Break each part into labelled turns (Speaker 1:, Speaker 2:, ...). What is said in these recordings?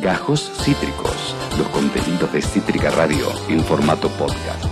Speaker 1: Gajos Cítricos. Los contenidos de Cítrica Radio en formato podcast.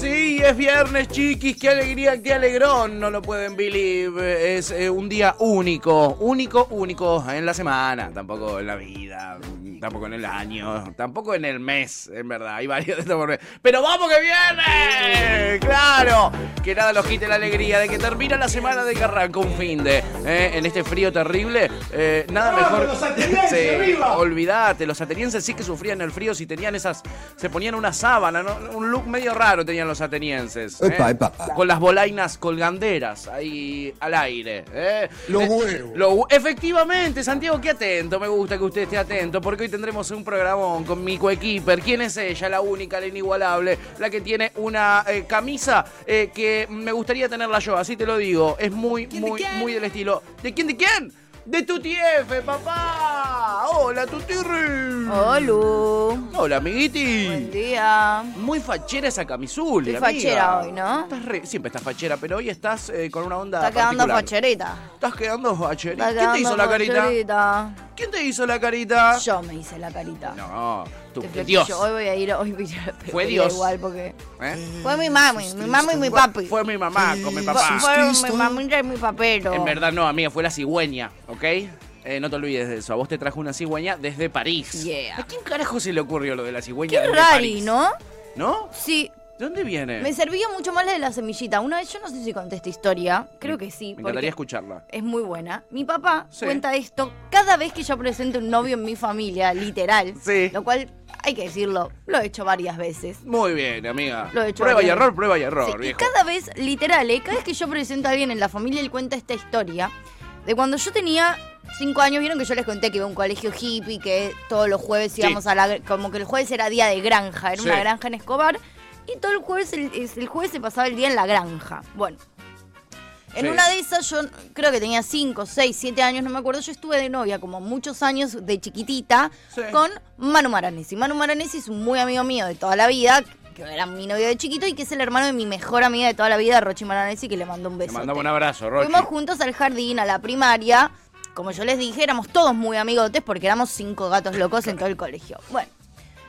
Speaker 2: Sí, es viernes, chiquis. Qué alegría, qué alegrón. No lo pueden believe. Es eh, un día único, único, único en la semana. Tampoco en la vida, tampoco en el año, tampoco en el mes, en verdad. Hay varios de estos por mes. Pero vamos que viene. Claro. Que nada los quite la alegría de que termina la semana de que arranca un fin de. eh, en este frío terrible. eh, nada
Speaker 3: ¡Vamos,
Speaker 2: mejor.
Speaker 3: los atenienses,
Speaker 2: Sí,
Speaker 3: arriba!
Speaker 2: Olvídate, los atenienses sí que sufrían el frío si tenían esas. Se ponían una sábana, ¿no? un look medio raro tenían los atenienses. ¿eh?
Speaker 4: Epa, epa.
Speaker 2: Con las bolainas colganderas ahí al aire. ¿eh?
Speaker 4: Los
Speaker 2: Eh,
Speaker 4: huevos.
Speaker 2: lo hu- Efectivamente, Santiago, qué atento. Me gusta que usted esté atento porque hoy tendremos un programón con mi coequiper. ¿Quién es ella? La única, la inigualable, la que tiene una eh, camisa eh, que me gustaría tenerla yo, así te lo digo. Es muy, muy, muy del estilo. ¿De quién? ¿De quién? De tu tiefe, papá. Hola, tu
Speaker 5: Hola,
Speaker 2: Hola, amiguiti.
Speaker 5: buen día.
Speaker 2: Muy fachera esa camisula.
Speaker 5: Estoy fachera
Speaker 2: amiga.
Speaker 5: hoy, ¿no?
Speaker 2: Estás re- Siempre estás fachera, pero hoy estás eh, con una onda.
Speaker 5: Está quedando
Speaker 2: particular.
Speaker 5: facherita.
Speaker 2: Estás quedando
Speaker 5: Está
Speaker 2: facherita. ¿Quién
Speaker 5: quedando
Speaker 2: te hizo la carita?
Speaker 5: facherita.
Speaker 2: ¿Quién te hizo la carita?
Speaker 5: Yo me hice la carita.
Speaker 2: No, tú,
Speaker 5: Te
Speaker 2: Dios.
Speaker 5: flequillo. Hoy voy a ir, hoy voy a ir a la peluquería
Speaker 2: Dios.
Speaker 5: Igual porque
Speaker 2: ¿Eh?
Speaker 5: fue mi mami, mi mami y mi
Speaker 2: Fue-
Speaker 5: papi.
Speaker 2: Fue mi mamá con mi papá.
Speaker 5: Fueron mi mamita y mi papero.
Speaker 2: En verdad no, amiga, fue la cigüeña, ¿ok? Eh, no te olvides de eso. A vos te trajo una cigüeña desde París.
Speaker 5: Yeah.
Speaker 2: ¿A quién carajo se le ocurrió lo de la cigüeña
Speaker 5: Qué
Speaker 2: desde
Speaker 5: rari,
Speaker 2: París?
Speaker 5: ¿no?
Speaker 2: ¿No?
Speaker 5: Sí.
Speaker 2: ¿De dónde viene?
Speaker 5: Me servía mucho más la de la semillita. Una vez, yo no sé si conté esta historia. Creo que sí.
Speaker 2: Me
Speaker 5: porque-
Speaker 2: encantaría escucharla.
Speaker 5: es muy buena. Mi papá
Speaker 2: Sí.
Speaker 5: cuenta esto cada vez que yo presento un novio en mi familia, literal.
Speaker 2: Sí.
Speaker 5: Lo cual, hay que decirlo, lo he hecho varias veces.
Speaker 2: Muy bien, amiga.
Speaker 5: Lo he hecho
Speaker 2: prueba y
Speaker 5: varias
Speaker 2: error,
Speaker 5: veces.
Speaker 2: prueba y error,
Speaker 5: Sí, y
Speaker 2: viejo.
Speaker 5: cada vez, literal, ¿eh? cada vez que yo presento a alguien en la familia, él cuenta esta historia de cuando yo tenía cinco años. Vieron que yo les conté que iba a un colegio hippie, que todos los jueves
Speaker 2: Sí.
Speaker 5: íbamos a la. gr- Como que el jueves era día de granja, era
Speaker 2: Sí.
Speaker 5: una granja en Escobar. Y todo el jueves, el, es- el jueves se pasaba el día en la granja. Bueno. En
Speaker 2: Sí.
Speaker 5: una de esas, yo creo que tenía 5, 6, 7 años, no me acuerdo. Yo estuve de novia como muchos años de chiquitita
Speaker 2: Sí.
Speaker 5: con Manu Maranesi. Manu Maranesi es un muy amigo mío de toda la vida, que era mi novio de chiquito y que es el hermano de mi mejor amiga de toda la vida, Rochi Maranesi, que le mando un
Speaker 2: Te
Speaker 5: beso.
Speaker 2: mandamos un abrazo, Rochi.
Speaker 5: Fuimos juntos al jardín, a la primaria. Como yo les dije, éramos todos muy amigotes porque éramos cinco gatos locos en todo el colegio. Bueno,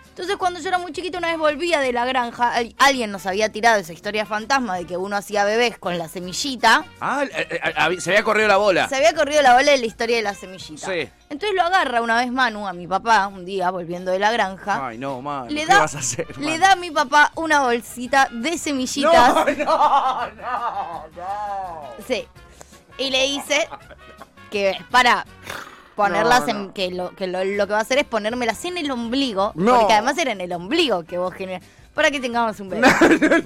Speaker 5: entonces cuando yo era muy chiquita, una vez volvía de la granja, al- alguien nos había tirado esa historia fantasma de que uno hacía bebés con la semillita.
Speaker 2: Ah, eh, eh, eh, se había corrido la bola.
Speaker 5: Se había corrido la bola de la historia de la semillita.
Speaker 2: Sí.
Speaker 5: Entonces lo agarra una vez Manu a mi papá, un día volviendo de la granja.
Speaker 2: Ay, no, man.
Speaker 5: Ah. le
Speaker 2: ¿Qué
Speaker 5: da,
Speaker 2: vas a hacer?
Speaker 5: le
Speaker 2: man?
Speaker 5: da a mi papá una bolsita de semillitas. No, no, no, Sí. Oh, Y le dice que para ponerlas en. que, lo, que lo, lo que va a hacer es ponérmelas en el ombligo. Porque además era en el ombligo que vos generas. Para que tengamos un bebé.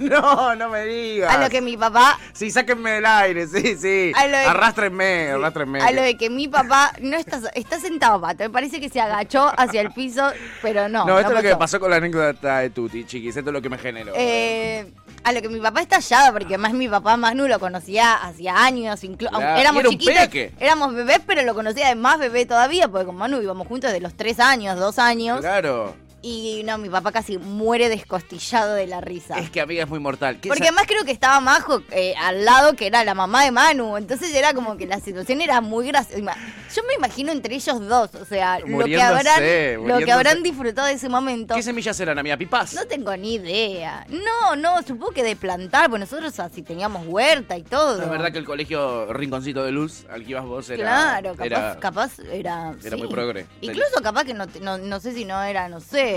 Speaker 2: no, no me digas.
Speaker 5: A lo que mi papá
Speaker 2: Sí, sáquenme del aire, sí, sí.
Speaker 5: A lo de-
Speaker 2: Arrástrenme, arrástrenme.
Speaker 5: A lo de que mi papá no está, está sentado pato. Me parece que se agachó hacia el piso, pero no.
Speaker 2: no, esto es lo que me pasó con la anécdota de Tuti, chiquis. Esto es lo que me generó.
Speaker 5: Eh, a lo que mi papá estallaba, porque más mi papá Magnu lo conocía hacía años, inclu-
Speaker 2: Claro,
Speaker 5: aunque éramos
Speaker 2: y era un
Speaker 5: chiquitos,
Speaker 2: peque.
Speaker 5: éramos bebés, pero lo conocía de más bebé todavía, porque con Manu íbamos juntos de los tres años, dos años,
Speaker 2: claro.
Speaker 5: y no, mi papá casi muere descostillado de la risa.
Speaker 2: Es que amiga es muy mortal. ¿Qué
Speaker 5: Porque
Speaker 2: sa-
Speaker 5: además creo que estaba Majo eh, al lado, que era la mamá de Manu. Entonces era como que la situación era muy graciosa. Yo me imagino entre ellos dos, o sea, lo que,
Speaker 2: Muriéndose,
Speaker 5: habrán, lo
Speaker 2: muriéndose.
Speaker 5: que habrán disfrutado de ese momento.
Speaker 2: ¿Qué semillas eran, amiga? ¿Pipás?
Speaker 5: No tengo ni idea. No, no, supongo que de plantar, porque nosotros así teníamos huerta y todo.
Speaker 2: Es verdad que el colegio Rinconcito de Luz, al que ibas vos, era...
Speaker 5: Claro, capaz
Speaker 2: era-
Speaker 5: era, capaz era, sí.
Speaker 2: era muy progre.
Speaker 5: Incluso capaz que no, te- no, no sé si no era, no sé,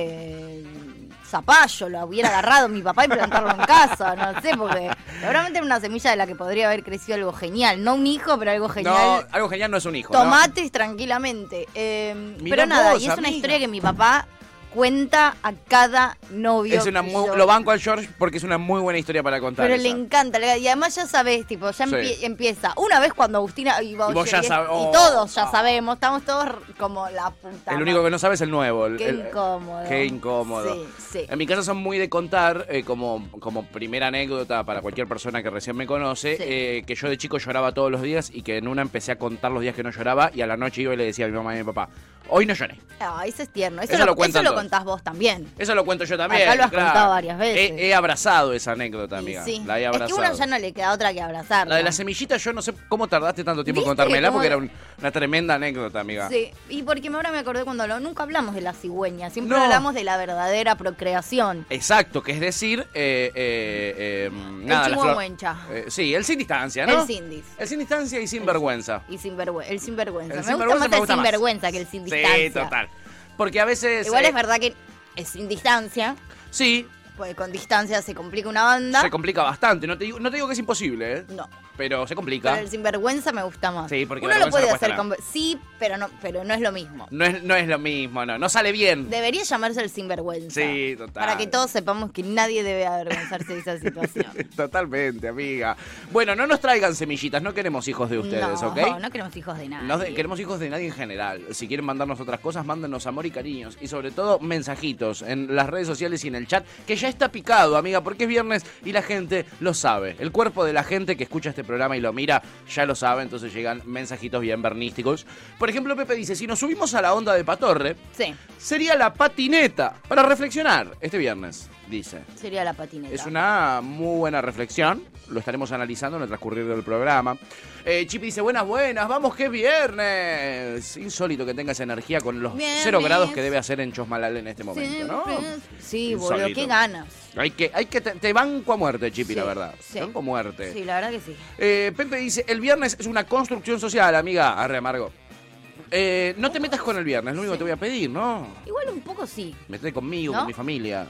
Speaker 5: zapallo, lo hubiera agarrado mi papá y plantarlo en casa, no sé, porque seguramente era una semilla de la que podría haber crecido algo genial. No un hijo, pero algo
Speaker 2: No,
Speaker 5: genial.
Speaker 2: algo genial no es un hijo, ¿no?
Speaker 5: Tomates tranquilamente. Eh,
Speaker 2: Mirá
Speaker 5: pero nada,
Speaker 2: vos,
Speaker 5: y es una
Speaker 2: amiga.
Speaker 5: historia que mi papá cuenta a cada novio.
Speaker 2: Es una
Speaker 5: que
Speaker 2: muy-
Speaker 5: yo-
Speaker 2: lo banco al George porque es una muy buena historia para contar.
Speaker 5: Pero
Speaker 2: esa.
Speaker 5: le encanta, le- y además ya sabes, tipo, ya
Speaker 2: Sí.
Speaker 5: empie- empieza. Una vez cuando Agustina y, vos,
Speaker 2: Y vos ya
Speaker 5: y-
Speaker 2: sab-
Speaker 5: y
Speaker 2: oh,
Speaker 5: todos ya
Speaker 2: oh.
Speaker 5: sabemos, estamos todos r- como la puta.
Speaker 2: El
Speaker 5: madre.
Speaker 2: único que no sabe es el nuevo. el-
Speaker 5: Qué
Speaker 2: el-
Speaker 5: incómodo.
Speaker 2: Qué incómodo.
Speaker 5: Sí, sí.
Speaker 2: En mi casa son muy de contar, eh, como, como primera anécdota para cualquier persona que recién me conoce,
Speaker 5: Sí.
Speaker 2: eh, que yo de chico lloraba todos los días y que en una empecé a contar los días que no lloraba y a la noche iba y le decía a mi mamá y a mi papá, Hoy no lloré.
Speaker 5: Ah, eso es tierno. Eso,
Speaker 2: Eso
Speaker 5: lo,
Speaker 2: lo cuentan
Speaker 5: eso lo
Speaker 2: todos.
Speaker 5: contás vos también.
Speaker 2: Eso lo cuento yo también.
Speaker 5: Acá lo has
Speaker 2: claro.
Speaker 5: contado varias veces.
Speaker 2: He, he abrazado esa anécdota, amiga.
Speaker 5: Y sí.
Speaker 2: La he
Speaker 5: es que
Speaker 2: abrazado.
Speaker 5: uno ya no le queda otra que abrazarla.
Speaker 2: La de la semillita, yo no sé cómo tardaste tanto tiempo en
Speaker 5: ¿Viste?
Speaker 2: contármela
Speaker 5: Como-
Speaker 2: porque era un- una tremenda anécdota, amiga.
Speaker 5: Sí, y porque ahora me acordé cuando lo, nunca hablamos de la cigüeña, siempre
Speaker 2: No.
Speaker 5: hablamos de la verdadera procreación.
Speaker 2: Exacto, que es decir, eh, eh, eh, nada, la flor-
Speaker 5: chihuahuencha.
Speaker 2: Eh, sí, el sin distancia, ¿no?
Speaker 5: El sin dis.
Speaker 2: El sin distancia y sin vergüenza.
Speaker 5: Y sinvergüenza, el sinvergüenza.
Speaker 2: El
Speaker 5: me
Speaker 2: sin
Speaker 5: gusta
Speaker 2: vergüenza
Speaker 5: más
Speaker 2: me
Speaker 5: el
Speaker 2: gusta más.
Speaker 5: sinvergüenza que el sin distancia.
Speaker 2: Sí, total. Porque a veces.
Speaker 5: Igual
Speaker 2: eh,
Speaker 5: es verdad que es sin distancia,
Speaker 2: Sí,
Speaker 5: porque con distancia se complica una banda.
Speaker 2: se complica bastante. No te, digo, no te digo que es imposible, ¿eh?
Speaker 5: no,
Speaker 2: Pero se
Speaker 5: pero
Speaker 2: complica.
Speaker 5: el sinvergüenza me gusta más.
Speaker 2: Sí, porque
Speaker 5: Uno
Speaker 2: la
Speaker 5: lo
Speaker 2: vergüenza
Speaker 5: puede
Speaker 2: no cuesta
Speaker 5: hacer con...
Speaker 2: nada.
Speaker 5: Sí, pero no, pero no es lo mismo.
Speaker 2: No, es, no es lo mismo, no. No sale bien.
Speaker 5: Debería llamarse el sinvergüenza.
Speaker 2: Sí, Ah. total.
Speaker 5: Para que todos sepamos que nadie debe avergonzarse de esa situación.
Speaker 2: Totalmente, amiga. Bueno, no nos traigan semillitas, no queremos hijos de ustedes,
Speaker 5: no,
Speaker 2: ¿ok?
Speaker 5: no queremos hijos de nada.
Speaker 2: No de- queremos hijos de nadie en general. Si quieren mandarnos otras cosas, mándenos amor y cariños. Y sobre todo, mensajitos en las redes sociales y en el chat, que ya está picado, amiga, porque es viernes y la gente lo sabe. El cuerpo de la gente que escucha este programa y lo mira ya lo sabe, entonces llegan mensajitos bien vernísticos. Por ejemplo, Pepe dice: si nos subimos a la onda de Patorre,
Speaker 5: Sí,
Speaker 2: sería la patineta para reflexionar este viernes, dice.
Speaker 5: sería la patineta.
Speaker 2: Es una muy buena reflexión. Lo estaremos analizando en el transcurrir del programa. Eh, Chip dice, buenas, buenas, vamos que es viernes. Insólito que tengas energía con los
Speaker 5: Viernes.
Speaker 2: cero grados que debe hacer en Chosmalal en este momento, ¿no?
Speaker 5: Sí,
Speaker 2: Insólito.
Speaker 5: boludo, qué ganas.
Speaker 2: Hay que, hay que te, te banco a muerte, Chipi,
Speaker 5: Sí,
Speaker 2: la verdad.
Speaker 5: sí.
Speaker 2: Te banco a muerte.
Speaker 5: Sí, la verdad que sí.
Speaker 2: Eh, Pepe dice, el viernes es una construcción social, amiga. Arre, amargo. Eh, no te metas con el viernes, lo único que te voy a pedir, ¿no?
Speaker 5: Igual un poco sí.
Speaker 2: Metete conmigo,
Speaker 5: ¿No?
Speaker 2: con mi familia.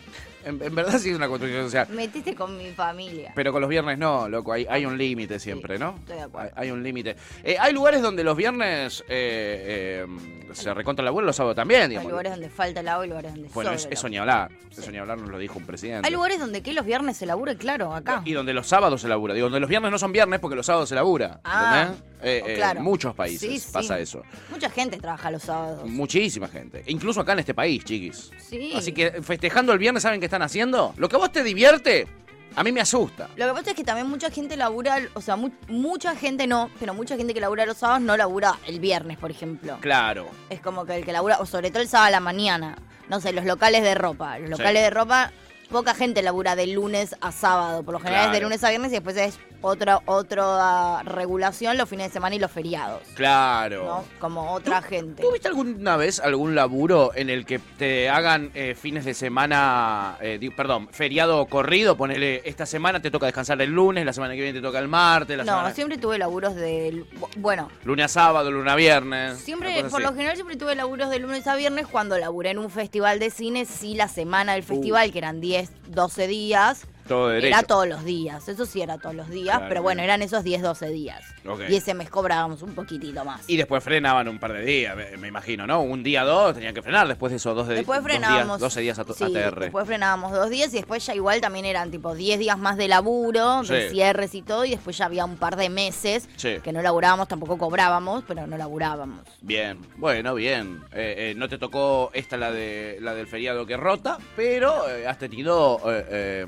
Speaker 2: En, en verdad sí es una construcción social.
Speaker 5: Metiste con mi familia.
Speaker 2: Pero con los viernes no, loco, hay, hay un límite siempre,
Speaker 5: Sí,
Speaker 2: ¿no?
Speaker 5: estoy de acuerdo.
Speaker 2: Hay, hay un límite. Eh, hay lugares donde los viernes eh, eh, se recontra el abuelo, los sábados también,
Speaker 5: Hay
Speaker 2: digamos.
Speaker 5: lugares donde falta el agua y lugares donde
Speaker 2: bueno,
Speaker 5: sobra
Speaker 2: es-
Speaker 5: el
Speaker 2: eso
Speaker 5: agua.
Speaker 2: ni hablar. Eso ni hablar nos lo dijo un presidente.
Speaker 5: Hay lugares donde que los viernes se labura, claro, acá.
Speaker 2: Y donde los sábados se labura. Digo, donde los viernes no son viernes porque los sábados se labura.
Speaker 5: Ah,
Speaker 2: ¿entendés? Eh, eh,
Speaker 5: claro.
Speaker 2: En muchos países
Speaker 5: Sí, sí.
Speaker 2: pasa eso.
Speaker 5: Mucha gente trabaja los sábados.
Speaker 2: Muchísima gente. Incluso acá en este país, chiquis.
Speaker 5: Sí.
Speaker 2: Así que festejando el viernes, ¿saben qué están haciendo? Lo que a vos te divierte, a mí me asusta.
Speaker 5: Lo que pasa es que también mucha gente labura, o sea, mu- mucha gente no, pero mucha gente que labura los sábados no labura el viernes, por ejemplo.
Speaker 2: Claro.
Speaker 5: Es como que el que labura, o sobre todo el sábado a la mañana. No sé, los locales de ropa. Los locales
Speaker 2: Sí.
Speaker 5: de ropa, poca gente labura de lunes a sábado. Por lo general es de
Speaker 2: Claro.
Speaker 5: lunes a viernes y después es otra, otra regulación los fines de semana y los feriados.
Speaker 2: Claro.
Speaker 5: ¿No? Como otra gente.
Speaker 2: ¿Tú viste alguna vez algún laburo en el que te hagan eh, fines de semana, eh, di- perdón, feriado corrido? Ponele, esta semana te toca descansar el lunes, la semana que viene te toca el martes, la
Speaker 5: No,
Speaker 2: semana... Ah,
Speaker 5: siempre tuve laburos de. Bueno,
Speaker 2: Lunes a sábado, lunes a viernes.
Speaker 5: siempre,
Speaker 2: una cosa
Speaker 5: por
Speaker 2: así.
Speaker 5: lo general, siempre tuve laburos de lunes a viernes. Cuando laburé en un festival de cine, sí, la semana del festival, que eran 10, 12 días.
Speaker 2: Uh. Todo derecho.
Speaker 5: Era todos los días, eso sí era todos los días,
Speaker 2: Claro,
Speaker 5: pero bueno,
Speaker 2: bien.
Speaker 5: eran esos 10, 12 días.
Speaker 2: Ok.
Speaker 5: Y ese mes cobrábamos un poquitito más.
Speaker 2: Y después frenaban un par de días, me, me imagino, ¿no? Un día, dos, tenían que frenar después de esos dos de
Speaker 5: después
Speaker 2: dos días-
Speaker 5: frenábamos.
Speaker 2: 12 días a
Speaker 5: sí,
Speaker 2: ATR.
Speaker 5: Después frenábamos dos días y después ya igual también eran tipo 10 días más de laburo, de
Speaker 2: Sí.
Speaker 5: cierres y todo, y después ya había un par de meses
Speaker 2: Sí.
Speaker 5: que no laburábamos, tampoco cobrábamos, pero no laburábamos.
Speaker 2: Bien, bueno, bien. Eh, eh, no te tocó esta la de la del feriado que rota, pero eh, has tenido eh, eh,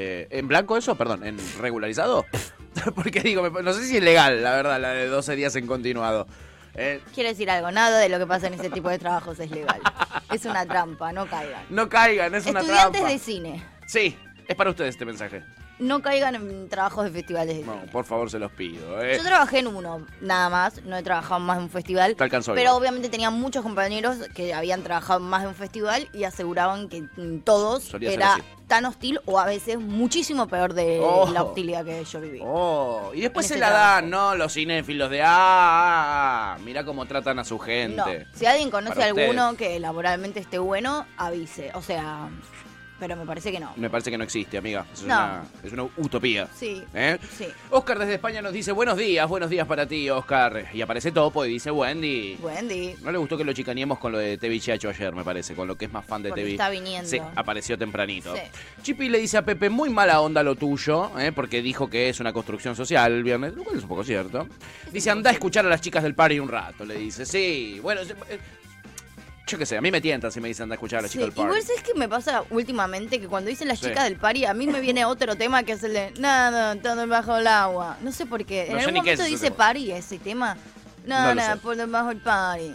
Speaker 2: eh, en blanco eso, perdón, en regularizado. Porque digo, me- no sé si es legal, la verdad, la de 12 días en continuado. Eh,
Speaker 5: Quiero decir algo, nada de lo que pasa en ese tipo de trabajos es legal. es una trampa, no caigan.
Speaker 2: no caigan, es una
Speaker 5: Estudiantes
Speaker 2: trampa.
Speaker 5: de cine,
Speaker 2: Sí, es para ustedes este mensaje.
Speaker 5: no caigan en trabajos de festivales de
Speaker 2: No,
Speaker 5: cine.
Speaker 2: por favor, se los pido. eh.
Speaker 5: Yo trabajé en uno, nada más, no he trabajado más en un festival.
Speaker 2: Te alcanzó
Speaker 5: pero
Speaker 2: igual.
Speaker 5: obviamente tenía muchos compañeros que habían trabajado más en un festival y aseguraban que mm, todos
Speaker 2: Solía ser
Speaker 5: era
Speaker 2: así.
Speaker 5: tan hostil o a veces muchísimo peor de
Speaker 2: Oh.
Speaker 5: la hostilidad que yo viví.
Speaker 2: Oh, y después
Speaker 5: En
Speaker 2: se
Speaker 5: ese
Speaker 2: la
Speaker 5: trabajo.
Speaker 2: dan, ¿no? Los cinéfilos de, ah, ah, ah, mira cómo tratan a su
Speaker 5: No,
Speaker 2: gente.
Speaker 5: si alguien conoce a
Speaker 2: Para
Speaker 5: alguno que laboralmente esté bueno, avise. O sea, pero me parece que no.
Speaker 2: Me parece que no existe, amiga. Es,
Speaker 5: No.
Speaker 2: una, es una utopía.
Speaker 5: Sí.
Speaker 2: ¿Eh?
Speaker 5: Sí.
Speaker 2: Oscar desde España nos dice, buenos días, buenos días para ti, Oscar. Y aparece Topo y dice, Wendy.
Speaker 5: Wendy.
Speaker 2: No le gustó que lo chicaniemos con lo de TV Chacho ayer, me parece, con lo que es más fan de
Speaker 5: Porque
Speaker 2: TV.
Speaker 5: está viniendo.
Speaker 2: Sí, apareció tempranito.
Speaker 5: Sí.
Speaker 2: Chipi le dice a Pepe, muy mala onda lo tuyo, ¿eh? porque dijo que es una construcción social el viernes, lo cual es un poco cierto. Dice, anda a escuchar a las chicas del party un rato, le dice. Sí, bueno, se- eh, yo qué sé, a mí me tientan si me dicen anda a escuchar a las
Speaker 5: Sí,
Speaker 2: chicas del party.
Speaker 5: igual sabes que me pasa últimamente que cuando dicen las
Speaker 2: Sí.
Speaker 5: chicas del pari, a mí me viene otro tema que es el de nada, todo bajo el agua. No sé por qué.
Speaker 2: No
Speaker 5: en
Speaker 2: sé
Speaker 5: algún
Speaker 2: ni qué es
Speaker 5: momento
Speaker 2: ese
Speaker 5: dice
Speaker 2: tema.
Speaker 5: pari ese tema.
Speaker 2: No
Speaker 5: Nada,
Speaker 2: lo sé.
Speaker 5: por debajo el pari.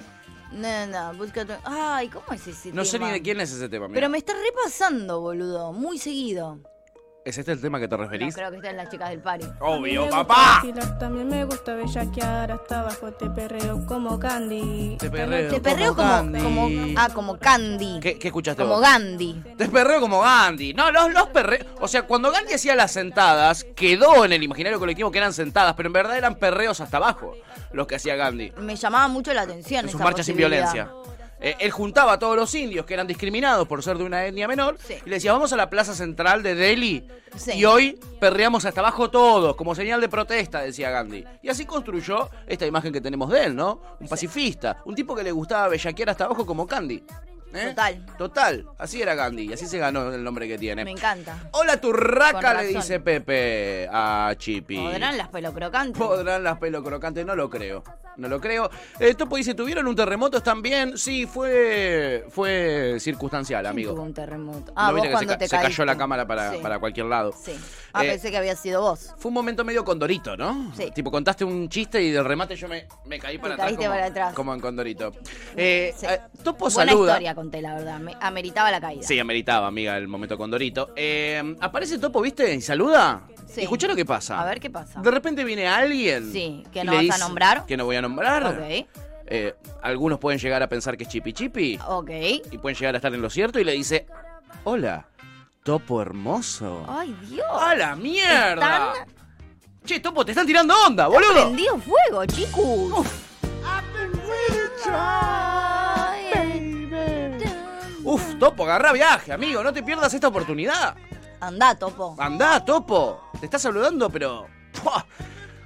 Speaker 5: Nena, busca tu... Ay, ¿cómo es ese tema?
Speaker 2: No sé ni de quién es ese tema. mira.
Speaker 5: Pero me está repasando, boludo. Muy seguido.
Speaker 2: ¿Es este el tema que te
Speaker 5: No,
Speaker 2: referís?
Speaker 5: creo que están las chicas del party.
Speaker 2: Obvio,
Speaker 3: Me gusta
Speaker 2: papá.
Speaker 3: vacilar, también me gusta bellaquear hasta abajo, te perreo como candy.
Speaker 2: Te perreo.
Speaker 5: Te perreo como,
Speaker 2: Gandhi.
Speaker 5: como. Ah, como Candy.
Speaker 2: ¿Qué, qué escuchaste
Speaker 5: Como
Speaker 2: vos?
Speaker 5: Gandhi.
Speaker 2: Te perreo como Gandhi. No, los, los perreos. O sea, cuando Gandhi hacía las sentadas, quedó en el imaginario colectivo que eran sentadas, pero en verdad eran perreos hasta abajo los que hacía Gandhi.
Speaker 5: Me llamaba mucho la atención.
Speaker 2: en sus
Speaker 5: esa
Speaker 2: marchas sin
Speaker 5: posibilidad.
Speaker 2: violencia. Eh, él juntaba a todos los indios que eran discriminados por ser de una etnia menor
Speaker 5: Sí.
Speaker 2: y le decía, vamos a la plaza central de Delhi
Speaker 5: Sí.
Speaker 2: y hoy perreamos hasta abajo todos, como señal de protesta, decía Gandhi. Y así construyó esta imagen que tenemos de él, ¿no? Un pacifista, un tipo que le gustaba bellaquear hasta abajo como Gandhi. ¿eh?
Speaker 5: Total.
Speaker 2: Total, así era Gandhi y así se ganó el nombre que tiene.
Speaker 5: Me encanta.
Speaker 2: Hola turraca,
Speaker 5: Con
Speaker 2: le
Speaker 5: razón.
Speaker 2: dice Pepe a Chipi.
Speaker 5: Podrán las pelocrocantes.
Speaker 2: Podrán las pelo crocantes, no lo creo. No lo creo. Eh, Topo dice, ¿tuvieron un terremoto también? Sí, fue, fue circunstancial,
Speaker 5: ¿Quién tuvo
Speaker 2: amigo.
Speaker 5: un terremoto. Ah,
Speaker 2: ¿No
Speaker 5: vos
Speaker 2: viste que se
Speaker 5: cuando
Speaker 2: ca-
Speaker 5: te
Speaker 2: se,
Speaker 5: caíste?
Speaker 2: cayó la cámara para,
Speaker 5: Sí,
Speaker 2: para cualquier lado.
Speaker 5: Sí. Ah,
Speaker 2: Eh,
Speaker 5: pensé que había sido vos.
Speaker 2: Fue un momento medio condorito, ¿no?
Speaker 5: Sí.
Speaker 2: Tipo, contaste un chiste y del remate yo me, me caí para atrás.
Speaker 5: caíste
Speaker 2: como,
Speaker 5: para atrás.
Speaker 2: Como en condorito. Eh,
Speaker 5: Sí.
Speaker 2: eh, Topo
Speaker 5: Buena
Speaker 2: saluda.
Speaker 5: historia conté, la verdad. Me ameritaba la caída.
Speaker 2: Sí, ameritaba, amiga, el momento condorito. Eh, aparece Topo, ¿viste? Y saluda.
Speaker 5: Sí.
Speaker 2: Y escuchá lo que pasa.
Speaker 5: A ver qué pasa.
Speaker 2: De repente viene alguien.
Speaker 5: Sí, que
Speaker 2: y
Speaker 5: no
Speaker 2: le
Speaker 5: vas a
Speaker 2: dice-
Speaker 5: nombrar.
Speaker 2: Que no voy a nombrar.
Speaker 5: Ok.
Speaker 2: Eh, algunos pueden llegar a pensar que es chipi chipi
Speaker 5: Ok.
Speaker 2: y pueden llegar a estar en lo cierto y le dice, hola, topo hermoso.
Speaker 5: Ay, Dios.
Speaker 2: ¡A la mierda! Che, topo, te están tirando onda, boludo.
Speaker 5: Prendido fuego, chicos.
Speaker 2: Uf, topo, agarra viaje, amigo, no te pierdas esta oportunidad.
Speaker 5: Andá, topo.
Speaker 2: Andá, topo. Te está saludando, pero... ¡pua!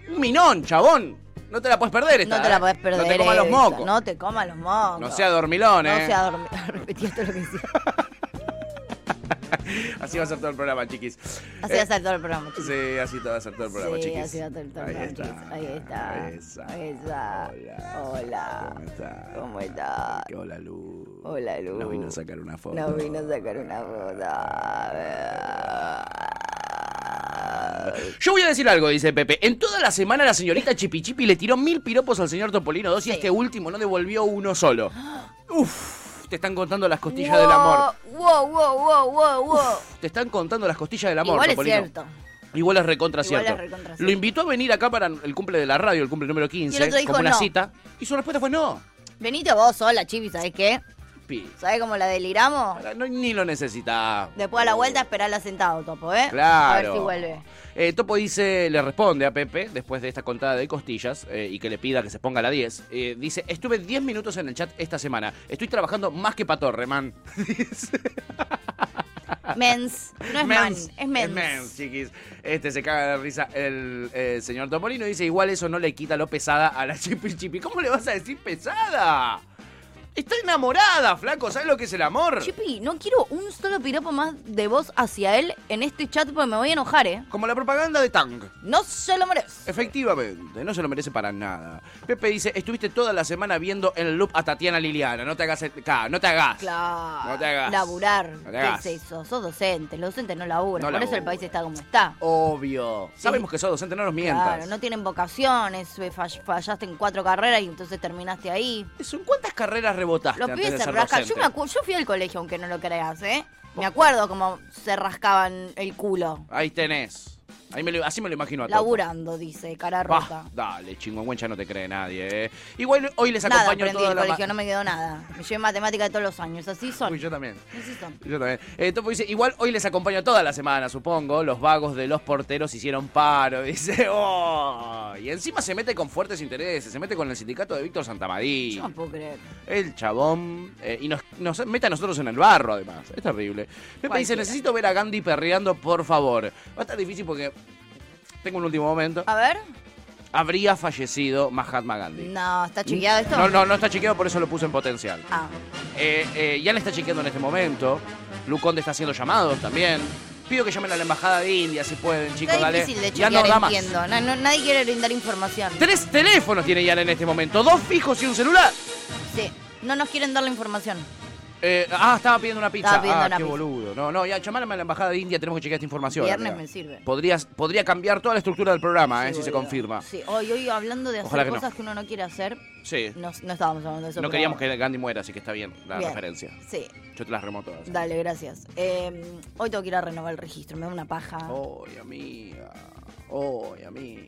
Speaker 2: Un minón, chabón. No te la puedes perder esta.
Speaker 5: No te la
Speaker 2: ¿eh?
Speaker 5: podés perder.
Speaker 2: No te comas los
Speaker 5: esa,
Speaker 2: mocos. No,
Speaker 5: No te comas los mocos.
Speaker 2: sea dormilón,
Speaker 5: No
Speaker 2: eh.
Speaker 5: sea dormir. Repetí esto lo que decía.
Speaker 2: Así va a ser todo el programa, chiquis.
Speaker 5: Así
Speaker 2: Eh,
Speaker 5: va a ser todo el programa, chicos.
Speaker 2: Sí, así te va a ser todo el programa,
Speaker 5: Sí,
Speaker 2: chiquis.
Speaker 5: así va a ser todo el programa,
Speaker 2: Ahí está.
Speaker 5: chiquis. Ahí está.
Speaker 2: Ahí está.
Speaker 5: Ahí está.
Speaker 2: Hola.
Speaker 5: Hola.
Speaker 2: ¿Cómo estás?
Speaker 5: ¿Cómo estás?
Speaker 2: Qué Hola, Lu.
Speaker 5: Hola, Lu.
Speaker 2: Nos vino a sacar una foto.
Speaker 5: Nos vino a sacar una foto.
Speaker 2: Yo voy a decir algo, dice Pepe. En toda la semana la señorita Chipi Chipi le tiró mil piropos al señor Topolino 2 y
Speaker 5: Sí.
Speaker 2: este último no devolvió uno solo. Uf, te están contando las costillas del amor.
Speaker 5: Wow, wow, wow, wow, wow.
Speaker 2: Te están contando las costillas del amor,
Speaker 5: Igual es
Speaker 2: Topolino.
Speaker 5: cierto.
Speaker 2: Igual es recontra
Speaker 5: Igual es
Speaker 2: cierto.
Speaker 5: recontra
Speaker 2: Lo
Speaker 5: cierto.
Speaker 2: invitó a venir acá para el cumple de la radio, el cumple número
Speaker 5: Y el
Speaker 2: 15,
Speaker 5: otro dijo
Speaker 2: como una
Speaker 5: no.
Speaker 2: cita. Y su respuesta fue no.
Speaker 5: Venite vos sola, Chibi, ¿sabés qué?
Speaker 2: Pi,
Speaker 5: ¿Sabés cómo la deliramos?
Speaker 2: para- no, ni lo necesitaba.
Speaker 5: Después a la vuelta esperala sentado, Topo, ¿eh?
Speaker 2: Claro.
Speaker 5: A ver si vuelve.
Speaker 2: Eh, Topo dice, le responde a Pepe, después de esta contada de costillas, eh, y que le pida que se ponga a la 10. eh, dice, estuve 10 minutos en el chat esta semana. Estoy trabajando más que patorre, man.
Speaker 5: Mens. No es
Speaker 2: Mens.
Speaker 5: man, es mens.
Speaker 2: mens, chiquis. Este se caga de risa el eh, señor Topolino. Dice, igual eso no le quita lo pesada a la chipi chipi. ¿Cómo le vas a decir pesada? Está enamorada, flaco. ¿Sabes lo que es el amor?
Speaker 5: Chipi, no quiero un solo piropo más de vos hacia él en este chat porque me voy a enojar, ¿eh?
Speaker 2: Como la propaganda de Tang.
Speaker 5: No se lo merece.
Speaker 2: Efectivamente, no se lo merece para nada. Pepe dice, estuviste toda la semana viendo en loop a Tatiana Liliana, no te hagas, el- ca, no te hagas.
Speaker 5: Claro.
Speaker 2: No te hagas.
Speaker 5: Laburar.
Speaker 2: No te hagas.
Speaker 5: ¿Qué es eso? Sos docente. Los docentes no laburan.
Speaker 2: No
Speaker 5: Por eso el
Speaker 2: laburan.
Speaker 5: país está como está.
Speaker 2: Obvio. Sabemos que sos docente, no nos mientas.
Speaker 5: Claro, no tienen vocaciones. eh, fall- Fallaste en cuatro carreras y entonces terminaste ahí.
Speaker 2: Son cuántas carreras rebotaste
Speaker 5: Los
Speaker 2: antes
Speaker 5: pibes
Speaker 2: de
Speaker 5: se
Speaker 2: ser
Speaker 5: rascan. Yo,
Speaker 2: docente?
Speaker 5: me acu- yo fui al colegio, aunque no lo creas, ¿eh? Me acuerdo cómo se rascaban el culo.
Speaker 2: Ahí tenés. Ahí me lo- así me lo imagino a todos.
Speaker 5: Laburando, dice, cara rota.
Speaker 2: dale, chingüengüencha, no te cree nadie, eh. Igual hoy les
Speaker 5: Nada
Speaker 2: acompaño
Speaker 5: aprendí
Speaker 2: toda
Speaker 5: del
Speaker 2: la ma-
Speaker 5: colegio, no me quedó nada. Me llevé matemática de todos los años, así son.
Speaker 2: Uy, yo también.
Speaker 5: Así son.
Speaker 2: Yo también. Eh, Topo dice, igual hoy les acompaño toda la semana, supongo. Los vagos de los porteros hicieron paro. Dice, oh. Y encima se mete con fuertes intereses, se mete con el sindicato de
Speaker 5: Yo
Speaker 2: Víctor
Speaker 5: no
Speaker 2: Santamaría.
Speaker 5: puedo creer.
Speaker 2: El chabón. eh, y nos, nos mete a nosotros en el barro, además. Es terrible. Pepe dice,
Speaker 5: Cualquiera.
Speaker 2: necesito ver a Gandhi perreando, por favor. Va a estar difícil porque... Tengo un último momento.
Speaker 5: A ver.
Speaker 2: Habría fallecido Mahatma Gandhi.
Speaker 5: No, ¿está chequeado esto?
Speaker 2: No, no, no está chequeado, por eso lo puse en potencial.
Speaker 5: Ah,
Speaker 2: Eh, eh, ya le está chequeando en este momento. Luconde está haciendo llamados también. Pido que llamen a la embajada de India si pueden, chicos,
Speaker 5: está
Speaker 2: dale.
Speaker 5: difícil de
Speaker 2: ya
Speaker 5: chequear,
Speaker 2: no da más.
Speaker 5: entiendo. Na- no- nadie quiere brindar información.
Speaker 2: Tres teléfonos tiene Ian en este momento, dos fijos y un celular.
Speaker 5: Sí, no nos quieren dar la información.
Speaker 2: Eh, ah, estaba pidiendo una pizza.
Speaker 5: Estaba pidiendo
Speaker 2: ah,
Speaker 5: una
Speaker 2: qué
Speaker 5: pizza.
Speaker 2: boludo. No, no, ya llamárame a la embajada de India, tenemos que chequear esta información.
Speaker 5: Viernes
Speaker 2: amiga.
Speaker 5: me sirve.
Speaker 2: Podrías, podría cambiar toda la estructura del programa, eh,
Speaker 5: Sí,
Speaker 2: si se
Speaker 5: boludo.
Speaker 2: confirma.
Speaker 5: Sí, hoy, hoy hablando de
Speaker 2: Ojalá
Speaker 5: hacer
Speaker 2: que no.
Speaker 5: cosas que uno no quiere hacer,
Speaker 2: Sí.
Speaker 5: no, no estábamos hablando de eso.
Speaker 2: No
Speaker 5: pero-
Speaker 2: queríamos que Gandhi muera, así que está bien la
Speaker 5: Bien.
Speaker 2: referencia.
Speaker 5: Sí,
Speaker 2: Yo te las remoto. todas.
Speaker 5: dale, gracias. Eh, hoy tengo que ir a renovar el registro, me da una paja.
Speaker 2: Ay, amiga. Ay, amiga.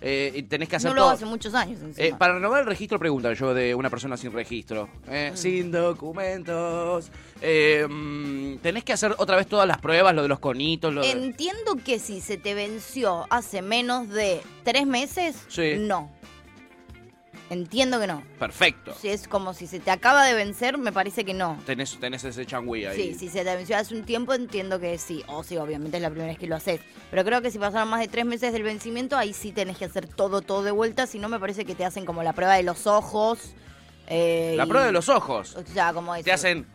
Speaker 2: Eh, y tenés que hacer
Speaker 5: no lo hago
Speaker 2: todo.
Speaker 5: hace muchos años.
Speaker 2: Eh,
Speaker 5: encima.
Speaker 2: para renovar el registro, preguntan yo de una persona sin registro. Eh, Sin documentos. Eh, mm, tenés que hacer otra vez todas las pruebas, lo de los conitos, lo de-
Speaker 5: Entiendo que si se te venció hace menos de tres meses,
Speaker 2: Sí.
Speaker 5: no. Entiendo que no.
Speaker 2: Perfecto.
Speaker 5: Si es como si se te acaba de vencer, me parece que no.
Speaker 2: Tenés, tenés ese changüí ahí.
Speaker 5: Sí, si se te venció hace un tiempo, entiendo que sí. O sí, obviamente es la primera vez que lo haces. Pero creo que si pasaron más de tres meses del vencimiento, ahí sí tenés que hacer todo, todo de vuelta. Si no, me parece que te hacen como la prueba de los ojos. eh,
Speaker 2: La
Speaker 5: y-
Speaker 2: prueba de los ojos.
Speaker 5: O sea, como eso.
Speaker 2: Te hacen.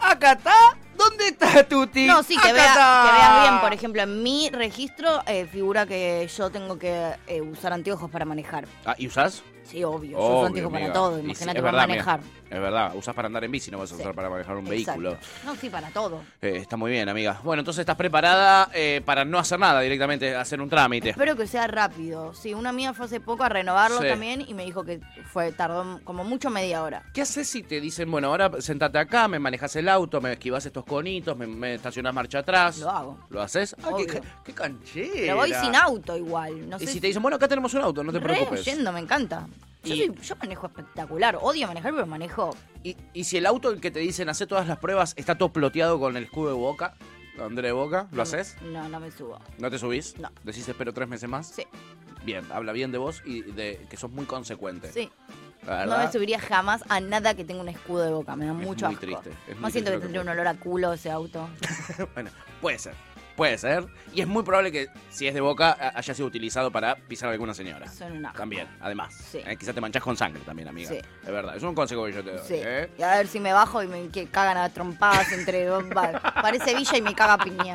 Speaker 2: ¡Acá está! ¿Dónde está Tuti?
Speaker 5: No, sí, que,
Speaker 2: Acá
Speaker 5: vea,
Speaker 2: está".
Speaker 5: que veas bien. Por ejemplo, en mi registro eh, figura que yo tengo que eh, usar anteojos para manejar.
Speaker 2: Ah, ¿Y usás?
Speaker 5: Sí, obvio. yo uso
Speaker 2: Obvio,
Speaker 5: anteojos
Speaker 2: amiga.
Speaker 5: para todo.
Speaker 2: Y sí,
Speaker 5: Imagínate
Speaker 2: es
Speaker 5: para
Speaker 2: verdad,
Speaker 5: manejar.
Speaker 2: mira, Es verdad, usás para andar en bici, no vas a
Speaker 5: Sí.
Speaker 2: usar para manejar un
Speaker 5: Exacto.
Speaker 2: vehículo.
Speaker 5: No, sí, para todo.
Speaker 2: Eh, está muy bien, amiga. Bueno, entonces estás preparada eh, para no hacer nada directamente, hacer un trámite.
Speaker 5: Espero que sea rápido. Sí, una mía fue hace poco a renovarlo
Speaker 2: Sí.
Speaker 5: también y me dijo que fue tardó como mucho media hora.
Speaker 2: ¿Qué haces si te dicen, bueno, ahora sentate acá, me manejas el auto, me esquivas estos conitos, me, me estacionás marcha atrás?
Speaker 5: Lo hago.
Speaker 2: ¿Lo haces? Ah, qué,
Speaker 5: Obvio.
Speaker 2: ca- qué canchera.
Speaker 5: Pero voy sin auto igual. No
Speaker 2: y
Speaker 5: sé
Speaker 2: si te dicen, bueno, acá tenemos un auto, no te
Speaker 5: Re
Speaker 2: preocupes.
Speaker 5: yendo, me encanta. Yo,
Speaker 2: Y-
Speaker 5: soy- yo manejo espectacular. Odio manejar, pero manejo.
Speaker 2: ¿Y, y si el auto el que te dicen, hace todas las pruebas, está todo ploteado con el escudo de Boca, André Boca, ¿lo haces?
Speaker 5: No, no me subo.
Speaker 2: ¿No te subís?
Speaker 5: Mm. No.
Speaker 2: ¿Decís espero tres meses más?
Speaker 5: Sí,
Speaker 2: Bien, habla bien de vos y de que sos muy consecuente.
Speaker 5: sí.
Speaker 2: La
Speaker 5: No me
Speaker 2: verdad,
Speaker 5: subiría jamás a nada que tenga un escudo de boca. Me da mucho
Speaker 2: muy
Speaker 5: asco.
Speaker 2: triste, es muy
Speaker 5: No siento que
Speaker 2: triste lo que
Speaker 5: tendría un
Speaker 2: puede.
Speaker 5: olor a culo ese auto.
Speaker 2: Bueno, puede ser. Puede ser. Y es muy probable que, si es de boca, a- haya sido utilizado para pisar a alguna señora.
Speaker 5: Son un asco.
Speaker 2: También, además.
Speaker 5: Sí.
Speaker 2: Eh, quizá te manchás con sangre también, amiga.
Speaker 5: Sí.
Speaker 2: Es verdad. Es un consejo que yo te doy.
Speaker 5: Sí.
Speaker 2: ¿eh?
Speaker 5: Y a ver si me bajo y me que cagan a trompadas entre dos. va- Parece Villa y me caga piña.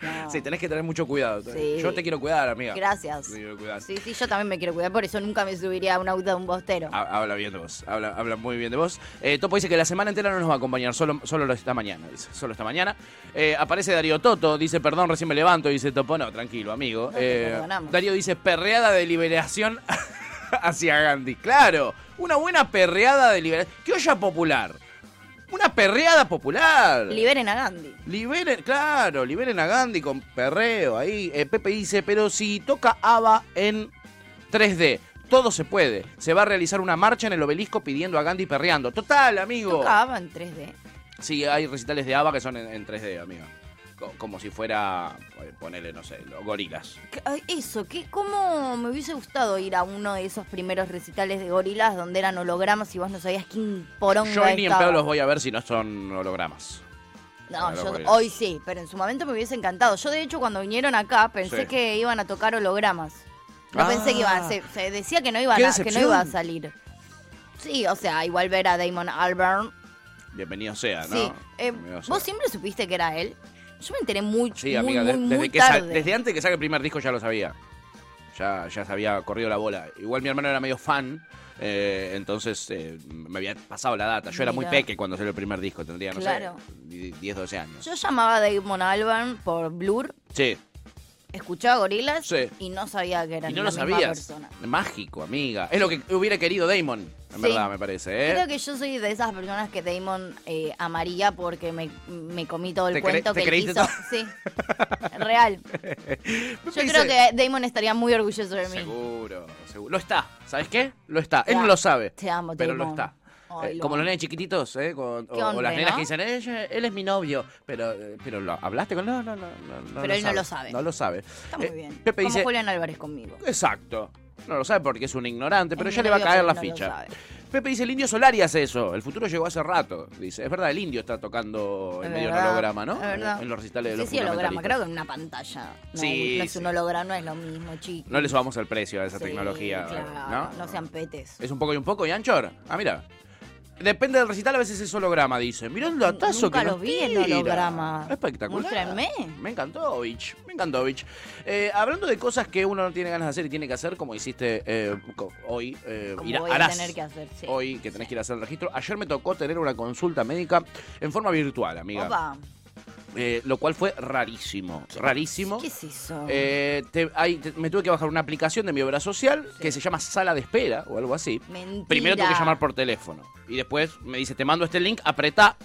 Speaker 5: No.
Speaker 2: Sí, tenés que tener mucho cuidado.
Speaker 5: Sí.
Speaker 2: Yo te quiero cuidar, amiga.
Speaker 5: Gracias.
Speaker 2: Te quiero cuidar.
Speaker 5: Sí, sí, yo también me quiero cuidar, por eso nunca me subiría a un auto de un bostero.
Speaker 2: Ha- Habla bien de vos, habla, habla muy bien de vos. Eh, Topo dice que la semana entera no nos va a acompañar, solo, solo esta mañana, dice, solo esta mañana. Eh, aparece Darío Toto, dice, perdón, recién me levanto, dice Topo, no, tranquilo, amigo.
Speaker 5: te
Speaker 2: Eh,
Speaker 5: perdonamos.
Speaker 2: Darío dice, perreada de liberación hacia Gandhi. Claro, una buena perreada de liberación. Que olla popular. Una perreada popular.
Speaker 5: Liberen a Gandhi.
Speaker 2: Liberen, claro, liberen a Gandhi con perreo ahí. Eh, Pepe dice, pero si toca ABBA en 3D, todo se puede. Se va a realizar una marcha en el obelisco pidiendo a Gandhi perreando. Total, amigo.
Speaker 5: Tocaba en 3D.
Speaker 2: Sí, hay recitales de ABBA que son en, en 3D, amigo. Co- como si fuera, eh, ponele, no sé, los gorilas.
Speaker 5: ¿Qué- ay, Eso, ¿qué, ¿cómo me hubiese gustado ir a uno de esos primeros recitales de gorilas donde eran hologramas y vos no sabías quién poronga
Speaker 2: Yo ni en
Speaker 5: estaba?
Speaker 2: pedo los voy a ver si no son hologramas.
Speaker 5: No,
Speaker 2: Ahora
Speaker 5: yo
Speaker 2: voy.
Speaker 5: hoy sí, pero en su momento me hubiese encantado. Yo, de hecho, cuando vinieron acá, pensé
Speaker 2: Sí.
Speaker 5: que iban a tocar hologramas. No
Speaker 2: Ah.
Speaker 5: pensé que iban, se, se decía que no, iban
Speaker 2: Qué
Speaker 5: a, que no
Speaker 2: decepción.
Speaker 5: iba a salir. Sí, o sea, igual ver a Damon Albarn.
Speaker 2: Bienvenido sea, Ah, ¿no?
Speaker 5: sí. Eh,
Speaker 2: Bienvenido sea.
Speaker 5: ¿Vos siempre supiste que era él? Yo me enteré muy,
Speaker 2: Sí,
Speaker 5: muy,
Speaker 2: amiga,
Speaker 5: muy,
Speaker 2: de-
Speaker 5: muy
Speaker 2: desde, que sa-
Speaker 5: tarde.
Speaker 2: desde antes que saque el primer disco ya lo sabía. Ya, ya se había corrido la bola. Igual mi hermano era medio fan, eh, entonces eh, me había pasado la data. Yo era muy
Speaker 5: Mirá.
Speaker 2: peque cuando salió el primer disco, tendría, no
Speaker 5: Claro.
Speaker 2: sé, di- 10, 12 años.
Speaker 5: Yo llamaba a Damon Albarn por Blur,
Speaker 2: Sí,
Speaker 5: escuchaba Gorilas
Speaker 2: Sí.
Speaker 5: y no sabía que era
Speaker 2: y no
Speaker 5: la
Speaker 2: lo
Speaker 5: misma
Speaker 2: sabías.
Speaker 5: persona.
Speaker 2: Mágico, amiga. Es lo que hubiera querido Damon, en
Speaker 5: Sí.
Speaker 2: verdad, me parece. ¿eh?
Speaker 5: Creo que yo soy de esas personas que Damon eh, amaría porque me, me comí todo el
Speaker 2: Te cre-
Speaker 5: cuento
Speaker 2: te
Speaker 5: que él
Speaker 2: creíste
Speaker 5: hizo.
Speaker 2: todo.
Speaker 5: Sí, real.
Speaker 2: Me
Speaker 5: Yo
Speaker 2: dice-
Speaker 5: creo que Damon estaría muy orgulloso de mí.
Speaker 2: Seguro, seguro. Lo está, ¿sabes qué? Lo está. Él
Speaker 5: Ya.
Speaker 2: no lo sabe.
Speaker 5: Te amo,
Speaker 2: Pero lo
Speaker 5: Damon.
Speaker 2: está.
Speaker 5: Ay,
Speaker 2: Eh,
Speaker 5: lo
Speaker 2: como
Speaker 5: amo.
Speaker 2: los nenes chiquititos, ¿eh? Con- o,
Speaker 5: Qué
Speaker 2: o
Speaker 5: hombre,
Speaker 2: las nenas
Speaker 5: ¿no?
Speaker 2: que dicen, "Eh, "Ella- él es mi novio. Pero, eh, pero lo, ¿hablaste con él? No, no, no. no, no
Speaker 5: Pero él no lo sabe.
Speaker 2: No lo sabe.
Speaker 5: Está muy
Speaker 2: Eh,
Speaker 5: bien.
Speaker 2: Pepe
Speaker 5: como
Speaker 2: dice,
Speaker 5: Julián Álvarez conmigo.
Speaker 2: exacto. No lo sabe porque es un ignorante, pero
Speaker 5: Es
Speaker 2: ya le va a
Speaker 5: nervioso
Speaker 2: caer
Speaker 5: y
Speaker 2: la
Speaker 5: no lo
Speaker 2: ficha.
Speaker 5: sabe.
Speaker 2: Pepe dice, el indio Solari hace eso. El futuro llegó hace rato. Dice, es verdad, el indio está tocando en
Speaker 5: Es
Speaker 2: medio de
Speaker 5: verdad,
Speaker 2: holograma, ¿no?
Speaker 5: es verdad.
Speaker 2: En los recitales de los
Speaker 5: Sí, sí, holograma,
Speaker 2: fundamentalistas.
Speaker 5: creo que en una pantalla. No,
Speaker 2: Sí,
Speaker 5: no es
Speaker 2: sí.
Speaker 5: un holograma, no es lo mismo, chicos.
Speaker 2: No le subamos el precio a esa
Speaker 5: Sí,
Speaker 2: tecnología.
Speaker 5: claro,
Speaker 2: ¿no?
Speaker 5: sean petes.
Speaker 2: ¿Es un poco y un poco y anchor? Ah, mira. Depende del recital, a veces es holograma, dice. Mirá el datazo
Speaker 5: Nunca
Speaker 2: que nos
Speaker 5: los vi en
Speaker 2: tira.
Speaker 5: holograma.
Speaker 2: Espectacular.
Speaker 5: Muéstrenme.
Speaker 2: Me encantó, Bitch. Me encantó, Bitch. Eh, hablando de cosas que uno no tiene ganas de hacer y tiene que hacer, como hiciste eh, co- hoy, eh,
Speaker 5: Como
Speaker 2: ir a-
Speaker 5: voy a
Speaker 2: harás
Speaker 5: tener que hacer, sí.
Speaker 2: Hoy, que tenés que ir a hacer el registro. Ayer me tocó tener una consulta médica en forma virtual, amiga.
Speaker 5: Opa,
Speaker 2: Eh, lo cual fue rarísimo. Rarísimo.
Speaker 5: ¿qué es eso?
Speaker 2: Eh, te- hay- te- me tuve que bajar una aplicación de mi obra social que se llama Sala de Espera o algo así.
Speaker 5: Mentira.
Speaker 2: Primero tuve que llamar por teléfono. Y después me dice, te mando este link, apretá.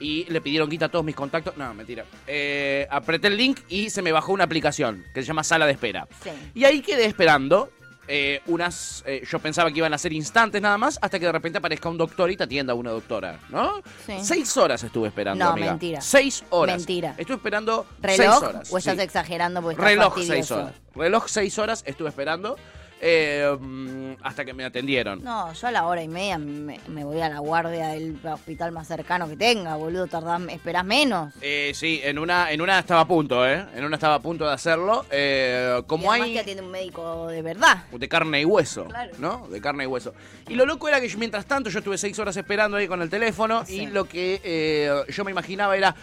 Speaker 2: Y le pidieron quita todos mis contactos. No, mentira. Eh, apreté el link y se me bajó una aplicación que se llama Sala de Espera.
Speaker 5: Sí.
Speaker 2: Y ahí quedé esperando. eh, unas eh, yo pensaba que iban a ser instantes nada más hasta que de repente aparezca un doctor y te atienda una doctora ¿no?
Speaker 5: Sí.
Speaker 2: seis horas estuve esperando
Speaker 5: No,
Speaker 2: amiga.
Speaker 5: mentira.
Speaker 2: seis horas
Speaker 5: Mentira.
Speaker 2: estuve esperando
Speaker 5: ¿Reloj?
Speaker 2: seis horas
Speaker 5: ¿O estás
Speaker 2: sí.
Speaker 5: exagerando porque estás
Speaker 2: Reloj
Speaker 5: fastidioso?
Speaker 2: seis horas. Reloj seis horas estuve esperando eh, mm, hasta que me atendieron.
Speaker 5: No, yo a la hora y media me, me voy a la guardia del hospital más cercano que tenga, boludo. Tardás, esperás menos.
Speaker 2: Eh, sí, en una, en una estaba a punto, ¿eh? En una estaba a punto de hacerlo. eh, como
Speaker 5: y además
Speaker 2: hay
Speaker 5: que atiende un médico de verdad.
Speaker 2: de carne y hueso,
Speaker 5: Claro.
Speaker 2: ¿no? De carne y hueso. Y lo loco era que yo, mientras tanto yo estuve seis horas esperando ahí con el teléfono
Speaker 5: Sí.
Speaker 2: y lo que eh, yo me imaginaba era,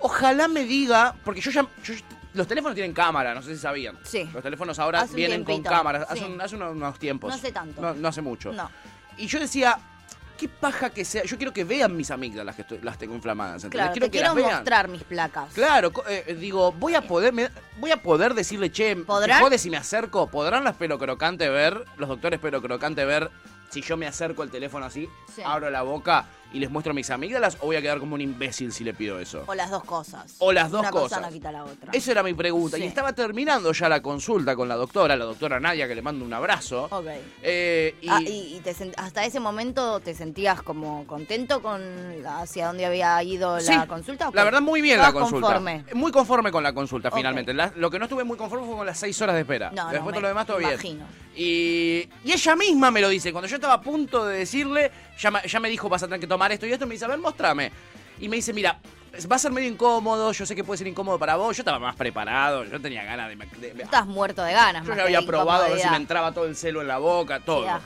Speaker 2: ojalá me diga, porque yo ya... yo- los teléfonos tienen cámara, no sé si sabían.
Speaker 5: Sí.
Speaker 2: Los teléfonos ahora
Speaker 5: Hace un
Speaker 2: vienen con
Speaker 5: tiempito.
Speaker 2: cámaras.
Speaker 5: Sí.
Speaker 2: Hace, un- hace unos, unos tiempos.
Speaker 5: No hace tanto.
Speaker 2: No, no hace mucho.
Speaker 5: No.
Speaker 2: Y yo decía, qué paja que sea. Yo quiero que vean mis amígdalas que estoy- las tengo inflamadas. ¿entendés?
Speaker 5: Claro,
Speaker 2: quiero
Speaker 5: te
Speaker 2: que
Speaker 5: quiero
Speaker 2: las vean.
Speaker 5: mostrar mis placas.
Speaker 2: Claro, co- eh, digo, voy a poder me- voy a poder decirle, che, ¿te
Speaker 5: ¿Podrán?
Speaker 2: jode si me acerco? ¿Podrán las pelo crocante ver, los doctores pelo crocante ver si yo me acerco al teléfono así,
Speaker 5: Sí.
Speaker 2: abro la boca y les muestro mis amígdalas o voy a quedar como un imbécil si le pido eso?
Speaker 5: O las dos cosas.
Speaker 2: O las dos
Speaker 5: Una
Speaker 2: cosas.
Speaker 5: cosa no quita la otra.
Speaker 2: Esa era mi pregunta.
Speaker 5: Sí.
Speaker 2: Y estaba terminando ya la consulta con la doctora, la doctora Nadia, que le mando un abrazo.
Speaker 5: Ok.
Speaker 2: Eh, y,
Speaker 5: Ah, y, y te sent- hasta ese momento te sentías como contento con la- hacia dónde había ido la
Speaker 2: Sí.
Speaker 5: consulta. ¿o
Speaker 2: La
Speaker 5: qué?
Speaker 2: verdad, muy bien la
Speaker 5: Estabas
Speaker 2: consulta.
Speaker 5: conforme.
Speaker 2: Muy conforme con la consulta,
Speaker 5: Ok.
Speaker 2: finalmente. La- lo que no estuve muy conforme fue con las seis horas de espera.
Speaker 5: No, no,
Speaker 2: Después
Speaker 5: me
Speaker 2: todo lo demás, todo
Speaker 5: imagino.
Speaker 2: bien. Y, y ella misma me lo dice. Cuando yo estaba a punto de decirle, ya, ma- ya me dijo, vas a tener que tomar esto y esto. Me dice, a ver, mostrame. Y me dice, mira, va a ser medio incómodo. Yo sé que puede ser incómodo para vos. Yo estaba más preparado. Yo tenía ganas de... de- de-
Speaker 5: Estás muerto de ganas.
Speaker 2: yo
Speaker 5: más
Speaker 2: ya
Speaker 5: que de
Speaker 2: había probado a ver si me
Speaker 5: incomodidad.
Speaker 2: entraba todo el celo en la boca, todo.
Speaker 5: Qué asco.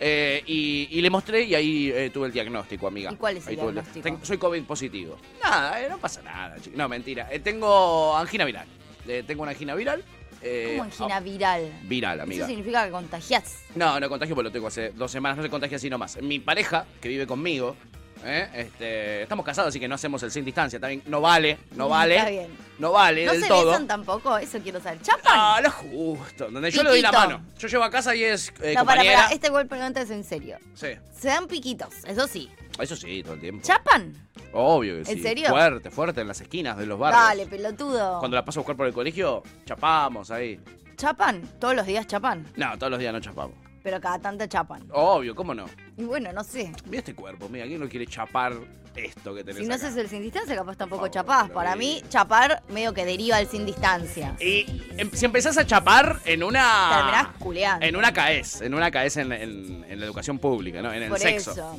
Speaker 2: Eh, y, y le mostré y ahí eh, tuve el diagnóstico, amiga.
Speaker 5: ¿Y cuál es el
Speaker 2: Ahí tuve
Speaker 5: diagnóstico?
Speaker 2: tengo- soy COVID positivo. Nada, eh, no pasa nada, chico. No, mentira. Eh, tengo angina viral. Eh, tengo una angina viral. eh,
Speaker 5: ¿Cómo angina
Speaker 2: ah,
Speaker 5: viral?
Speaker 2: Viral, amiga.
Speaker 5: Eso significa que contagiás.
Speaker 2: No, no contagio porque lo tengo hace dos semanas. No se contagia así nomás. Mi pareja, que vive conmigo, eh, este, estamos casados, así que no hacemos el sin distancia. También no vale, no vale.
Speaker 5: Mm, Está bien.
Speaker 2: No vale
Speaker 5: ¿No
Speaker 2: del
Speaker 5: se
Speaker 2: todo.
Speaker 5: besan tampoco? Eso quiero saber. ¿Chapan?
Speaker 2: Ah, lo justo. Donde yo le doy la
Speaker 5: Piquito.
Speaker 2: mano. Yo llevo a casa y es eh,
Speaker 5: no, para,
Speaker 2: compañera.
Speaker 5: para. Este gol pregunta es en serio.
Speaker 2: Sí.
Speaker 5: Se dan piquitos, eso sí.
Speaker 2: Eso sí, todo el tiempo.
Speaker 5: ¿Chapan?
Speaker 2: Obvio que sí.
Speaker 5: ¿En serio?
Speaker 2: Fuerte, fuerte en las esquinas de los barrios.
Speaker 5: Dale, pelotudo.
Speaker 2: Cuando la paso a buscar por el colegio, chapamos ahí.
Speaker 5: ¿Chapan? Todos los días chapan.
Speaker 2: No, todos los días no chapamos.
Speaker 5: Pero cada tanto chapan.
Speaker 2: Obvio, ¿cómo no?
Speaker 5: Y bueno, no sé.
Speaker 2: Mira este cuerpo, mira, ¿quién no quiere chapar esto que tenés
Speaker 5: Si no
Speaker 2: acá?
Speaker 5: haces el sin distancia, capaz tampoco
Speaker 2: Por favor,
Speaker 5: chapás.
Speaker 2: lo
Speaker 5: Para mí,
Speaker 2: vi.
Speaker 5: chapar medio que deriva al sin distancia.
Speaker 2: Y em- si empezás a chapar en una...
Speaker 5: Terminás culeando.
Speaker 2: En una caes, en una caes en, en- en la educación pública, ¿no? En el
Speaker 5: Por
Speaker 2: sexo.
Speaker 5: eso.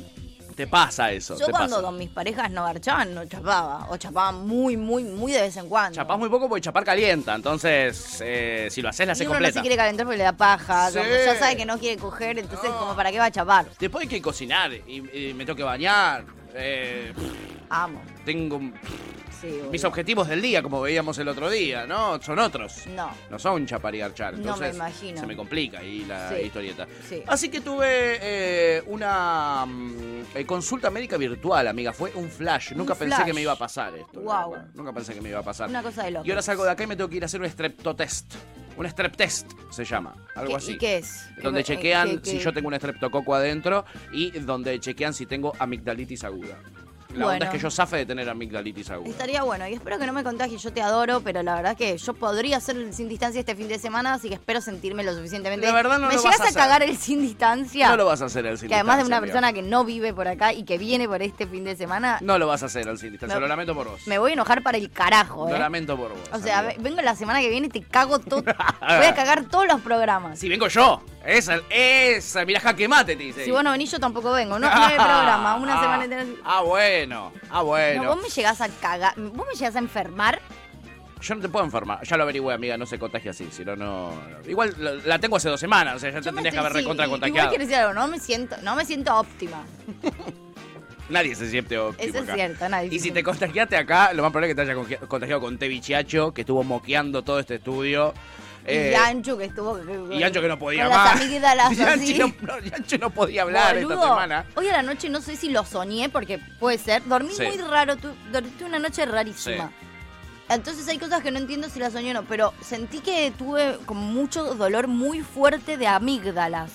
Speaker 2: Te pasa eso,
Speaker 5: Yo
Speaker 2: te
Speaker 5: cuando
Speaker 2: pasa.
Speaker 5: con mis parejas no garchaban, no chapaba. O chapaba muy, muy, muy de vez en cuando.
Speaker 2: Chapás muy poco porque chapar calienta, entonces eh, si lo haces
Speaker 5: Y
Speaker 2: la haces
Speaker 5: uno no
Speaker 2: completa.
Speaker 5: se quiere calentar porque le da paja.
Speaker 2: Sí.
Speaker 5: como ya sabe que no quiere coger, entonces como para qué va a chapar.
Speaker 2: Después hay que cocinar y, y me tengo que bañar. eh,
Speaker 5: Amo.
Speaker 2: tengo un-
Speaker 5: Sí, boludo.
Speaker 2: mis objetivos del día, como veíamos el otro día, ¿no? Son otros.
Speaker 5: No.
Speaker 2: No son chapar y garchar.
Speaker 5: No
Speaker 2: Entonces,
Speaker 5: me imagino.
Speaker 2: Se me complica ahí la
Speaker 5: Sí.
Speaker 2: historieta.
Speaker 5: Sí.
Speaker 2: Así que tuve eh, una mm, eh, consulta médica virtual, amiga. Fue un flash. Nunca pensé
Speaker 5: flash.
Speaker 2: que me iba a pasar esto.
Speaker 5: Guau.
Speaker 2: la verdad. Nunca pensé que me iba a pasar.
Speaker 5: Una cosa de locos.
Speaker 2: Y ahora salgo de acá y me tengo que ir a hacer un streptotest. Un streptest se llama. Algo
Speaker 5: ¿Qué-
Speaker 2: así.
Speaker 5: ¿Y qué es?
Speaker 2: Donde
Speaker 5: Eh,
Speaker 2: chequean
Speaker 5: ¿qué-
Speaker 2: si
Speaker 5: qué-
Speaker 2: yo tengo un estreptococo adentro y donde chequean si tengo amigdalitis aguda. La
Speaker 5: Bueno.
Speaker 2: onda es que yo zafe de tener amigdalitis aguda.
Speaker 5: Estaría bueno, y espero que no me contagies, yo te adoro, pero la verdad que yo podría hacer el sin distancia este fin de semana, así que espero sentirme lo suficientemente.
Speaker 2: La verdad no
Speaker 5: ¿Me
Speaker 2: lo
Speaker 5: llegas
Speaker 2: vas a hacer.
Speaker 5: cagar el sin distancia?
Speaker 2: No lo vas a hacer al sin
Speaker 5: que además de
Speaker 2: distancia,
Speaker 5: una
Speaker 2: amiga.
Speaker 5: persona que no vive por acá y que viene por este fin de semana,
Speaker 2: No lo vas a hacer al sin distancia.
Speaker 5: No.
Speaker 2: Lo lamento por vos.
Speaker 5: me voy a enojar para el carajo,
Speaker 2: Lo
Speaker 5: ¿eh?
Speaker 2: lamento por vos.
Speaker 5: O sea,
Speaker 2: amiga.
Speaker 5: ve- vengo la semana que viene y te cago todo. voy a cagar todos los programas.
Speaker 2: Si vengo yo. Esa, esa. Mira, jaque mate, te dice.
Speaker 5: Si vos no venís, yo tampoco vengo. No, no hay programa, una
Speaker 2: Ah,
Speaker 5: semana entera.
Speaker 2: Ah, bueno. Ah, bueno.
Speaker 5: No, vos me llegás a cagar, vos me llegás a enfermar.
Speaker 2: Yo no te puedo enfermar. Ya lo averigüé, amiga. No se contagia así. Si no, no. Igual la- la tengo hace dos semanas. O sea, ya te
Speaker 5: Yo me
Speaker 2: tendrías que
Speaker 5: estoy-
Speaker 2: haber
Speaker 5: sí,
Speaker 2: recontra
Speaker 5: y-
Speaker 2: contagiado.
Speaker 5: Igual quiero decir algo, no me siento, no me siento óptima.
Speaker 2: Nadie se siente óptimo
Speaker 5: Eso es
Speaker 2: acá.
Speaker 5: cierto, nadie
Speaker 2: Y
Speaker 5: se
Speaker 2: si
Speaker 5: siente.
Speaker 2: te contagiaste acá, lo más probable es que te haya congi- contagiado con Tevi Chiacho, que estuvo moqueando todo este estudio. Eh,
Speaker 5: y Ancho que estuvo.
Speaker 2: y Ancho que no podía
Speaker 5: con
Speaker 2: más.
Speaker 5: Las amígdalas
Speaker 2: Y Ancho
Speaker 5: así.
Speaker 2: no, no, y Ancho no podía hablar
Speaker 5: Boludo,
Speaker 2: esta semana.
Speaker 5: Hoy a la noche no sé si lo soñé, porque puede ser. Dormí
Speaker 2: Sí.
Speaker 5: muy raro, tu- dormí una noche rarísima.
Speaker 2: Sí.
Speaker 5: Entonces hay cosas que no entiendo si las soñé o no, pero sentí que tuve como mucho dolor muy fuerte de amígdalas.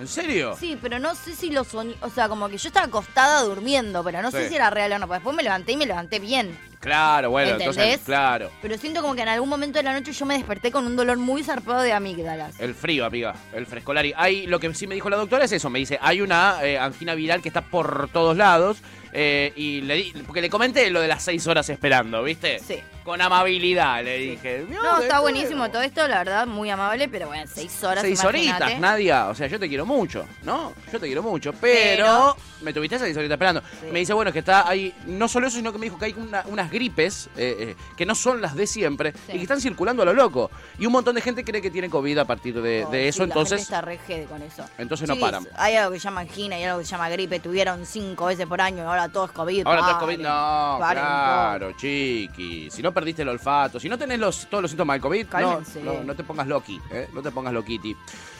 Speaker 2: ¿En serio?
Speaker 5: Sí, pero no sé si lo soñé. O sea, como que yo estaba acostada durmiendo, pero no sé
Speaker 2: Sí.
Speaker 5: si era real o no. porque Después me levanté y me levanté bien.
Speaker 2: Claro, bueno, entonces,
Speaker 5: ¿Entendés?
Speaker 2: claro.
Speaker 5: Pero siento como que en algún momento de la noche yo me desperté con un dolor muy zarpado de amígdalas.
Speaker 2: El frío, amiga, el frescolari. Hay, lo que sí me dijo la doctora es eso, me dice, hay una eh, angina viral que está por todos lados eh, y le di- porque le comenté lo de las seis horas esperando, ¿viste?
Speaker 5: Sí.
Speaker 2: Con amabilidad, le dije.
Speaker 5: No, está buenísimo todo esto, la verdad, muy amable, pero bueno, seis horas.
Speaker 2: Seis
Speaker 5: imagínate.
Speaker 2: horitas, Nadia. O sea, yo te quiero mucho, ¿no? Yo te quiero mucho, pero,
Speaker 5: Pero-
Speaker 2: me tuviste seis horitas esperando.
Speaker 5: Sí.
Speaker 2: Me dice, bueno, que está ahí, no solo eso, sino que me dijo que hay una- unas gripes eh, eh, que no son las de siempre
Speaker 5: Sí.
Speaker 2: y que están circulando a lo loco. Y un montón de gente cree que tiene COVID a partir de, de
Speaker 5: Oh,
Speaker 2: eso,
Speaker 5: sí, la gente
Speaker 2: entonces...
Speaker 5: está re jede con eso.
Speaker 2: Entonces no
Speaker 5: Sí,
Speaker 2: paran.
Speaker 5: Hay algo que llaman angina y algo que se llama gripe. Tuvieron cinco veces por año y ahora todo es COVID.
Speaker 2: Ahora todo es
Speaker 5: paren,
Speaker 2: COVID. No,
Speaker 5: paren
Speaker 2: claro, chiqui. Si no perdiste el olfato, si no tenés los, todos los síntomas del COVID, no,
Speaker 5: Cálmense.
Speaker 2: no, no te pongas loqui, ¿eh? no te pongas loquiti.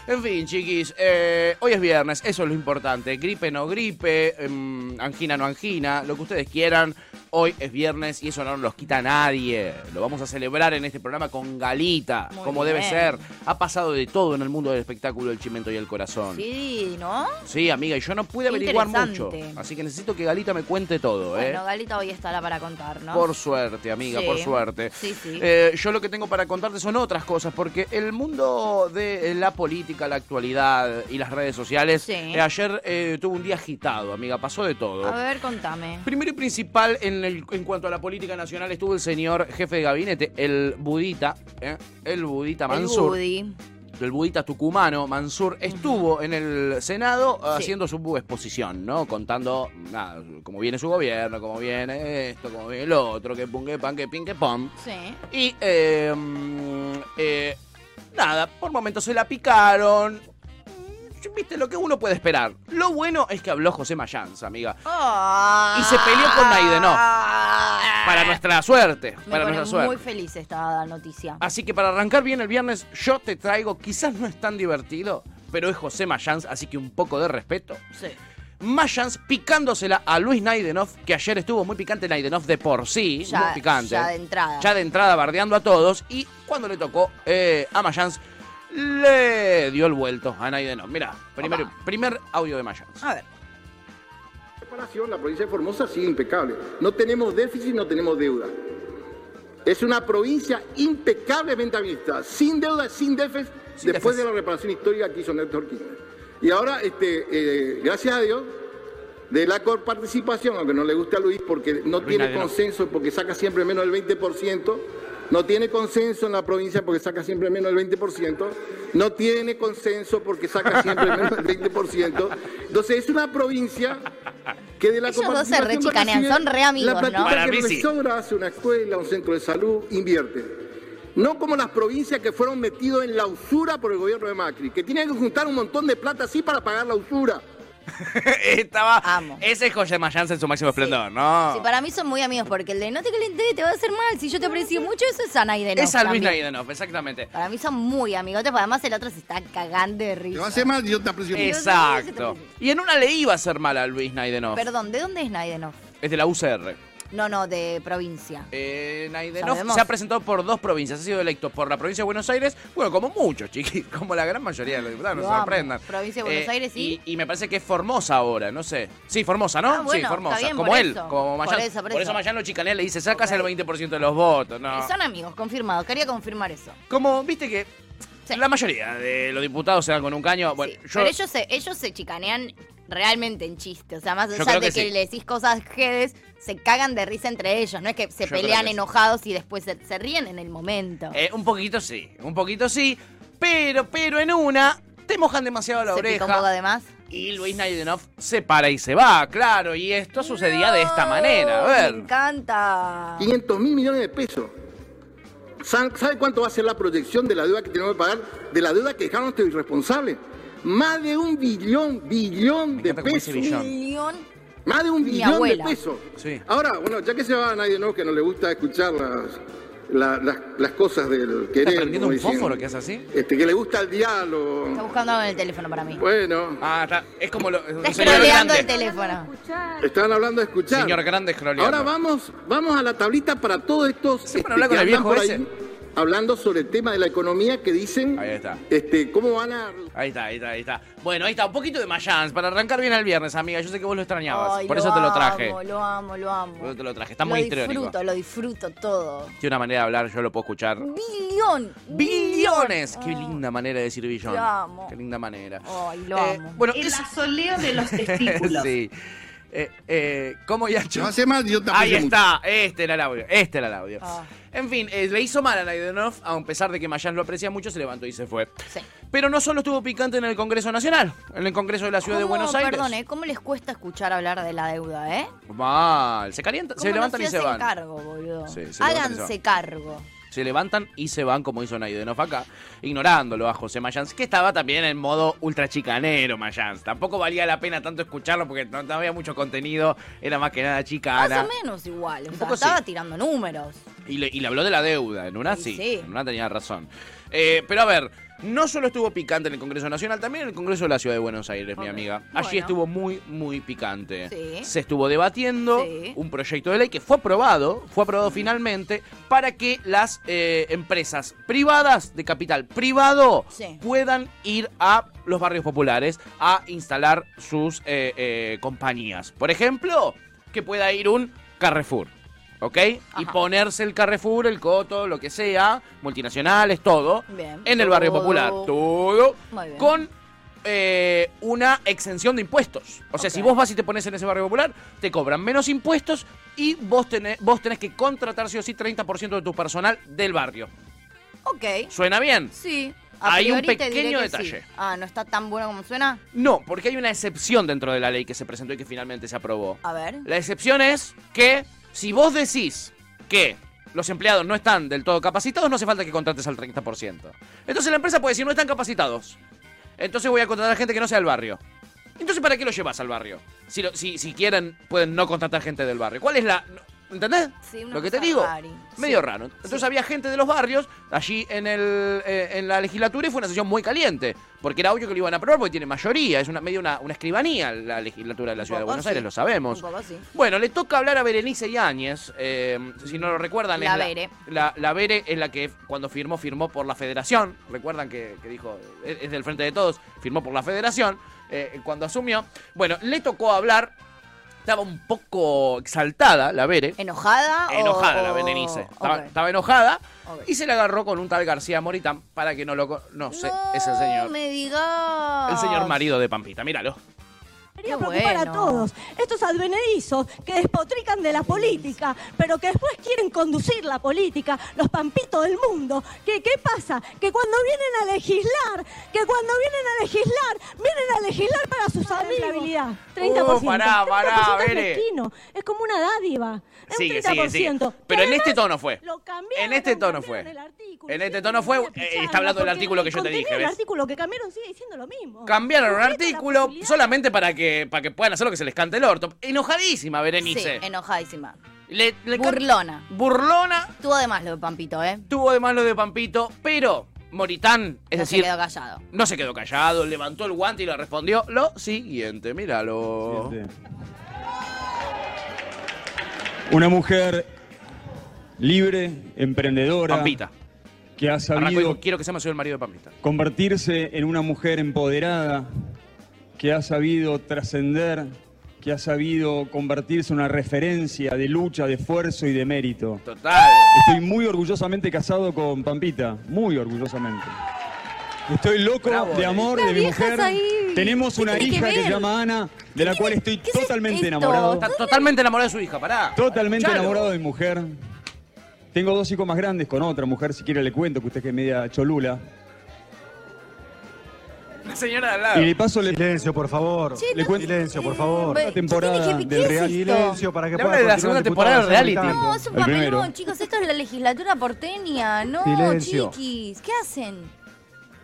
Speaker 2: En fin, chiquis, eh, hoy es viernes, eso es lo importante. Gripe no gripe, em, angina no angina, lo que ustedes quieran. Hoy es viernes y eso no nos los quita nadie. Lo vamos a celebrar en este programa con galita,
Speaker 5: Muy
Speaker 2: como debe
Speaker 5: bien.
Speaker 2: ser. Ha pasado de todo en el mundo del espectáculo, el chimento y el corazón.
Speaker 5: todo. Sí, ¿no?
Speaker 2: Sí, amiga, y yo no pude
Speaker 5: Qué
Speaker 2: averiguar mucho.
Speaker 5: interesante.
Speaker 2: Así que necesito que Galita me cuente todo, ¿eh?
Speaker 5: Bueno, Galita hoy estará para contarnos.
Speaker 2: Por suerte, amiga,
Speaker 5: Sí.
Speaker 2: por suerte.
Speaker 5: Sí, sí.
Speaker 2: Eh, yo lo que tengo para contarte son otras cosas, porque el mundo de eh, la política, la actualidad y las redes sociales,
Speaker 5: Sí.
Speaker 2: eh, ayer eh, tuvo un día agitado, amiga, pasó de todo.
Speaker 5: A ver, contame.
Speaker 2: Primero y principal, en, el- en cuanto a la política nacional, estuvo el señor jefe de gabinete, el budita, ¿eh? el budita
Speaker 5: El
Speaker 2: Mansur
Speaker 5: Woody.
Speaker 2: el budista tucumano, Mansur, estuvo en el Senado haciendo su exposición, ¿no? Contando nada, cómo viene su gobierno, cómo viene esto, cómo viene lo otro, que pum, que pan, que pin, que pom.
Speaker 5: Sí.
Speaker 2: Y, eh, mm, eh, nada, por momentos se la picaron. Mm, Viste lo que uno puede esperar. Lo bueno es que habló José Mayanza, amiga.
Speaker 5: Ah.
Speaker 2: Y se peleó con Naidenov. Para nuestra suerte,
Speaker 5: Me
Speaker 2: para
Speaker 5: pone
Speaker 2: nuestra suerte.
Speaker 5: muy feliz esta noticia.
Speaker 2: Así que para arrancar bien el viernes, yo te traigo, quizás no es tan divertido, pero es José Mayans, así que un poco de respeto.
Speaker 5: Sí.
Speaker 2: Mayans picándosela a Luis Naidenov, que ayer estuvo muy picante Naidenov de por sí,
Speaker 5: Ya-
Speaker 2: muy picante.
Speaker 5: ya de entrada.
Speaker 2: Ya de entrada bardeando a todos. Y cuando le tocó eh, a Mayans, le dio el vuelto a Naidenov. Mirá, primer,
Speaker 5: Opa.
Speaker 2: primer audio de Mayans.
Speaker 5: A ver.
Speaker 4: Preparación, la provincia de Formosa sigue impecable. No tenemos déficit, no tenemos deuda. Es una provincia impecablemente administrada, sin deuda, sin déficit,
Speaker 2: Sin
Speaker 4: después
Speaker 2: déficit.
Speaker 4: de la reparación histórica que hizo Néstor Kirchner. Y ahora, este, eh, gracias a Dios, de la participación, aunque no le guste a Luis porque no
Speaker 2: Luis
Speaker 4: tiene
Speaker 2: nadie no.
Speaker 4: consenso, porque saca siempre menos del 20%, no tiene consenso en la provincia porque saca siempre menos del 20%, no tiene consenso porque saca siempre menos del 20%. Entonces es una provincia que de la
Speaker 5: Ellos dos se
Speaker 4: coparticipación
Speaker 5: rechicanean,
Speaker 4: recibe
Speaker 5: son re amigos,
Speaker 4: la
Speaker 5: ¿no?
Speaker 4: platita
Speaker 2: Para
Speaker 4: que
Speaker 2: mí
Speaker 4: le
Speaker 2: sí.
Speaker 4: sobra hace una escuela, un centro de salud, invierte. No como las provincias que fueron metidos en la usura por el gobierno de Macri, que tienen que juntar un montón de plata así para pagar la usura.
Speaker 2: Estaba.
Speaker 5: Amo.
Speaker 2: Ese es José Mayans en su máximo esplendor, ¿no?
Speaker 5: Sí, para mí son muy amigos porque el de no te calientes te va a hacer mal. Si yo te aprecio mucho, eso es a Naidenov.
Speaker 2: es a Luis
Speaker 5: también.
Speaker 2: Naidenov, exactamente.
Speaker 5: Para mí son muy amigotes, porque además el otro se está cagando de risa.
Speaker 6: Te va a hacer mal, yo te aprecio mucho.
Speaker 2: Exacto. Y en una le iba a hacer mal a Luis Naidenov.
Speaker 5: Perdón, ¿de dónde es Naidenov?
Speaker 2: Es de la UCR.
Speaker 5: No, no, de provincia.
Speaker 2: Eh, Naidenov
Speaker 5: Sabemos.
Speaker 2: se ha presentado por dos provincias. Ha sido electo por la provincia de Buenos Aires. Bueno, como muchos, chiquis. Como la gran mayoría de los diputados, no
Speaker 5: Lo
Speaker 2: se
Speaker 5: amo.
Speaker 2: sorprendan. Eh,
Speaker 5: Provincia de Buenos Aires, sí.
Speaker 2: Y, y me parece que es Formosa ahora, no sé. Sí, Formosa, ¿no?
Speaker 5: Ah, bueno,
Speaker 2: sí, Formosa.
Speaker 5: está bien,
Speaker 2: como
Speaker 5: por
Speaker 2: él,
Speaker 5: eso.
Speaker 2: como Mayán.
Speaker 5: Por eso, por eso.
Speaker 2: Mayán lo chicanea, le dice, sacas
Speaker 5: Ok.
Speaker 2: el 20% de los votos, ¿no?
Speaker 5: Son amigos, confirmado. Quería confirmar eso.
Speaker 2: Como, viste que
Speaker 5: Sí.
Speaker 2: la mayoría de los diputados se dan con un caño. Bueno,
Speaker 5: Sí,
Speaker 2: yo...
Speaker 5: Pero ellos se, ellos se chicanean realmente en chiste. O sea, más
Speaker 2: Yo
Speaker 5: allá
Speaker 2: creo
Speaker 5: de
Speaker 2: que
Speaker 5: que,
Speaker 2: sí.
Speaker 5: le decís cosas jedes, se cagan de risa entre ellos. No es que se
Speaker 2: Yo creo
Speaker 5: pelean
Speaker 2: que sí.
Speaker 5: enojados y después se, se ríen en el momento.
Speaker 2: Eh, un poquito sí, un poquito sí, pero, pero en una te mojan demasiado
Speaker 5: se
Speaker 2: la
Speaker 5: pica
Speaker 2: oreja.
Speaker 5: un poco de más.
Speaker 2: Y Luis Naidenov se para y se va, claro, y esto sucedía de esta manera. A ver.
Speaker 5: Me encanta.
Speaker 4: 500 mil millones de pesos. ¿San- ¿Sabe cuánto va a ser la proyección de la deuda que tenemos que pagar? De la deuda que dejaron estos irresponsables. Más de un billón, billón
Speaker 2: Me
Speaker 4: de
Speaker 2: encanta cómo dice
Speaker 4: pesos.
Speaker 2: billón.
Speaker 5: Un millón
Speaker 4: Más de un
Speaker 5: Mi
Speaker 4: billón
Speaker 5: abuela.
Speaker 4: de pesos.
Speaker 2: Sí.
Speaker 4: Ahora, bueno, ya que se va a nadie no que no le gusta escuchar las, la- las, las cosas del querer.
Speaker 2: prendiendo
Speaker 4: como
Speaker 2: un
Speaker 4: dicen.
Speaker 2: fósforo que hace así?
Speaker 4: Este, que le gusta el diálogo.
Speaker 5: Está buscando algo en el teléfono para mí.
Speaker 4: Bueno,
Speaker 2: Ah, está- es como lo, un
Speaker 5: Está
Speaker 2: señor
Speaker 5: scrolleando el
Speaker 2: grande.
Speaker 5: teléfono.
Speaker 4: estaban hablando de escuchar.
Speaker 2: Señor grande scrolleando.
Speaker 4: Ahora vamos, vamos a la tablita para todos estos
Speaker 2: Sí,
Speaker 4: este,
Speaker 2: para hablar con
Speaker 4: que
Speaker 2: el viejo
Speaker 4: andan por
Speaker 2: ese.
Speaker 4: ahí hablando sobre el tema de la economía que dicen
Speaker 2: Ahí está.
Speaker 4: este cómo van a
Speaker 2: Ahí está, ahí está, ahí está. Bueno, ahí está, un poquito de Mayans para arrancar bien el viernes, amiga. Yo sé que vos lo extrañabas,
Speaker 5: Ay,
Speaker 2: por eso te lo traje.
Speaker 5: Amo, lo amo, lo amo.
Speaker 2: Por eso te lo traje, está
Speaker 5: Lo
Speaker 2: muy
Speaker 5: disfruto,
Speaker 2: histriónico.
Speaker 5: lo disfruto todo.
Speaker 2: Tiene una manera de hablar, yo lo puedo escuchar.
Speaker 5: Billón.
Speaker 2: ¡Billones! Qué
Speaker 5: Ah.
Speaker 2: linda manera de decir billón.
Speaker 5: Lo amo.
Speaker 2: Qué linda manera.
Speaker 5: Ay, lo
Speaker 2: Eh,
Speaker 5: amo.
Speaker 2: bueno,
Speaker 6: El
Speaker 2: es-
Speaker 6: asoleo de los testículos.
Speaker 2: sí. Eh, eh, ¿Cómo ya
Speaker 7: No hace mal, yo tampoco
Speaker 2: Ahí
Speaker 7: sé mucho.
Speaker 2: está, este era el audio, este era el audio.
Speaker 5: Ah.
Speaker 2: En fin, eh, le hizo mal a Naidenov, a pesar de que Mayans lo aprecia mucho, se levantó y se fue.
Speaker 5: Sí.
Speaker 2: Pero no solo estuvo picante en el Congreso Nacional, en el Congreso de la Ciudad de
Speaker 5: ¿Cómo-
Speaker 2: Buenos Aires.
Speaker 5: Perdón, ¿eh? ¿cómo les cuesta escuchar hablar de la deuda, eh?
Speaker 2: Mal, se calientan, se
Speaker 5: ¿Cómo no
Speaker 2: levantan y se
Speaker 5: hacen
Speaker 2: van.
Speaker 5: cargo, boludo.
Speaker 2: Sí, se levantan y se
Speaker 5: Háganse cargo.
Speaker 2: Se levantan y se van, como hizo Naidenov acá, ignorándolo a José Mayans, que estaba también en modo ultra chicanero, Mayans. Tampoco valía la pena tanto escucharlo porque no, no había mucho contenido, era más que nada
Speaker 5: Más
Speaker 2: chicana.
Speaker 5: o menos igual. O sea,
Speaker 2: poco sí.
Speaker 5: estaba tirando números.
Speaker 2: Y le, y le habló de la deuda, en una
Speaker 5: Y
Speaker 2: sí,
Speaker 5: sí.
Speaker 2: en una tenía razón. Eh, pero a ver, no solo estuvo picante en el Congreso Nacional, también en el Congreso de la Ciudad de Buenos Aires, mi
Speaker 5: Ok.
Speaker 2: amiga. Allí
Speaker 5: Bueno.
Speaker 2: estuvo muy, muy picante.
Speaker 5: Sí.
Speaker 2: Se estuvo debatiendo
Speaker 5: Sí.
Speaker 2: un proyecto de ley que fue aprobado, fue aprobado finalmente, para que las eh, empresas privadas de capital privado
Speaker 5: Sí.
Speaker 2: puedan ir a los barrios populares a instalar sus eh, eh, compañías. Por ejemplo, que pueda ir un Carrefour, ¿ok? Y
Speaker 5: Ajá.
Speaker 2: ponerse el Carrefour, el Coto, lo que sea, multinacionales, todo,
Speaker 5: Bien.
Speaker 2: en el barrio
Speaker 5: Todo.
Speaker 2: popular, todo,
Speaker 5: Muy bien.
Speaker 2: con eh, una exención de impuestos. O sea,
Speaker 5: Ok.
Speaker 2: si vos vas y te pones en ese barrio popular, te cobran menos impuestos y vos tenés, vos tenés que contratar sí o sí 30% de tu personal del barrio.
Speaker 5: Ok.
Speaker 2: ¿Suena bien?
Speaker 5: Sí. a
Speaker 2: Hay un
Speaker 5: priori te diré
Speaker 2: pequeño
Speaker 5: que sí.
Speaker 2: detalle.
Speaker 5: Ah, ¿no está tan bueno como suena?
Speaker 2: No, porque hay una excepción dentro de la ley que se presentó y que finalmente se aprobó.
Speaker 5: A ver.
Speaker 2: La excepción es que si vos decís que los empleados no están del todo capacitados, no hace falta que contrates al 30%. Entonces la empresa puede decir, no están capacitados. Entonces voy a contratar a gente que no sea del barrio. Entonces, ¿para qué lo llevas al barrio? Si, lo- si, si quieren, pueden no contratar gente del barrio. ¿Cuál es la...? ¿Entendés?
Speaker 5: Sí, una
Speaker 2: lo que te
Speaker 5: cosa
Speaker 2: digo.
Speaker 5: rari.
Speaker 2: Medio
Speaker 5: Sí.
Speaker 2: raro. Entonces
Speaker 5: Sí.
Speaker 2: había gente de los barrios allí en, el, eh, en la legislatura y fue una sesión muy caliente. Porque era obvio que lo iban a aprobar porque tiene mayoría. Es una, medio una, una escribanía la legislatura de la
Speaker 5: Un
Speaker 2: Ciudad de
Speaker 5: poco
Speaker 2: Buenos
Speaker 5: Oh, sí.
Speaker 2: Aires, lo sabemos.
Speaker 5: Un poco sí.
Speaker 2: Bueno, le toca hablar a Berenice Yáñez. eh, si no lo recuerdan, es
Speaker 5: La Bere.
Speaker 2: La, la Bere es la que cuando firmó, firmó por la federación. Recuerdan que, que dijo, eh, es del frente de todos, firmó por la federación eh, cuando asumió. Bueno, le tocó hablar. Estaba un poco exaltada la Bere.
Speaker 5: ¿Enojada? o-
Speaker 2: Enojada la
Speaker 5: o-
Speaker 2: Berenice.
Speaker 5: Ok.
Speaker 2: Estaba, estaba enojada
Speaker 5: Ok.
Speaker 2: y se la agarró con un tal García Moritán para que no lo... co- No sé, ese señor.
Speaker 5: No me digas.
Speaker 2: El señor marido de Pampita, míralo.
Speaker 8: Debería
Speaker 5: Qué
Speaker 8: preocupar
Speaker 5: bueno.
Speaker 8: a todos. Estos advenedizos que despotrican de la política, pero que después quieren conducir la política, los pampitos del mundo. ¿Qué, qué pasa? Que cuando vienen a legislar, que cuando vienen a legislar, vienen a legislar para sus amigos.
Speaker 2: 30%. Uh, pará, pará,
Speaker 8: 30% es
Speaker 2: Bere.
Speaker 8: mezquino. Es como una dádiva. Es un
Speaker 2: Sigue,
Speaker 8: 30%.
Speaker 2: sigue, sigue. Pero
Speaker 8: Que
Speaker 2: en este
Speaker 8: además
Speaker 2: tono fue.
Speaker 8: lo cambiaron,
Speaker 2: En este tono
Speaker 8: cambiaron
Speaker 2: fue.
Speaker 8: el artículo.
Speaker 2: En este
Speaker 8: Sí,
Speaker 2: tono fue.
Speaker 8: voy a
Speaker 2: eh,
Speaker 8: picharla,
Speaker 2: está hablando del
Speaker 8: porque
Speaker 2: artículo que yo te
Speaker 8: contenido
Speaker 2: dije,
Speaker 8: del
Speaker 2: ¿ves?
Speaker 8: artículo que cambiaron sigue diciendo lo mismo.
Speaker 2: Cambiaron un
Speaker 8: Respeta la
Speaker 2: artículo
Speaker 8: posibilidad de
Speaker 2: solamente para que, para que puedan hacer lo que se les cante el orto. Enojadísima, Berenice.
Speaker 5: Sí, enojadísima.
Speaker 2: Le- le can-
Speaker 5: Burlona.
Speaker 2: Burlona
Speaker 5: Estuvo de más lo de Pampito, ¿eh?
Speaker 2: tuvo de malo de Pampito, pero Moritán, es
Speaker 5: No se
Speaker 2: decir,
Speaker 5: quedó callado.
Speaker 2: no se quedó callado, levantó el guante y le respondió lo siguiente. Míralo.
Speaker 9: Una mujer libre, emprendedora,
Speaker 2: Pampita.
Speaker 9: que ha
Speaker 2: Arrancó y
Speaker 9: sabido
Speaker 2: dijo, quiero que sea más el marido de Pampita.
Speaker 9: convertirse en una mujer empoderada, que ha sabido trascender, que ha sabido convertirse en una referencia de lucha, de esfuerzo y de mérito.
Speaker 2: Total.
Speaker 9: Estoy muy orgullosamente casado con Pampita, muy orgullosamente. Estoy loco
Speaker 2: Bravo,
Speaker 9: de
Speaker 2: eh.
Speaker 9: amor
Speaker 8: Las
Speaker 9: de mi
Speaker 8: viejas
Speaker 9: mujer.
Speaker 8: ahí.
Speaker 9: Tenemos
Speaker 8: ¿Qué
Speaker 9: una
Speaker 8: tiene que
Speaker 9: hija que
Speaker 8: ver?
Speaker 9: se llama Ana, de la cual estoy
Speaker 5: qué es
Speaker 9: totalmente
Speaker 5: esto?
Speaker 9: enamorado.
Speaker 2: Está totalmente enamorado de su hija, pará.
Speaker 9: Totalmente
Speaker 2: Escuchalo.
Speaker 9: enamorado de mi mujer. Tengo dos hijos más grandes con otra mujer, si quiere le cuento, que usted que es media cholula.
Speaker 2: La señora de al lado.
Speaker 9: Y de paso le,
Speaker 10: Silencio, por favor.
Speaker 5: Che,
Speaker 9: le
Speaker 5: no-
Speaker 9: cuento
Speaker 10: Silencio, por favor.
Speaker 5: Ve,
Speaker 9: una
Speaker 5: yo te
Speaker 9: temporada
Speaker 5: dije,
Speaker 9: del
Speaker 5: ¿qué
Speaker 9: Real
Speaker 5: es esto?
Speaker 10: Silencio para que
Speaker 2: Le
Speaker 10: pueda
Speaker 2: habla de la
Speaker 10: continuar
Speaker 2: segunda temporada del
Speaker 10: diputado
Speaker 2: reality.
Speaker 10: Sanz
Speaker 5: No, es un
Speaker 9: El
Speaker 5: papelón,
Speaker 9: primero.
Speaker 5: chicos. Esto es la legislatura porteña. No,
Speaker 10: Silencio.
Speaker 5: chiquis. ¿Qué hacen?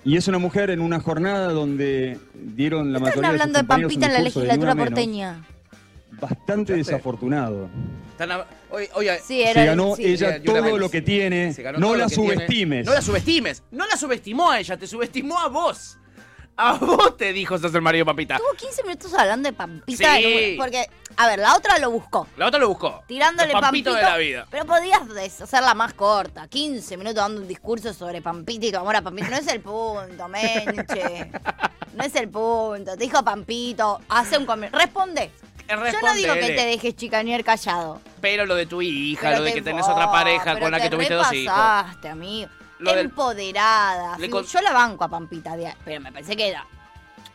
Speaker 9: Y es una mujer en una jornada donde dieron la
Speaker 5: Están
Speaker 9: mayoría
Speaker 5: hablando de
Speaker 9: sus compañeros
Speaker 5: Pampita en
Speaker 9: un
Speaker 5: la
Speaker 9: discurso de ni
Speaker 5: legislatura
Speaker 9: una menos.
Speaker 5: porteña.
Speaker 9: bastante
Speaker 2: ¿Escuchaste?
Speaker 9: desafortunado.
Speaker 2: Están a- oye, oye,
Speaker 5: Sí, era.
Speaker 9: Se ganó
Speaker 5: sí.
Speaker 9: ella
Speaker 2: Mira, yo
Speaker 9: todo
Speaker 2: también-
Speaker 9: lo que tiene.
Speaker 2: se ganó
Speaker 9: No
Speaker 2: todo
Speaker 9: la
Speaker 2: lo que tiene.
Speaker 9: subestimes.
Speaker 2: No la subestimes. No la subestimó a ella, te subestimó a vos. A vos te dijo sos el marido de papita.
Speaker 5: Estuvo 15 minutos hablando de Pampita.
Speaker 2: Ah. Sí.
Speaker 5: de Lu- porque, a ver, la otra lo buscó.
Speaker 2: La otra lo buscó.
Speaker 5: Tirándole
Speaker 2: Los
Speaker 5: Pampito,
Speaker 2: Pampito de la vida.
Speaker 5: Pero podías des- hacerla más corta. 15 minutos dando un discurso sobre Pampita y tu amor a Pampita. No es el punto, menche. No es el punto. Te dijo Pampito. Hace un comentario. Responde. Yo no digo que
Speaker 2: Respondele.
Speaker 5: te dejes chicanear callado.
Speaker 2: Pero lo de tu hija,
Speaker 5: Pero
Speaker 2: lo de
Speaker 5: te-
Speaker 2: que tenés
Speaker 5: oh,
Speaker 2: otra pareja
Speaker 5: pero
Speaker 2: con la
Speaker 5: te
Speaker 2: que tuviste dos hijos.
Speaker 5: repasaste, amigo.
Speaker 2: Lo del-
Speaker 5: Empoderada.
Speaker 2: Le
Speaker 5: Fui-
Speaker 2: con-
Speaker 5: Yo la banco a Pampita, de- pero me pensé que era.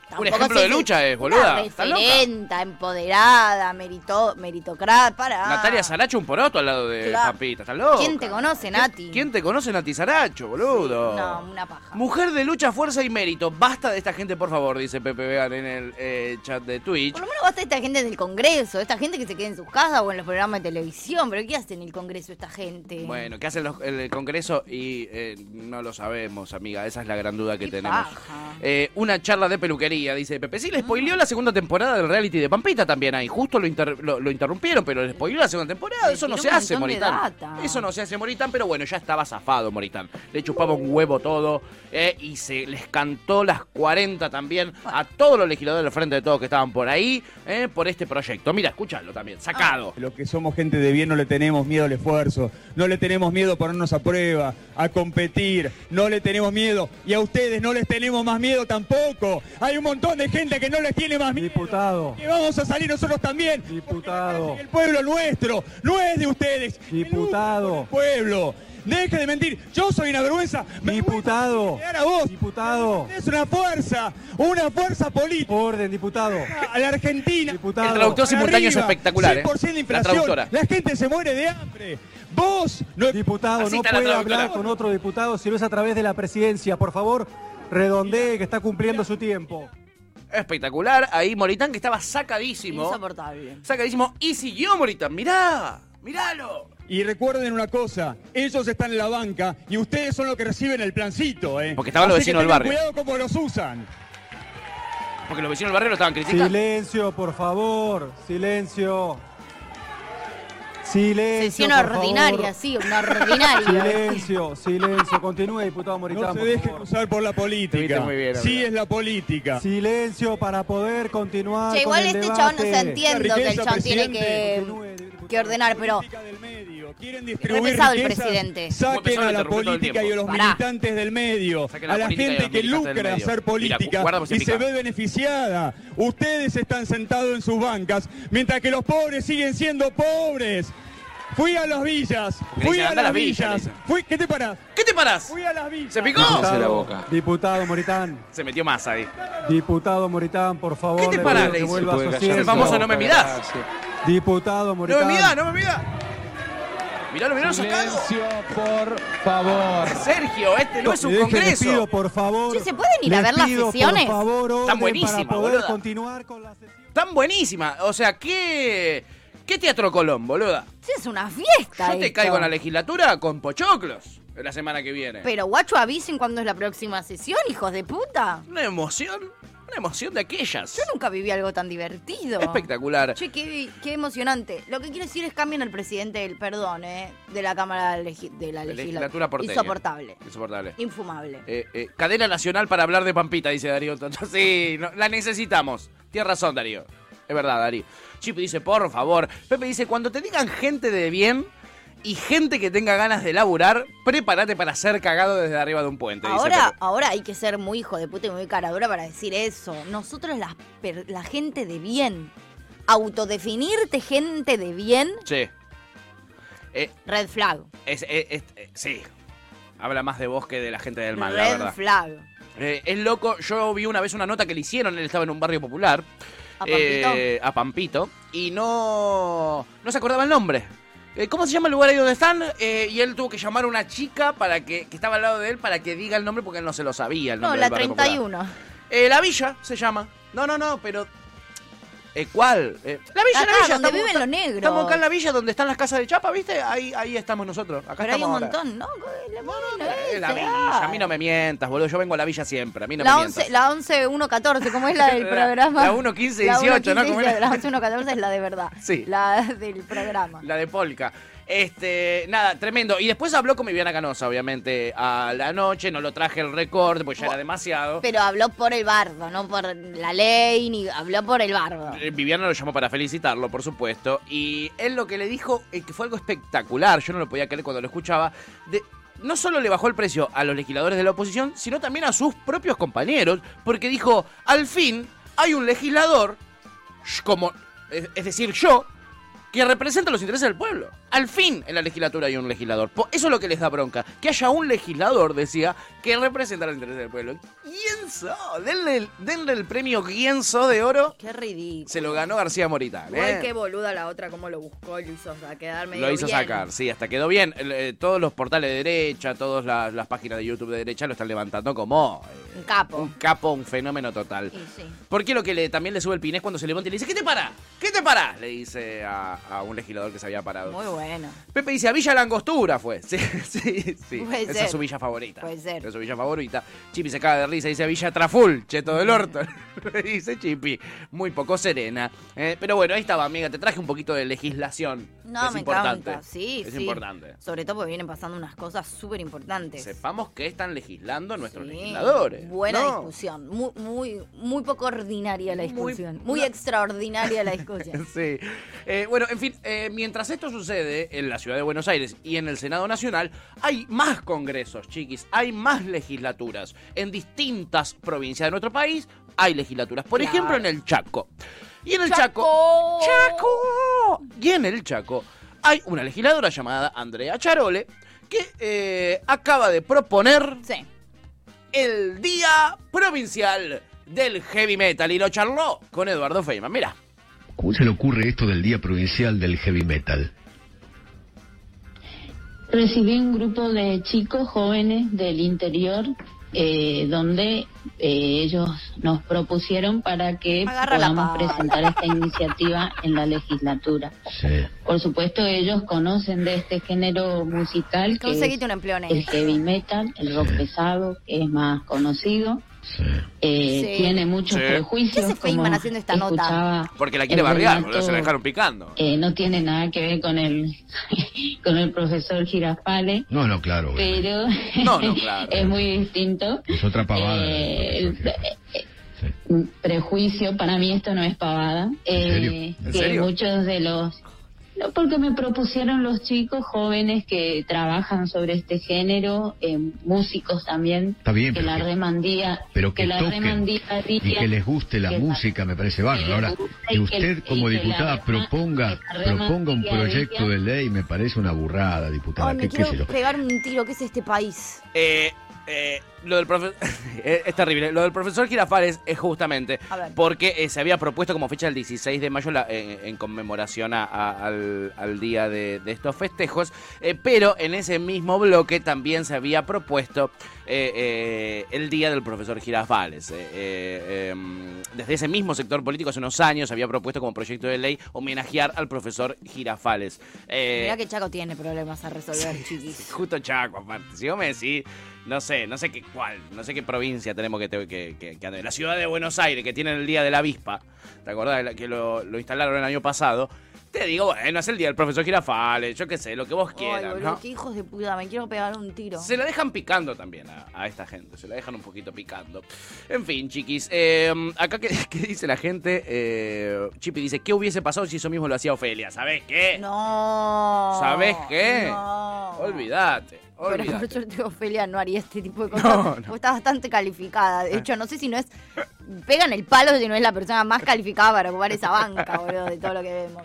Speaker 5: tampoco
Speaker 2: ejemplo
Speaker 5: sé
Speaker 2: de
Speaker 5: si-
Speaker 2: lucha es,
Speaker 5: una
Speaker 2: boluda. ¿Estás loca?
Speaker 5: Referenta, empoderada, merito, meritocrata. Para.
Speaker 2: Natalia Saracho un poroto al lado de
Speaker 5: Claro.
Speaker 2: Pampita, ¿estás loco?
Speaker 5: ¿Quién te conoce, Nati?
Speaker 2: ¿Quién te conoce, Nati Saracho, boludo?
Speaker 5: No, una paja.
Speaker 2: Mujer de lucha, fuerza y mérito. Basta de esta gente, por favor, dice Pepe Vegan en el eh, chat de Twitch.
Speaker 5: Por lo menos basta de esta gente del Congreso, esta gente que se queda en sus casas o en los programas de televisión. ¿Pero qué hace en el Congreso esta gente?
Speaker 2: Bueno, ¿qué hacen los- en el Congreso? Y eh, no lo sabemos, amiga. Esa es la gran duda que
Speaker 5: Qué
Speaker 2: tenemos.
Speaker 5: paja.
Speaker 2: Eh, una charla de peluquería, dice Pepe. Sí, le spoileó la segunda temporada del reality de Pampita también ahí. Justo lo, inter- lo, lo interrumpieron, pero le spoileó la segunda temporada.
Speaker 5: Le
Speaker 2: Eso no
Speaker 5: tiró
Speaker 2: se
Speaker 5: un
Speaker 2: hace,
Speaker 5: montón de
Speaker 2: Moritán.
Speaker 5: data.
Speaker 2: Eso no se hace, Moritán, pero bueno, ya estaba zafado, Moritán. Le chupaba un huevo todo eh, y se les cantó las 40 también a todos los legisladores del frente de todos que estaban por ahí eh, por este proyecto. Mira, escúchalo también, sacado.
Speaker 9: Los que somos gente de bien no le tenemos miedo al esfuerzo, no le tenemos miedo a ponernos a prueba, a competir, no le tenemos miedo y a ustedes no les tenemos más miedo tampoco. Hay un montón de gente que no les tiene más miedo. Diputado. Que vamos a salir nosotros también. Diputado. El pueblo nuestro, no es de ustedes. Diputado. El pueblo. Deje de mentir, yo soy una vergüenza. Diputado. A vos. Diputado. Es una fuerza, una fuerza política. Orden, diputado. A la Argentina. Diputado.
Speaker 2: El traductor simultáneo es espectacular, ¿eh?
Speaker 9: 100% de
Speaker 2: La
Speaker 9: inflación.
Speaker 2: traductora.
Speaker 9: La gente se muere de hambre. Vos, no, diputado,
Speaker 2: Así no está la puede traductora. hablar con
Speaker 9: otro diputado si no es a través de la presidencia. Por favor, redondee que está cumpliendo su tiempo.
Speaker 2: Espectacular. Ahí Moritán que estaba sacadísimo.
Speaker 5: Insoportable.
Speaker 2: Sacadísimo. Y siguió Moritán. Mirá. Miralo.
Speaker 9: Y recuerden una cosa, ellos están en la banca y ustedes son los que reciben el plancito, ¿eh?
Speaker 2: Porque estaban los
Speaker 9: Así que
Speaker 2: vecinos del
Speaker 9: tengan
Speaker 2: barrio.
Speaker 9: Cuidado como los usan.
Speaker 2: Porque los vecinos del barrio lo estaban criticando.
Speaker 9: Silencio, por favor, silencio.
Speaker 5: Sesión
Speaker 9: Silencio,
Speaker 5: ordinaria, sí, una ordinaria.
Speaker 9: silencio. Continúe, diputado Moritán. No se dejen usar por la
Speaker 2: Te viste
Speaker 9: política.
Speaker 2: muy bien,
Speaker 9: sí
Speaker 2: amigo.
Speaker 9: es la política.
Speaker 7: Silencio para poder continuar.
Speaker 5: Che, igual este chabón, no se entiendo que el
Speaker 9: riqueza,
Speaker 5: chabón tiene que,
Speaker 9: presidente.
Speaker 5: que ordenar, pero
Speaker 9: Política del medio. Quieren distribuir
Speaker 5: pesado el
Speaker 9: riquezas,
Speaker 5: presidente.
Speaker 2: Muy pesado,
Speaker 9: Saquen a
Speaker 2: le
Speaker 9: la
Speaker 2: interrumpe todo el
Speaker 9: política
Speaker 2: tiempo.
Speaker 9: y a los
Speaker 5: Pará.
Speaker 9: militantes del medio,
Speaker 2: Saquen la
Speaker 9: a la
Speaker 2: política y a
Speaker 9: gente
Speaker 2: los militantes
Speaker 9: que
Speaker 2: del
Speaker 9: lucra de
Speaker 2: medio.
Speaker 9: hacer
Speaker 2: Mira,
Speaker 9: política
Speaker 2: guarda porque
Speaker 9: y
Speaker 2: se
Speaker 9: se
Speaker 2: pica.
Speaker 9: ve beneficiada. Ustedes están sentados en sus bancas, mientras que los pobres siguen siendo pobres. Fui a las villas,
Speaker 2: le
Speaker 9: fui
Speaker 2: dicen,
Speaker 9: a
Speaker 2: "Anda a
Speaker 9: las
Speaker 2: las villas", le
Speaker 9: villas,
Speaker 2: dicen.
Speaker 9: fui, ¿qué te parás?
Speaker 2: ¿Qué te parás?
Speaker 9: Fui a las villas.
Speaker 2: ¿Se picó?
Speaker 1: Cállese la boca.
Speaker 7: Diputado Moritán,
Speaker 2: Se metió más ahí.
Speaker 7: diputado Moritán, por favor.
Speaker 2: ¿Qué te
Speaker 7: le
Speaker 2: parás?
Speaker 7: pido
Speaker 2: Le
Speaker 7: que
Speaker 2: dice.
Speaker 7: vuelva a su
Speaker 1: Puede
Speaker 2: Es
Speaker 1: callarse
Speaker 2: el
Speaker 7: asiento.
Speaker 1: la
Speaker 2: famoso
Speaker 1: boca,
Speaker 2: no me mirás.
Speaker 1: gracias.
Speaker 7: Diputado
Speaker 2: No me
Speaker 7: Moritán.
Speaker 2: mirás, no me mirás. Miralo, miralo sacado.
Speaker 7: por favor.
Speaker 2: Sergio, este no es un
Speaker 7: Les pido,
Speaker 2: congreso.
Speaker 7: por favor.
Speaker 5: Che, ¿se pueden ir a
Speaker 7: les
Speaker 5: ver las
Speaker 7: pido,
Speaker 5: sesiones?
Speaker 7: Por favor, orden
Speaker 2: buenísimas,
Speaker 7: para poder
Speaker 2: boluda.
Speaker 7: continuar con las sesiones.
Speaker 2: Tan buenísima. O sea, qué. ¿Qué teatro Colón, boluda?
Speaker 5: sí, Este es una fiesta.
Speaker 2: Yo te
Speaker 5: esto.
Speaker 2: caigo en la legislatura con pochoclos la semana que viene.
Speaker 5: Pero guacho, avisen cuándo es la próxima sesión, hijos de puta.
Speaker 2: Una emoción. Una emoción de aquellas.
Speaker 5: Yo nunca viví algo tan divertido.
Speaker 2: Espectacular.
Speaker 5: Che, qué, qué emocionante. Lo que quiero decir es cambien al presidente del perdón, ¿eh? De la Cámara legi- de la
Speaker 2: La
Speaker 5: Legislatura.
Speaker 2: legislatura porteña.
Speaker 5: Insoportable.
Speaker 2: Insoportable.
Speaker 5: Infumable.
Speaker 2: Eh, eh, cadena nacional para hablar de Pampita, dice Darío. Tonto. Sí, no, la necesitamos. Tienes razón, Darío. Es verdad, Darío. Chip dice, por favor. Pepe dice, cuando te digan gente de bien y gente que tenga ganas de laburar, prepárate para ser cagado desde arriba de un puente. dice
Speaker 5: Ahora,
Speaker 2: Pepe.
Speaker 5: ahora hay que ser muy hijo de puta y muy caradura para decir eso. Nosotros la, la gente de bien. Autodefinirte gente de bien,
Speaker 2: Sí. Eh,
Speaker 5: red flag.
Speaker 2: es- es- es- eh, sí. Habla más de vos que de la gente del mal, la
Speaker 5: red
Speaker 2: verdad.
Speaker 5: flag.
Speaker 2: Eh, es loco, yo vi una vez una nota que le hicieron, él estaba en un barrio popular.
Speaker 5: ¿A
Speaker 2: eh, a Pampito, Y no, no se acordaba el nombre. Eh, ¿Cómo se llama el lugar ahí donde están? Eh, y él tuvo que llamar a una chica para que, que estaba al lado de él para que diga el nombre porque él no se lo sabía. El
Speaker 5: No,
Speaker 2: nombre
Speaker 5: la
Speaker 2: del barrio popular.
Speaker 5: 31.
Speaker 2: Eh, la Villa se llama. No, no, no, pero Eh, ¿Cuál? Eh, la villa,
Speaker 5: Acá,
Speaker 2: la
Speaker 5: donde
Speaker 2: villa. estamos
Speaker 5: viven
Speaker 2: acá-
Speaker 5: los negros.
Speaker 2: Estamos acá en la villa donde están las casas de chapa, ¿viste? Ahí, ahí estamos nosotros. Acá
Speaker 5: Pero hay un
Speaker 2: estamos ahora.
Speaker 5: montón, ¿no? La,
Speaker 2: Eh, La villa, a mí no me mientas, boludo. Yo vengo a la villa siempre, a mí no
Speaker 5: la
Speaker 2: me
Speaker 5: 11,
Speaker 2: mientas.
Speaker 5: la 11 114, ¿cómo es la del
Speaker 2: La-
Speaker 5: programa?
Speaker 2: la 1:15,
Speaker 5: La
Speaker 2: 18, ¿no?
Speaker 5: 1:15,
Speaker 2: ¿Cómo era?
Speaker 5: La 11 114 es la de verdad.
Speaker 2: Sí.
Speaker 5: La del programa.
Speaker 2: La de Polka. Este, nada, tremendo. Y después habló con mi Viviana Canosa, obviamente, a la noche. No lo traje el recorte, pues ya era demasiado.
Speaker 5: Pero habló por el bardo, no por la ley, ni habló por el bardo.
Speaker 2: Eh, Viviana lo llamó para felicitarlo, por supuesto. Y él lo que le dijo, eh, que fue algo espectacular, yo no lo podía creer cuando lo escuchaba, de- no solo le bajó el precio a los legisladores de la oposición, sino también a sus propios compañeros, porque dijo, al fin hay un legislador, sh- como, es es decir, yo, que representa los intereses del pueblo. Al fin en la legislatura hay un legislador. Po- Eso es lo que les da bronca. Que haya un legislador, decía, que representa los intereses del pueblo. ¿Quién sos? Denle, el- denle el premio ¿Quién sos de oro?
Speaker 5: Qué ridículo.
Speaker 2: Se lo ganó García Moritán.
Speaker 5: Igual
Speaker 2: ¿eh?
Speaker 5: que boluda la otra, cómo lo buscó y lo hizo a quedar medio
Speaker 2: Lo hizo
Speaker 5: bien.
Speaker 2: sacar, sí, hasta quedó bien. El, eh, todos los portales de derecha, todas las, las páginas de YouTube de derecha lo están levantando como... eh,
Speaker 5: Un capo.
Speaker 2: Un capo, un fenómeno total.
Speaker 5: Y sí.
Speaker 2: Porque lo que le, también le sube el pin es cuando se levanta y le dice, ¿qué te para? ¿Qué te para? Le dice a, a un legislador que se había parado.
Speaker 5: Muy bueno.
Speaker 2: Pepe dice, a Villa Langostura fue. Sí, sí, sí.
Speaker 5: Puede
Speaker 2: Esa
Speaker 5: ser.
Speaker 2: es su villa favorita.
Speaker 5: Puede ser.
Speaker 2: Esa es su villa favorita. Chipi se caga de risa y dice, a Villa Traful, cheto del orto. Le dice Chipi, muy poco serena. Eh, pero bueno, ahí estaba, amiga, te traje un poquito de legislación.
Speaker 5: No,
Speaker 2: es
Speaker 5: me
Speaker 2: importante.
Speaker 5: encanta. Sí,
Speaker 2: es
Speaker 5: sí.
Speaker 2: importante.
Speaker 5: Sobre todo porque vienen pasando unas cosas súper importantes.
Speaker 2: Sepamos que están legislando nuestros
Speaker 5: Sí.
Speaker 2: legisladores.
Speaker 5: Buena
Speaker 2: ¿no?
Speaker 5: discusión. Muy, muy, muy poco ordinaria la
Speaker 2: Muy-
Speaker 5: discusión. Muy,
Speaker 2: no.
Speaker 5: extraordinaria la discusión.
Speaker 2: Sí. Eh, bueno, en fin, eh, mientras esto sucede en la ciudad de Buenos Aires y en el Senado Nacional, hay más congresos, chiquis, hay más legislaturas. En distintas provincias de nuestro país hay legislaturas. Por
Speaker 5: Claro.
Speaker 2: ejemplo, en el Chaco. Y en el
Speaker 5: ¡Chaco!
Speaker 2: Chaco. ¡Chaco! Y en el Chaco hay una legisladora llamada Andrea Charole que eh, acaba de proponer
Speaker 5: Sí.
Speaker 2: el Día Provincial del Heavy Metal y lo charló con Eduardo Feynman. Mira.
Speaker 10: ¿Cómo se le ocurre esto del Día Provincial del Heavy Metal?
Speaker 6: Recibí un grupo de chicos jóvenes del interior eh, donde eh, ellos nos propusieron para que
Speaker 5: Agarra la
Speaker 6: podamos
Speaker 5: pala.
Speaker 6: presentar esta iniciativa en la legislatura.
Speaker 10: Sí.
Speaker 6: Por supuesto, ellos conocen de este género musical que
Speaker 5: Conseguite
Speaker 6: es
Speaker 5: un empleo en
Speaker 6: el
Speaker 5: esto.
Speaker 6: heavy metal, el rock pesado, que es más conocido.
Speaker 10: Sí.
Speaker 6: Eh,
Speaker 5: Sí.
Speaker 6: Tiene muchos
Speaker 2: Sí.
Speaker 6: prejuicios.
Speaker 5: ¿Qué hace Feynman
Speaker 6: como
Speaker 5: haciendo esta nota?
Speaker 6: escuchaba
Speaker 2: Porque la quiere
Speaker 6: el
Speaker 2: bardear,
Speaker 6: relato
Speaker 2: boludo, se la dejaron picando.
Speaker 6: eh, no tiene nada que ver con el con el profesor Girafale,
Speaker 10: No, no, claro. obviamente.
Speaker 6: pero
Speaker 2: No, no, claro.
Speaker 6: es muy distinto.
Speaker 10: Es otra pavada.
Speaker 6: Eh,
Speaker 10: el profesor
Speaker 6: eh, eh,
Speaker 10: Girafale.
Speaker 6: prejuicio, para mí esto no es pavada.
Speaker 10: serio?
Speaker 6: eh,
Speaker 2: ¿En
Speaker 6: que
Speaker 2: serio?
Speaker 6: muchos de los no porque me propusieron los chicos jóvenes que trabajan sobre este género, eh, músicos también,
Speaker 10: Está bien,
Speaker 6: que
Speaker 10: pero
Speaker 6: la
Speaker 10: que-
Speaker 6: remandía,
Speaker 10: Pero que,
Speaker 6: la
Speaker 10: toquen
Speaker 6: remandía
Speaker 10: y que les guste la
Speaker 6: que-
Speaker 10: música me parece bárbaro. Ahora, que usted como diputada proponga proponga un proyecto de ley me parece una burrada, diputada.
Speaker 5: Ay, Oh, me
Speaker 10: ¿Qué, qué sé
Speaker 5: quiero
Speaker 10: yo?
Speaker 5: pegar un tiro. ¿Qué es este país?
Speaker 2: Eh, eh, lo del profesor. es terrible. Lo del profesor Girafales es justamente
Speaker 5: A ver.
Speaker 2: porque eh, se había propuesto como fecha el 16 de mayo la- en, en conmemoración a- a- al, al día de, de estos festejos. eh, pero en ese mismo bloque también se había propuesto eh, eh, el día del profesor Girafales. eh, eh, em, desde ese mismo sector político, hace unos años, había propuesto como proyecto de ley homenajear al profesor Girafales. Eh,
Speaker 5: Mirá que Chaco tiene problemas a resolver, chiquis.
Speaker 2: Justo Chaco, aparte. Si vos me decís, no sé, no sé qué cuál, no sé qué provincia tenemos que, te- que, que- que andar. La ciudad de Buenos Aires, que tienen el Día de la Avispa, ¿te acordás de la- que lo, lo instalaron el año pasado? Te digo, bueno, es el Día del Profesor Girafales, yo qué sé, lo que vos
Speaker 5: Ay,
Speaker 2: quieras,
Speaker 5: boludo,
Speaker 2: ¿no?
Speaker 5: qué hijos de puta. Me quiero pegar un tiro.
Speaker 2: Se la dejan picando también ¿eh? a, a esta gente, se la dejan un poquito picando. En fin, chiquis, eh, acá que, que dice la gente, eh, Chipi dice, ¿qué hubiese pasado si eso mismo lo hacía Ofelia? ¿Sabés qué?
Speaker 5: No.
Speaker 2: ¿Sabés qué?
Speaker 5: No.
Speaker 2: Olvídate,
Speaker 5: Pero por
Speaker 2: olvídate.
Speaker 5: suerte Ofelia no haría este tipo de cosas.
Speaker 2: No, Eh. no.
Speaker 5: porque Está bastante calificada. De hecho, no sé si no es. Pegan el palo si no es la persona
Speaker 2: Eh.
Speaker 5: más calificada para ocupar esa banca, boludo, de todo lo que vemos.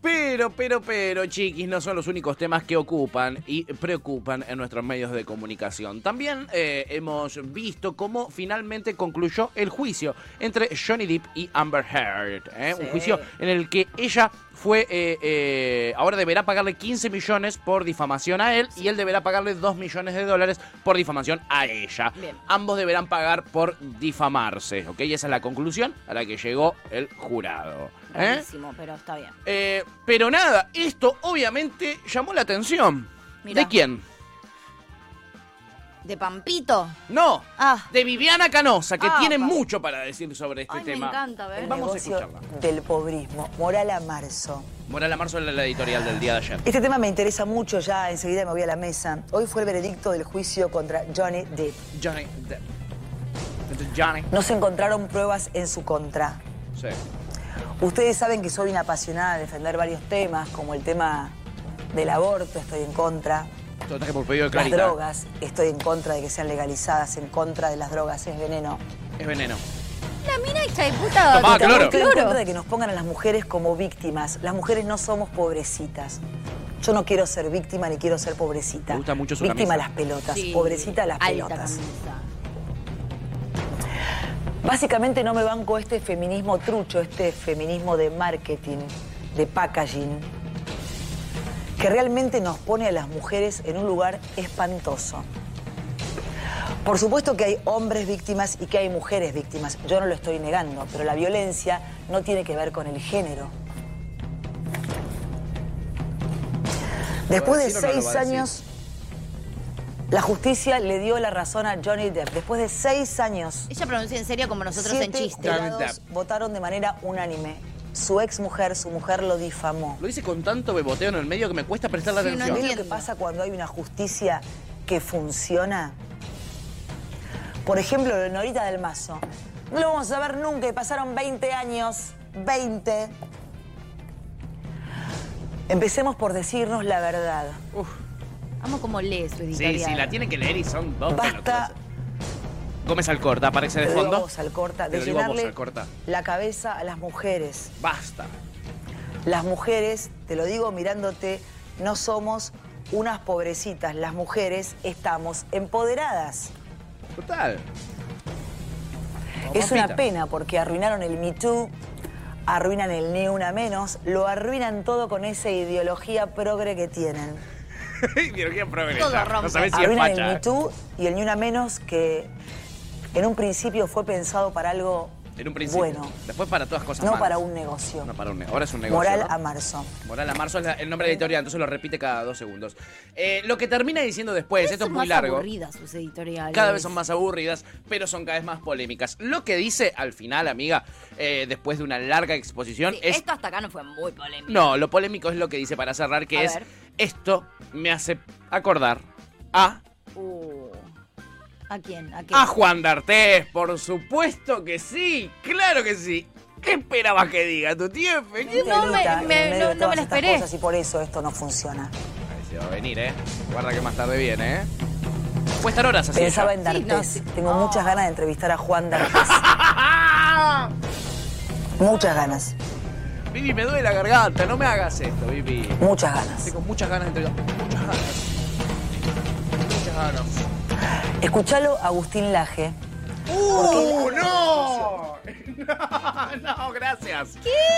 Speaker 2: Pero, pero, pero, chiquis, no son los únicos temas que ocupan y preocupan en nuestros medios de comunicación. También eh, hemos visto cómo finalmente concluyó el juicio entre Johnny Depp y Amber Heard. ¿eh? Un
Speaker 5: Sí.
Speaker 2: juicio en el que ella fue, eh, eh, ahora deberá pagarle 15 millones por difamación a él y él deberá pagarle 2 millones de dólares por difamación a ella. Ambos deberán pagar por difamarse, ¿ok? Y esa es la conclusión a la que llegó el jurado. ¿eh?
Speaker 5: Rarísimo, pero está bien.
Speaker 2: Eh, pero nada, esto obviamente llamó la atención.
Speaker 5: Mirá.
Speaker 2: ¿De quién?
Speaker 5: ¿De Pampito?
Speaker 2: No,
Speaker 5: Ah,
Speaker 2: de Viviana Canosa, que
Speaker 5: Ah,
Speaker 2: tiene
Speaker 5: pa-
Speaker 2: mucho para decir sobre este
Speaker 5: ay, me
Speaker 2: tema.
Speaker 5: encanta eh. ver.
Speaker 2: Vamos a escucharla.
Speaker 11: del pobrismo. Moral a marzo.
Speaker 2: Moral Amarzo la, la editorial del día de ayer.
Speaker 11: Este tema me interesa mucho ya, enseguida me voy a la mesa. Hoy fue el veredicto del juicio contra Johnny Depp.
Speaker 2: Johnny. Depp. Este Johnny.
Speaker 11: No se encontraron pruebas en su contra.
Speaker 2: Sí.
Speaker 11: Ustedes saben que soy una apasionada de defender varios temas, como el tema del aborto, estoy en contra.
Speaker 2: Esto traje por pedido de
Speaker 11: Las
Speaker 2: Clarita.
Speaker 11: drogas, estoy en contra de que sean legalizadas, en contra de las drogas, es veneno.
Speaker 2: Es veneno.
Speaker 5: La mina hija de puta.
Speaker 2: Tomá,
Speaker 5: que tomó
Speaker 2: cloro.
Speaker 11: Estoy en contra de que nos pongan a las mujeres como víctimas. Las mujeres no somos pobrecitas. Yo no quiero ser víctima ni quiero ser pobrecita.
Speaker 2: Me gusta mucho su
Speaker 11: Víctima
Speaker 2: camisa.
Speaker 11: a las pelotas,
Speaker 5: Sí,
Speaker 11: pobrecita a las
Speaker 5: alta
Speaker 11: pelotas.
Speaker 5: camisa.
Speaker 11: Básicamente no me banco este feminismo trucho, este feminismo de marketing, de packaging, que realmente nos pone a las mujeres en un lugar espantoso. Por supuesto que hay hombres víctimas y que hay mujeres víctimas, yo no lo estoy negando, pero la violencia no tiene que ver con el género. Después de
Speaker 2: decir o no lo
Speaker 11: seis
Speaker 2: va a decir?
Speaker 11: años, la justicia le dio la razón a Johnny Depp. Después de seis años,
Speaker 5: Ella pronuncia en serio como nosotros en
Speaker 11: Siete
Speaker 5: chiste.
Speaker 2: Johnny
Speaker 11: jurados
Speaker 2: Depp.
Speaker 11: votaron de manera unánime. Su ex mujer, su mujer lo difamó.
Speaker 2: Lo dice con tanto beboteo en el medio que me cuesta prestarle
Speaker 5: Sí, no
Speaker 2: atención.
Speaker 11: ¿Ves
Speaker 5: entiendo.
Speaker 11: lo que pasa cuando hay una justicia que funciona? Por ejemplo, Leonorita del Mazo. No lo vamos a ver nunca y pasaron 20 años. 20. Empecemos por decirnos la verdad.
Speaker 5: Amo como lee su
Speaker 2: Sí,
Speaker 5: editorial.
Speaker 2: sí, la tienen que leer y son dos
Speaker 11: Basta,
Speaker 2: pelotudos. Gómez Alcorta, aparece de
Speaker 11: te lo digo a
Speaker 2: fondo.
Speaker 11: vos, Alcorta,
Speaker 2: Te
Speaker 11: de
Speaker 2: lo digo a vos,
Speaker 11: llenarle
Speaker 2: Alcorta.
Speaker 11: la cabeza a las mujeres.
Speaker 2: Basta.
Speaker 11: Las mujeres, te lo digo mirándote, no somos unas pobrecitas, las mujeres estamos empoderadas.
Speaker 2: Total. Vamos,
Speaker 11: es una
Speaker 2: Pampita.
Speaker 11: pena porque arruinaron el Me Too, arruinan el Ni Una Menos, lo arruinan todo con esa ideología progre que tienen.
Speaker 2: Ideología
Speaker 5: Todo
Speaker 2: progresa. No
Speaker 5: rompe.
Speaker 2: sabés si es
Speaker 11: arruinan el
Speaker 2: facha.
Speaker 11: Me
Speaker 2: ¿eh?
Speaker 11: Too y el Ni Una Menos que en un principio fue pensado para algo
Speaker 2: En un principio.
Speaker 11: bueno,
Speaker 2: Después para todas cosas
Speaker 11: no
Speaker 2: malas.
Speaker 11: para un negocio.
Speaker 2: No para un negocio. Ahora es un negocio.
Speaker 11: Moral
Speaker 2: ¿no?
Speaker 11: a marzo.
Speaker 2: Moral a marzo es la- el nombre de la editorial, entonces lo repite cada dos segundos. Eh, lo que termina diciendo después, esto es
Speaker 5: son
Speaker 2: muy
Speaker 5: más
Speaker 2: largo.
Speaker 5: aburridas sus editoriales.
Speaker 2: Cada vez son más aburridas, pero son cada vez más polémicas. Lo que dice al final, amiga, eh, después de una larga exposición,
Speaker 5: Sí,
Speaker 2: es
Speaker 5: Esto hasta acá no fue muy polémico.
Speaker 2: no, lo polémico es lo que dice para cerrar, que
Speaker 5: A
Speaker 2: es
Speaker 5: ver.
Speaker 2: esto me hace acordar a,
Speaker 5: Uh. ¿A quién? ¿A qué?
Speaker 2: a Juan D'Artés, por supuesto que sí, claro que sí. ¿Qué esperabas que diga tu tío? ¿Qué
Speaker 5: No me-
Speaker 11: Luta en
Speaker 5: me-
Speaker 11: medio
Speaker 5: no-
Speaker 11: de
Speaker 5: no me
Speaker 11: todas
Speaker 5: la
Speaker 11: estas
Speaker 5: esperé.
Speaker 11: cosas y por eso esto no funciona.
Speaker 2: Se va a venir, ¿eh? Guarda que más tarde viene, ¿eh? Puede estar horas así.
Speaker 11: Pensaba
Speaker 2: ella.
Speaker 11: en
Speaker 5: Sí,
Speaker 11: D'Artés.
Speaker 5: no, sí. Oh.
Speaker 11: Tengo muchas ganas de entrevistar a Juan D'Artés. muchas ganas,
Speaker 2: Vivi, me duele la garganta, no me hagas esto, Vivi.
Speaker 11: muchas ganas.
Speaker 2: Tengo muchas ganas de entregar. Muchas ganas. Muchas ganas.
Speaker 11: Escuchalo a Agustín Laje.
Speaker 2: ¡Uh, no! No, no, gracias.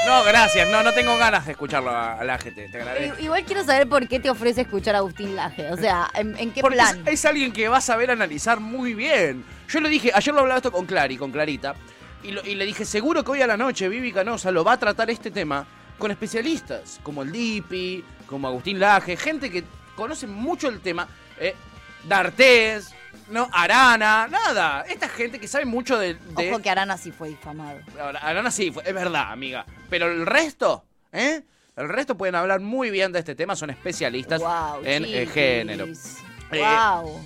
Speaker 2: No, gracias. No, no tengo ganas de escucharlo a, a la gente. Te agradezco.
Speaker 5: I- Igual quiero saber por qué te ofrece escuchar a Agustín Laje. O sea, ¿en, en qué
Speaker 2: Porque
Speaker 5: plan?
Speaker 2: Es, es alguien que va a saber analizar muy bien. Yo le dije, ayer lo hablaba esto con Clary, con Clarita, y, lo- y le dije, seguro que hoy a la noche Vivi Canosa lo va a tratar este tema con especialistas, como el Dipi, como Agustín Laje, gente que conoce mucho el tema, eh, D'Artés, no, Arana, nada. Esta gente que sabe mucho de... de-
Speaker 5: Ojo que Arana sí fue difamado.
Speaker 2: Ahora, Arana sí, fue- es verdad, amiga. Pero el resto, ¿eh? El resto pueden hablar muy bien de este tema, son especialistas
Speaker 5: Wow,
Speaker 2: en eh, género. Eh,
Speaker 5: Wow.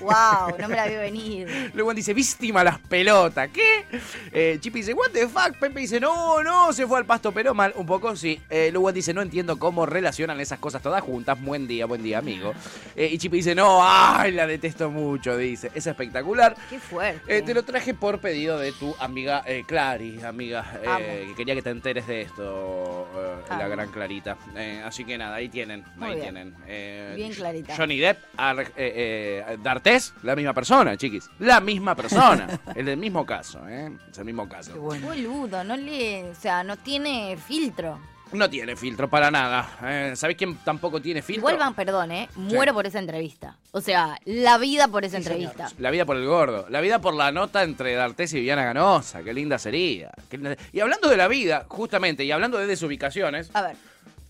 Speaker 5: Wow, no me la vi venir.
Speaker 2: Luego dice, víctima las pelotas. ¿Qué? Eh, Chipi dice, what the fuck? Pepe dice, no, no, se fue al pasto, pero mal. Un poco sí. Eh, Luwan dice, no entiendo cómo relacionan esas cosas todas juntas. Buen día, buen día, amigo. Eh, y Chipi dice, no, ay, la detesto mucho, dice. Es espectacular.
Speaker 5: Qué fuerte.
Speaker 2: Eh, te lo traje por pedido de tu amiga eh, Clary, amiga, eh,
Speaker 5: Amo.
Speaker 2: que quería que te enteres de esto, eh, la
Speaker 5: Amo.
Speaker 2: gran Clarita. Eh, así que nada, ahí tienen,
Speaker 5: Muy
Speaker 2: ahí
Speaker 5: bien.
Speaker 2: tienen. Eh,
Speaker 5: Bien clarita.
Speaker 2: Johnny Depp, Ar- eh, eh, D'Artés, la misma persona, chiquis. La misma persona, el del mismo caso, ¿eh? Es el mismo caso.
Speaker 5: Boludo, no le. O sea, no tiene filtro.
Speaker 2: No tiene filtro para nada. Eh, ¿Sabés quién tampoco tiene filtro?
Speaker 5: Igual van, perdón, ¿eh? Muero
Speaker 2: Sí.
Speaker 5: por esa entrevista. O sea, la vida por esa entrevista.
Speaker 2: La vida por el gordo. La vida por la nota entre D'Artes y Viviana Ganosa. Qué linda sería. Qué linda- Y hablando de la vida, justamente, y hablando de desubicaciones.
Speaker 5: A ver.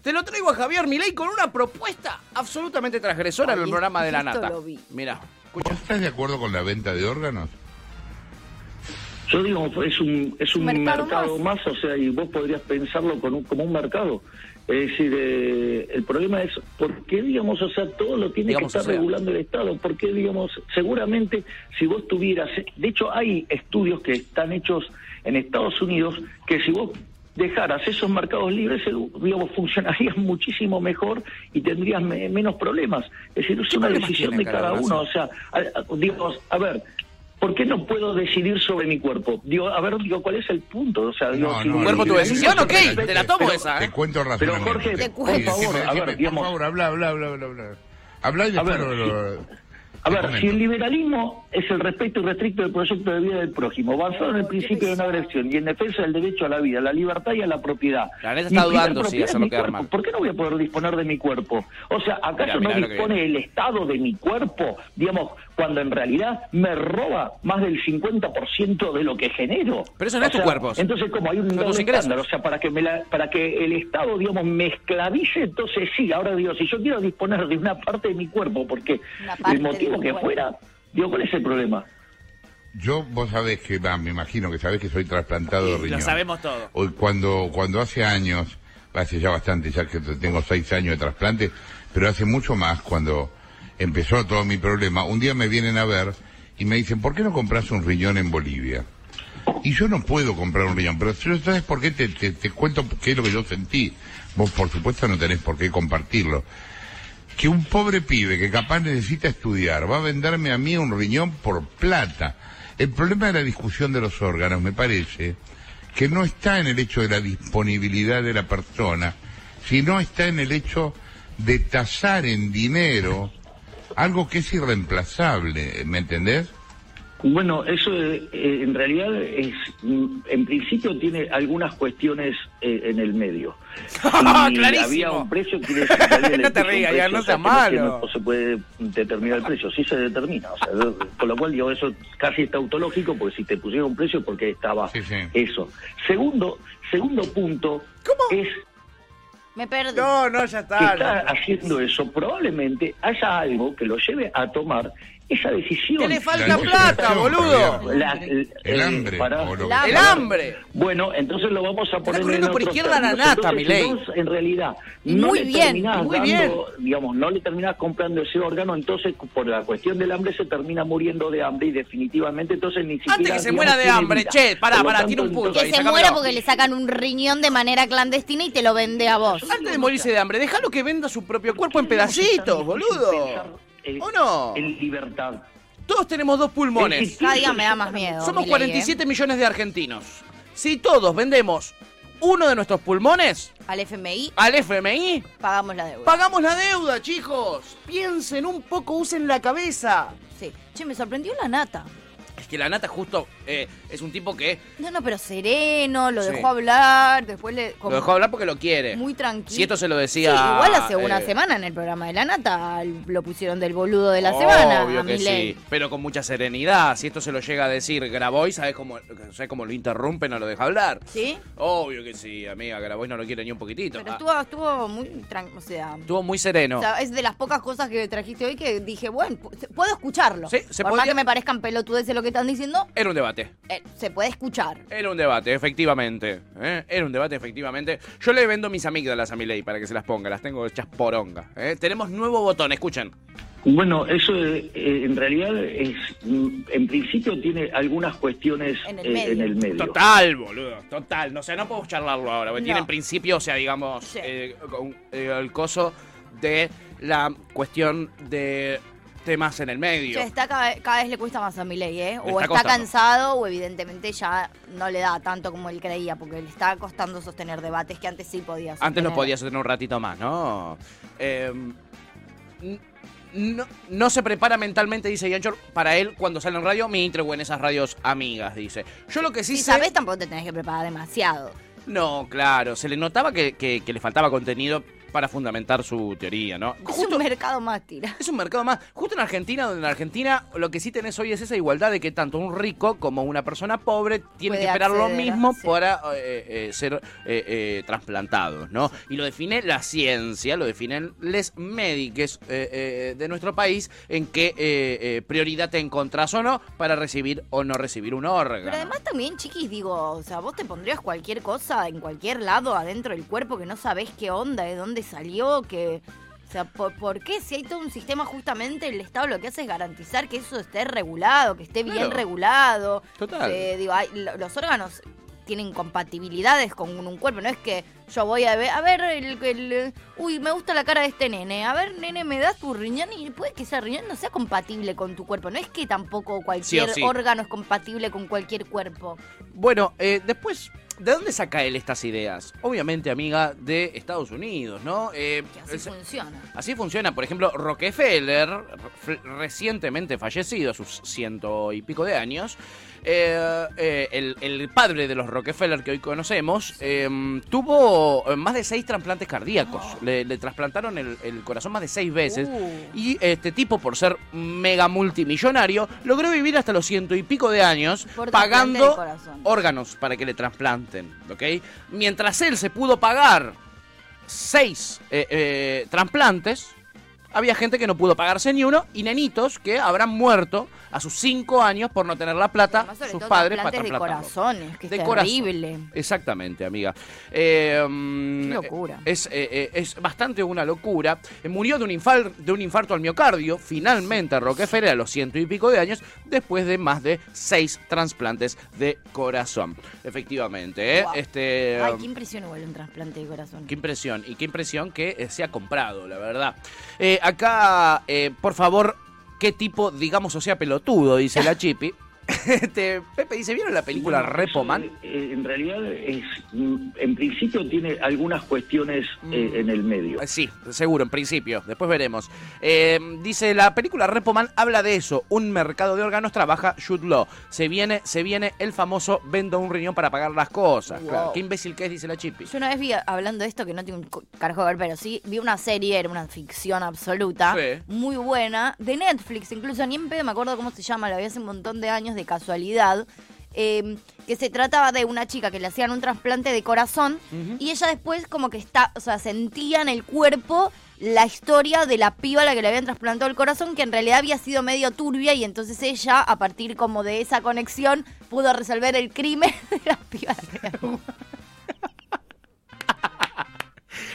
Speaker 2: Te lo traigo a Javier Milei con una propuesta absolutamente transgresora en el programa de la nata. Mira.
Speaker 12: ¿Estás de acuerdo con la venta de órganos?
Speaker 13: Yo digo, es un, es un
Speaker 12: Mercado
Speaker 13: mercado, más. o sea, y vos podrías pensarlo con un- como un mercado. Es decir, eh, el problema es, ¿por qué, digamos, o sea, todo lo tiene
Speaker 14: Digamos,
Speaker 13: que
Speaker 14: o
Speaker 13: estar
Speaker 14: sea.
Speaker 13: regulando el Estado? ¿Por qué, digamos, seguramente si vos tuvieras, de hecho hay estudios que están hechos en Estados Unidos que si vos dejaras esos mercados libres, el- digamos, funcionarías muchísimo mejor y tendrías me- menos problemas. Es decir, es
Speaker 2: ¿Qué
Speaker 13: una
Speaker 2: problemas
Speaker 13: decisión
Speaker 2: tiene
Speaker 13: de cada
Speaker 2: cada
Speaker 13: uno.
Speaker 2: uno?
Speaker 13: O sea, a- a- digamos, a ver, ¿Por qué no puedo decidir sobre mi cuerpo? Digo, a ver, digo, ¿cuál es el punto? O sea, digo, si-
Speaker 12: no, no,
Speaker 13: Pero-
Speaker 12: Pero
Speaker 2: ¿eh?
Speaker 12: Te cuento el
Speaker 13: Pero,
Speaker 12: razonamiento.
Speaker 13: Jorge,
Speaker 12: Te-
Speaker 13: por
Speaker 12: decime,
Speaker 13: favor, a
Speaker 12: decime,
Speaker 13: ver,
Speaker 12: por
Speaker 13: digamos-
Speaker 12: favor, habla, habla, habla, habla, habla. Habla y
Speaker 13: A
Speaker 12: después
Speaker 13: ver,
Speaker 12: lo- lo-
Speaker 13: A ver, si el liberalismo es el respeto irrestricto del proyecto de vida del prójimo, basado en el principio de no agresión y en defensa del derecho a la vida, la libertad y a la propiedad.
Speaker 2: La neta
Speaker 13: Mi
Speaker 2: está
Speaker 13: primera
Speaker 2: dudando si
Speaker 13: propiedad es
Speaker 2: hacerlo
Speaker 13: mi
Speaker 2: quedar
Speaker 13: cuerpo.
Speaker 2: mal.
Speaker 13: ¿Por qué no voy a poder disponer de mi cuerpo? O sea,
Speaker 2: Mirá,
Speaker 13: ¿acaso
Speaker 2: mirá
Speaker 13: no
Speaker 2: lo que
Speaker 13: dispone el Estado de mi cuerpo? Digamos, cuando en realidad me roba más del 50% de lo que genero.
Speaker 2: Pero eso no
Speaker 13: O
Speaker 2: es tu
Speaker 13: sea,
Speaker 2: cuerpo.
Speaker 13: Entonces, como hay un
Speaker 2: Son tus
Speaker 13: doble
Speaker 2: ingresos.
Speaker 13: estándar, o sea, para que, me la- para que el Estado, digamos, me esclavice, entonces sí, ahora digo, si yo quiero disponer de una parte de mi cuerpo, porque
Speaker 5: Una parte
Speaker 13: el motivo
Speaker 5: de
Speaker 13: que
Speaker 5: tu cuerpo.
Speaker 13: fuera, digo, ¿cuál es el problema?
Speaker 12: Yo, vos sabés que, va, me imagino que sabés que soy trasplantado de riñón.
Speaker 2: Lo sabemos todo.
Speaker 12: Hoy, cuando, cuando hace años, hace ya bastante, ya que tengo seis años de trasplante, pero hace mucho más, cuando empezó todo mi problema, un día me vienen a ver y me dicen, ¿por qué no compras un riñón en Bolivia? Y yo no puedo comprar un riñón, pero yo, ¿sabes por qué? Te, te- te cuento qué es lo que yo sentí. Vos, por supuesto, no tenés por qué compartirlo. Que un pobre pibe que capaz necesita estudiar va a venderme a mí un riñón por plata. El problema de la discusión de los órganos, me parece, que no está en el hecho de la disponibilidad de la persona, sino está en el hecho de tasar en dinero algo que es irreemplazable, ¿me entendés?
Speaker 13: Bueno, eso eh, eh, en realidad es, mm, en principio tiene algunas cuestiones eh, en el medio. Y
Speaker 2: Ah, Clarísimo.
Speaker 13: Había un precio que le- que le
Speaker 2: No te
Speaker 13: puso un
Speaker 2: rías,
Speaker 13: precio,
Speaker 2: ya, no
Speaker 13: o sea,
Speaker 2: seas
Speaker 13: que es que
Speaker 2: malo.
Speaker 13: No se puede determinar el precio, sí se determina. O sea, yo- con lo cual, digo, eso casi es tautológico, porque si te pusieron un precio, porque estaba eso. Segundo, segundo punto es
Speaker 5: Me perdí.
Speaker 2: No, no, ya
Speaker 13: que está haciendo eso, probablemente haya algo que lo lleve a tomar esa decisión.
Speaker 2: ¿Qué le falta La plata, boludo?
Speaker 13: La- el, hambre.
Speaker 2: que- El hambre.
Speaker 13: Bueno, entonces lo vamos a poner en
Speaker 2: corriendo por
Speaker 13: otros
Speaker 2: izquierda la
Speaker 13: términos.
Speaker 2: nata,
Speaker 13: Entonces, si
Speaker 2: Milei.
Speaker 13: vos, en realidad, no
Speaker 2: Muy
Speaker 13: le
Speaker 2: bien,
Speaker 13: terminás
Speaker 2: muy
Speaker 13: dando,
Speaker 2: bien.
Speaker 13: digamos, no le terminás comprando ese órgano, entonces por la cuestión del hambre se termina muriendo de hambre y definitivamente entonces ni siquiera...
Speaker 2: que se muera de
Speaker 13: tiene
Speaker 2: hambre,
Speaker 13: vida.
Speaker 2: che, pará,
Speaker 13: Por lo
Speaker 2: pará,
Speaker 13: tanto,
Speaker 2: tiene un punto
Speaker 13: entonces-
Speaker 5: Que se muera porque le sacan un riñón de manera clandestina y te lo vende a vos.
Speaker 2: Antes de morirse de hambre, déjalo que venda su propio cuerpo en pedacitos, boludo. ¿O no?
Speaker 13: En libertad.
Speaker 2: Todos tenemos dos pulmones.
Speaker 5: Cada día me da más miedo.
Speaker 2: Somos
Speaker 5: Milei, ¿eh?
Speaker 2: 47 millones de argentinos. Si todos vendemos uno de nuestros pulmones
Speaker 5: Al FMI
Speaker 2: al FMI,
Speaker 5: pagamos la deuda.
Speaker 2: pagamos la deuda, chicos. Piensen un poco, usen la cabeza.
Speaker 5: Sí. Che, me sorprendió la nata.
Speaker 2: Es que la nata justo eh, es un tipo que
Speaker 5: No, no, pero sereno, lo
Speaker 2: Sí.
Speaker 5: dejó hablar, después le... como
Speaker 2: lo dejó hablar porque lo quiere.
Speaker 5: Muy tranquilo.
Speaker 2: Si esto se lo
Speaker 5: Sí,
Speaker 2: decía...
Speaker 5: igual hace una
Speaker 2: eh,
Speaker 5: semana en el programa de la nata lo pusieron del boludo de la
Speaker 2: Obvio
Speaker 5: semana a
Speaker 2: que
Speaker 5: Milei.
Speaker 2: sí, pero con mucha serenidad. Si esto se lo llega a decir Grabois, ¿sabes cómo, sabés cómo lo interrumpe, no lo deja hablar?
Speaker 5: ¿Sí?
Speaker 2: Obvio que sí, amiga. Grabois no lo quiere ni un poquitito.
Speaker 5: Pero
Speaker 2: Ah,
Speaker 5: estuvo, estuvo muy tranquilo, o sea...
Speaker 2: estuvo muy sereno.
Speaker 5: o sea, es de las pocas cosas que trajiste hoy que dije, bueno, pu- puedo escucharlo.
Speaker 2: Sí, se
Speaker 5: Por más
Speaker 2: podría-
Speaker 5: que me parezcan pelotudeces lo que están diciendo,
Speaker 2: Era un debate.
Speaker 5: eh, se puede escuchar.
Speaker 2: Era un debate, efectivamente. ¿eh? Era un debate, efectivamente. Yo le vendo mis amígdalas a mi ley para que se las ponga. Las tengo hechas poronga. ¿eh? Tenemos nuevo botón, escuchen.
Speaker 13: Bueno, eso eh, eh, en realidad es, mm, en principio tiene algunas cuestiones eh, en el medio.
Speaker 2: Total, boludo. Total. No, o sea, no podemos charlarlo ahora. Porque
Speaker 13: No.
Speaker 2: tiene en principio, o sea, digamos, eh, con- eh, el coso de la cuestión de temas en el medio.
Speaker 5: Che, está cada, cada vez le cuesta más a Milei, ¿eh?
Speaker 2: Le
Speaker 5: O
Speaker 2: está
Speaker 5: está,
Speaker 2: costando.
Speaker 5: cansado o evidentemente ya no le da tanto como él creía, porque le está costando sostener debates que antes sí podía sostener.
Speaker 2: Antes lo podías sostener un ratito más, ¿no? Eh, n- no, no se prepara mentalmente, dice Yanchor, para él cuando sale en radio, me intro en esas radios amigas, dice. Yo lo que sí
Speaker 5: si
Speaker 2: sé...
Speaker 5: sabes, tampoco te tenés que preparar demasiado.
Speaker 2: No, claro, se le notaba que, que- que le faltaba contenido para fundamentar su teoría, ¿no?
Speaker 5: es un mercado más tira.
Speaker 2: Es un mercado más. Justo en Argentina, donde en Argentina lo que sí tenés hoy es esa igualdad de que tanto un rico como una persona pobre tienen
Speaker 5: Puede
Speaker 2: que esperar lo
Speaker 5: acceder,
Speaker 2: mismo para eh, eh, ser eh, eh, trasplantados, ¿no? Y lo define la ciencia, lo definen les médicos de nuestro país en qué eh, eh, prioridad te encontrás o no para recibir o no recibir un
Speaker 5: Pero
Speaker 2: órgano.
Speaker 5: además también, chiquis, digo, o sea, vos te pondrías cualquier cosa en cualquier lado adentro del cuerpo que no sabés qué onda, de dónde salió, que... O sea, ¿por, por qué? Si hay todo un sistema, justamente el Estado lo que hace es garantizar que eso esté regulado, que esté bien
Speaker 14: Claro.
Speaker 5: regulado.
Speaker 14: Total.
Speaker 5: Eh, digo, hay- lo- los órganos tienen compatibilidades con un, un cuerpo, no es que yo voy a ver, a ver, el, el- uy, me gusta la cara de este nene, a ver, nene, me das tu riñón y puede que ese riñón no sea compatible con tu cuerpo, no es que tampoco cualquier
Speaker 2: Sí o
Speaker 5: cualquier
Speaker 2: sí.
Speaker 5: órgano es compatible con cualquier cuerpo.
Speaker 2: Bueno, eh, después, ¿de dónde saca él estas ideas? Obviamente, amiga, de Estados Unidos, ¿no? Eh,
Speaker 5: Así
Speaker 2: es-
Speaker 5: funciona.
Speaker 2: Así funciona, por ejemplo, Rockefeller, re- recientemente fallecido a sus ciento y pico de años, eh, eh, el, el padre de los Rockefeller que hoy conocemos, eh, tuvo eh, más de seis trasplantes cardíacos. Le, le trasplantaron el, el corazón más de seis veces.
Speaker 13: Uh.
Speaker 2: Y este tipo, por ser mega multimillonario, logró vivir hasta los ciento y pico de años
Speaker 5: Por trasplante de
Speaker 2: pagando
Speaker 5: corazón.
Speaker 2: órganos para que le trasplanten, ¿ok? Mientras él se pudo pagar seis eh, eh, trasplantes, había gente que no pudo pagarse ni uno y nenitos que habrán muerto a sus cinco años por no tener la plata
Speaker 5: Además, sobre
Speaker 2: sus
Speaker 5: todo
Speaker 2: padres para
Speaker 5: trasplantes de
Speaker 2: trasplantarlo.
Speaker 5: corazones, que es
Speaker 2: De
Speaker 5: terrible.
Speaker 2: corazón. Exactamente, amiga. Eh, mm,
Speaker 5: Qué locura.
Speaker 2: eh, Es, eh, eh, es bastante una locura. Eh, Murió de un, infar- de un infarto al miocardio, finalmente Rockefeller, a los ciento y pico de años, después de más de seis trasplantes de corazón. Efectivamente, ¿eh?
Speaker 5: Guau.
Speaker 2: Este,
Speaker 5: Ay,
Speaker 2: um,
Speaker 5: qué impresión igual un trasplante de corazón.
Speaker 2: Qué impresión, y qué impresión que eh, se ha comprado, la verdad. Eh, acá, eh, por favor, ¿qué tipo, digamos, o sea, pelotudo? Dice la Chipi. Este, Pepe dice, ¿vieron la película
Speaker 13: Bueno,
Speaker 2: Repoman?
Speaker 13: eso, eh, en realidad, es, mm, en principio, tiene algunas cuestiones eh, en el medio.
Speaker 2: Eh, Sí, seguro, en principio. Después veremos. Eh, dice, la película Repoman habla de eso. Un mercado de órganos trabaja Jude Law. Se viene, se viene el famoso vendo un riñón para pagar las cosas.
Speaker 5: Wow.
Speaker 2: Claro, qué imbécil que es, dice la Chipi.
Speaker 5: Yo una vez vi, hablando de esto, que no tiene un co- carajo que ver, pero sí, vi una serie, era una ficción absoluta,
Speaker 2: Sí.
Speaker 5: muy buena, de Netflix, incluso ni en pedo me acuerdo cómo se llama, la vi hace un montón de años, de casualidad, eh, que se trataba de una chica que le hacían un trasplante de corazón
Speaker 14: Ujú.
Speaker 5: y ella después como que está, o sea, sentía en el cuerpo la historia de la piba a la que le habían trasplantado el corazón, que en realidad había sido medio turbia y entonces ella, a partir como de esa conexión, pudo resolver el crimen de la piba a la que le habían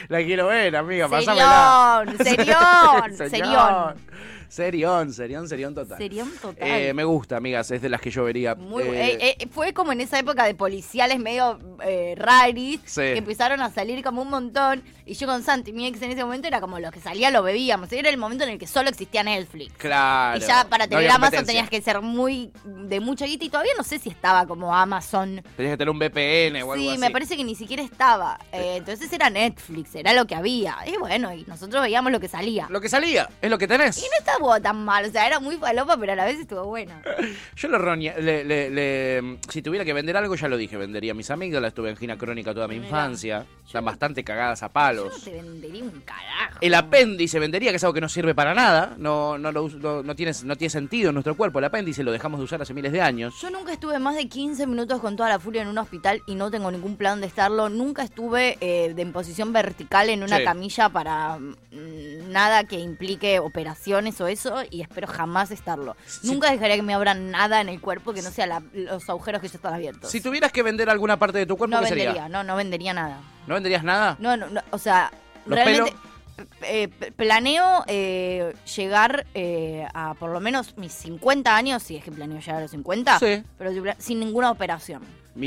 Speaker 2: La quiero ver, amiga,
Speaker 5: Serión,
Speaker 2: pasámela.
Speaker 5: serión,
Speaker 2: serión. Serión, serión, serión total.
Speaker 5: Sería un total.
Speaker 2: Eh, me gusta, amigas, es de las que yo vería.
Speaker 5: Muy-
Speaker 2: Eh,
Speaker 5: eh, eh, fue como en esa época de policiales medio eh, raris
Speaker 2: Sí.
Speaker 5: que empezaron a salir como un montón. Y yo con Santi, mi ex en ese momento, era como los que salía lo bebíamos. Era el momento en el que solo existía Netflix.
Speaker 2: Claro.
Speaker 5: y ya para
Speaker 2: no
Speaker 5: tener
Speaker 2: había
Speaker 5: Amazon
Speaker 2: competencia.
Speaker 5: tenías que ser muy de mucha guita. Y todavía no sé si estaba como Amazon.
Speaker 2: Tenías que tener un VPN o algo
Speaker 5: Sí,
Speaker 2: así.
Speaker 5: me parece que ni siquiera estaba. Eh, entonces era Netflix, era lo que había. Y bueno, y nosotros veíamos lo que salía.
Speaker 2: Lo que salía, es lo que tenés.
Speaker 5: Y no estaba tan mal, o sea, era muy falopa, pero a la vez estuvo buena.
Speaker 2: Yo le, roña- le- le- le- mm, Si tuviera que vender algo, ya lo dije, vendería mis amígdalas. Estuve en gina crónica toda mi infancia. Están bastante cagadas a palos.
Speaker 5: Te vendería un carajo.
Speaker 2: El apéndice vendería, que es algo que no sirve para nada. No, no, lo us- no, no tiene, no tiene sentido en nuestro cuerpo. El apéndice lo dejamos de usar hace miles de años.
Speaker 5: Yo nunca estuve más de 15 minutos con toda la furia en un hospital y no tengo ningún plan de estarlo. Nunca estuve eh, de en posición vertical en una
Speaker 14: Sí.
Speaker 5: camilla para mm, nada que implique operaciones o eso y espero jamás estarlo. Nunca dejaría que me abran nada en el cuerpo que no sea la- los agujeros que ya están abiertos.
Speaker 2: Si tuvieras que vender alguna parte de tu cuerpo,
Speaker 5: no
Speaker 2: ¿qué
Speaker 5: vendería,
Speaker 2: sería?
Speaker 5: no, no vendería nada.
Speaker 2: ¿No venderías nada?
Speaker 5: No, no, no, o sea,
Speaker 2: Los
Speaker 5: realmente eh, p- planeo eh, llegar eh, a por lo menos mis 50 años, si es que planeo llegar a los 50,
Speaker 2: Sí.
Speaker 5: pero si pla- sin ninguna operación.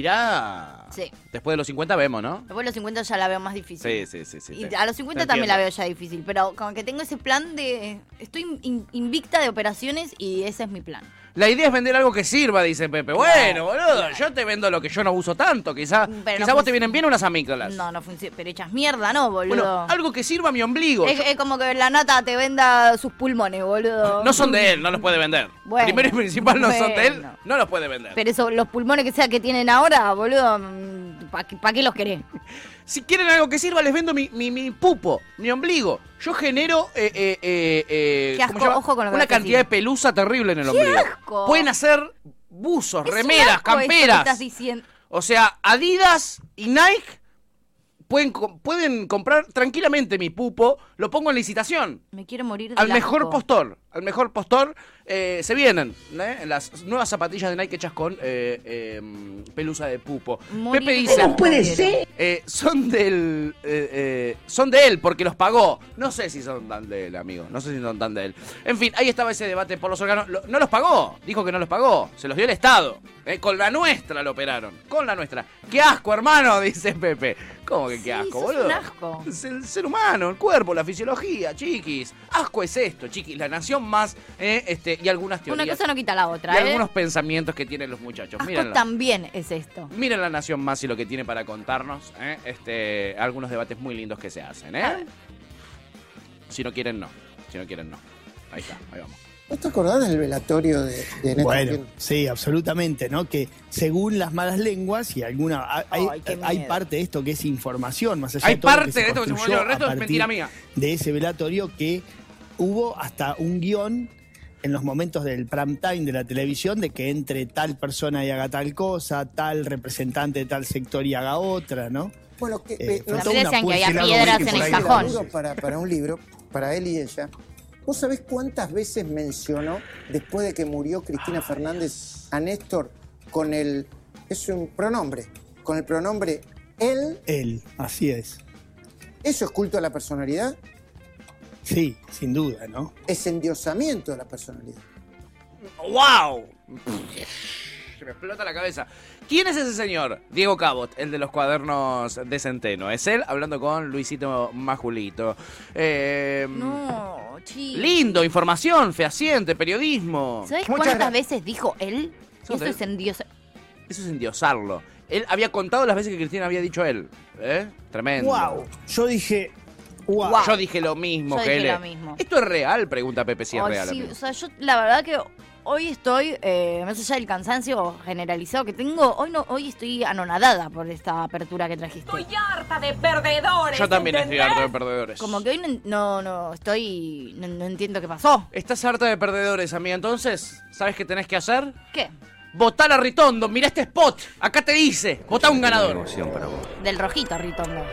Speaker 2: Mirá.
Speaker 5: Sí.
Speaker 2: Después de los 50 vemos, ¿no?
Speaker 5: Después de los 50 ya la veo más difícil.
Speaker 2: Sí, sí, sí. sí
Speaker 5: Y
Speaker 2: te-
Speaker 5: a los
Speaker 2: te
Speaker 5: 50 también la
Speaker 2: entiendo.
Speaker 5: veo ya difícil, pero como que tengo ese plan de... Estoy in- in- invicta de operaciones y ese es mi plan.
Speaker 2: La idea es vender algo que sirva, dice Pepe. Bueno, boludo, yo te vendo lo que yo no uso tanto. Quizá,
Speaker 5: Pero
Speaker 2: quizá
Speaker 5: no
Speaker 2: vos te
Speaker 5: func-
Speaker 2: vienen bien unas amígdalas.
Speaker 5: No, no funciona. Pero echas mierda, ¿no, boludo?
Speaker 2: Bueno, algo que sirva a mi ombligo.
Speaker 5: es, es como que la nata te venda sus pulmones, boludo.
Speaker 2: No son de él, no los puede vender.
Speaker 5: Bueno.
Speaker 2: Primero y principal no son de él,
Speaker 5: Bueno.
Speaker 2: no los puede vender.
Speaker 5: Pero eso, los pulmones que sea que tienen ahora, boludo, mm, ¿Para qué los querés?
Speaker 2: Si quieren algo que sirva, les vendo mi, mi- mi pupo, mi ombligo. Yo genero eh, eh, eh, eh,
Speaker 5: Qué asco,
Speaker 2: ¿cómo se llama?
Speaker 5: ojo con lo que
Speaker 2: una
Speaker 5: vas a
Speaker 2: cantidad de
Speaker 5: decir.
Speaker 2: pelusa terrible en el ombligo.
Speaker 5: asco!
Speaker 2: Pueden hacer buzos,
Speaker 5: Es un
Speaker 2: remeras,
Speaker 5: asco esto que
Speaker 2: camperas.
Speaker 5: estás diciendo.
Speaker 2: O sea, Adidas y Nike pueden, co- pueden comprar tranquilamente mi pupo. Lo pongo en licitación.
Speaker 5: Me quiero morir de
Speaker 2: Al mejor
Speaker 5: postor.
Speaker 2: postor, al mejor postor eh, se vienen ¿eh? las nuevas zapatillas de Nike hechas con eh, eh, pelusa de pupo.
Speaker 5: Morir
Speaker 2: Pepe
Speaker 5: de
Speaker 2: dice,
Speaker 5: ¿Cómo puede ser?
Speaker 2: Eh, son del, eh, eh, son de él porque los pagó. No sé si son tan de él, amigo. No sé si son tan de él. En fin, ahí estaba ese debate por los órganos. Lo- no los pagó. Dijo que no los pagó. Se los dio el Estado. ¿eh? Con la nuestra lo operaron. Con la nuestra. Qué asco, hermano, dice Pepe. ¿Cómo que qué asco,
Speaker 5: sos
Speaker 2: boludo?
Speaker 5: un asco.
Speaker 2: Es el ser humano, el cuerpo, la fisiología, chiquis. Asco es esto, chiquis. La nación más, eh, este, y algunas teorías.
Speaker 5: Una cosa no quita la otra,
Speaker 2: y
Speaker 5: ¿eh?
Speaker 2: algunos pensamientos que tienen los muchachos.
Speaker 5: Asco
Speaker 2: Mírenla.
Speaker 5: también es esto.
Speaker 2: Miren la Nación más y lo que tiene para contarnos. ¿eh? Este, algunos debates muy lindos que se hacen. ¿eh? Si no quieren, no. Si no quieren, no. Ahí está, ahí vamos.
Speaker 14: ¿No te acordás del velatorio de, de Néstor
Speaker 15: Bueno,
Speaker 14: Kirchner?
Speaker 15: sí, absolutamente, ¿no? Que según las malas lenguas y alguna ha- hay, hay parte de esto que es información, más allá
Speaker 2: Hay
Speaker 15: de todo lo
Speaker 2: parte de esto que se
Speaker 15: construyó
Speaker 2: murió, el resto
Speaker 15: a
Speaker 2: es
Speaker 15: partir
Speaker 2: mentira mía.
Speaker 15: De ese velatorio que hubo hasta un guión en los momentos del prime time de la televisión de que entre tal persona y haga tal cosa, tal representante de tal sector y haga otra, ¿no?
Speaker 14: Bueno, que,
Speaker 15: Eh, fue
Speaker 14: no-
Speaker 15: toda una pulsera doble por ahí.
Speaker 14: Saludo Para, para un libro, para él y ella. ¿Vos sabés cuántas veces mencionó, después de que murió Cristina Fernández, a Néstor con el. Es un pronombre. Con el pronombre él.
Speaker 15: Él, así es.
Speaker 14: ¿Eso es culto a la personalidad?
Speaker 15: Sí, sin duda, ¿no?
Speaker 14: Es endiosamiento de la personalidad.
Speaker 2: ¡Wow! Se me explota la cabeza. ¿Quién es ese señor? Diego Cabot, el de los cuadernos de Centeno. Es él hablando con Luisito Majulito. Eh,
Speaker 5: No, chico.
Speaker 2: Lindo, información, fehaciente, periodismo.
Speaker 5: ¿Sabes
Speaker 2: Muchas
Speaker 5: cuántas
Speaker 2: gracias.
Speaker 5: veces dijo él? Y
Speaker 2: Son
Speaker 5: eso
Speaker 2: de-
Speaker 5: es endiosa.
Speaker 2: Eso es endiosarlo. Él había contado las veces que Cristina había dicho él. ¿eh? Tremendo.
Speaker 15: Wow. Yo dije, wow.
Speaker 2: Yo dije lo mismo
Speaker 5: Yo
Speaker 2: que
Speaker 5: dije
Speaker 2: él.
Speaker 5: lo mismo.
Speaker 2: ¿Esto es real? Pregunta Pepe si es
Speaker 5: Ay,
Speaker 2: real.
Speaker 5: Oh, sí,
Speaker 2: amigo.
Speaker 5: o sea, yo la verdad que hoy estoy, eh, más allá del cansancio generalizado que tengo, hoy no, hoy estoy anonadada por esta apertura que trajiste. Estoy harta de perdedores.
Speaker 2: Yo también estoy harto de perdedores.
Speaker 5: Como que hoy no, no, no, estoy, no, no entiendo qué pasó.
Speaker 2: Estás harta de perdedores, amiga. Entonces, ¿sabes qué tenés que hacer?
Speaker 5: ¿Qué?
Speaker 2: Votar a Ritondo. Mirá este spot. Acá te dice. Votá a un ganador.
Speaker 5: Del rojito, Ritondo.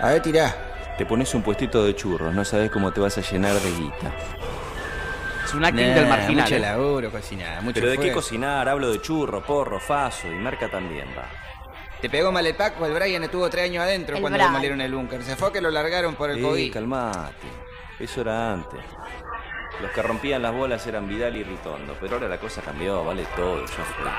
Speaker 16: A ver, tirá. Te pones un puestito de churros, no sabes cómo te vas a llenar de guita.
Speaker 2: Es un acting del marginal.
Speaker 16: mucho
Speaker 2: eh.
Speaker 16: laburo, cocinar.
Speaker 17: mucho
Speaker 16: Pero de qué
Speaker 17: esfuerzo.
Speaker 16: cocinar, hablo de churro, porro, faso y marca también, va.
Speaker 17: Te pegó mal el Paco, el Brian estuvo tres años adentro
Speaker 16: El
Speaker 17: cuando
Speaker 16: Brian.
Speaker 17: demolieron el búnker. Se fue que lo largaron por el
Speaker 16: Eh,
Speaker 17: COVID.
Speaker 16: calmate. Eso era antes. Los que rompían las bolas eran Vidal y Ritondo, pero ahora la cosa cambió, vale todo, ya fue.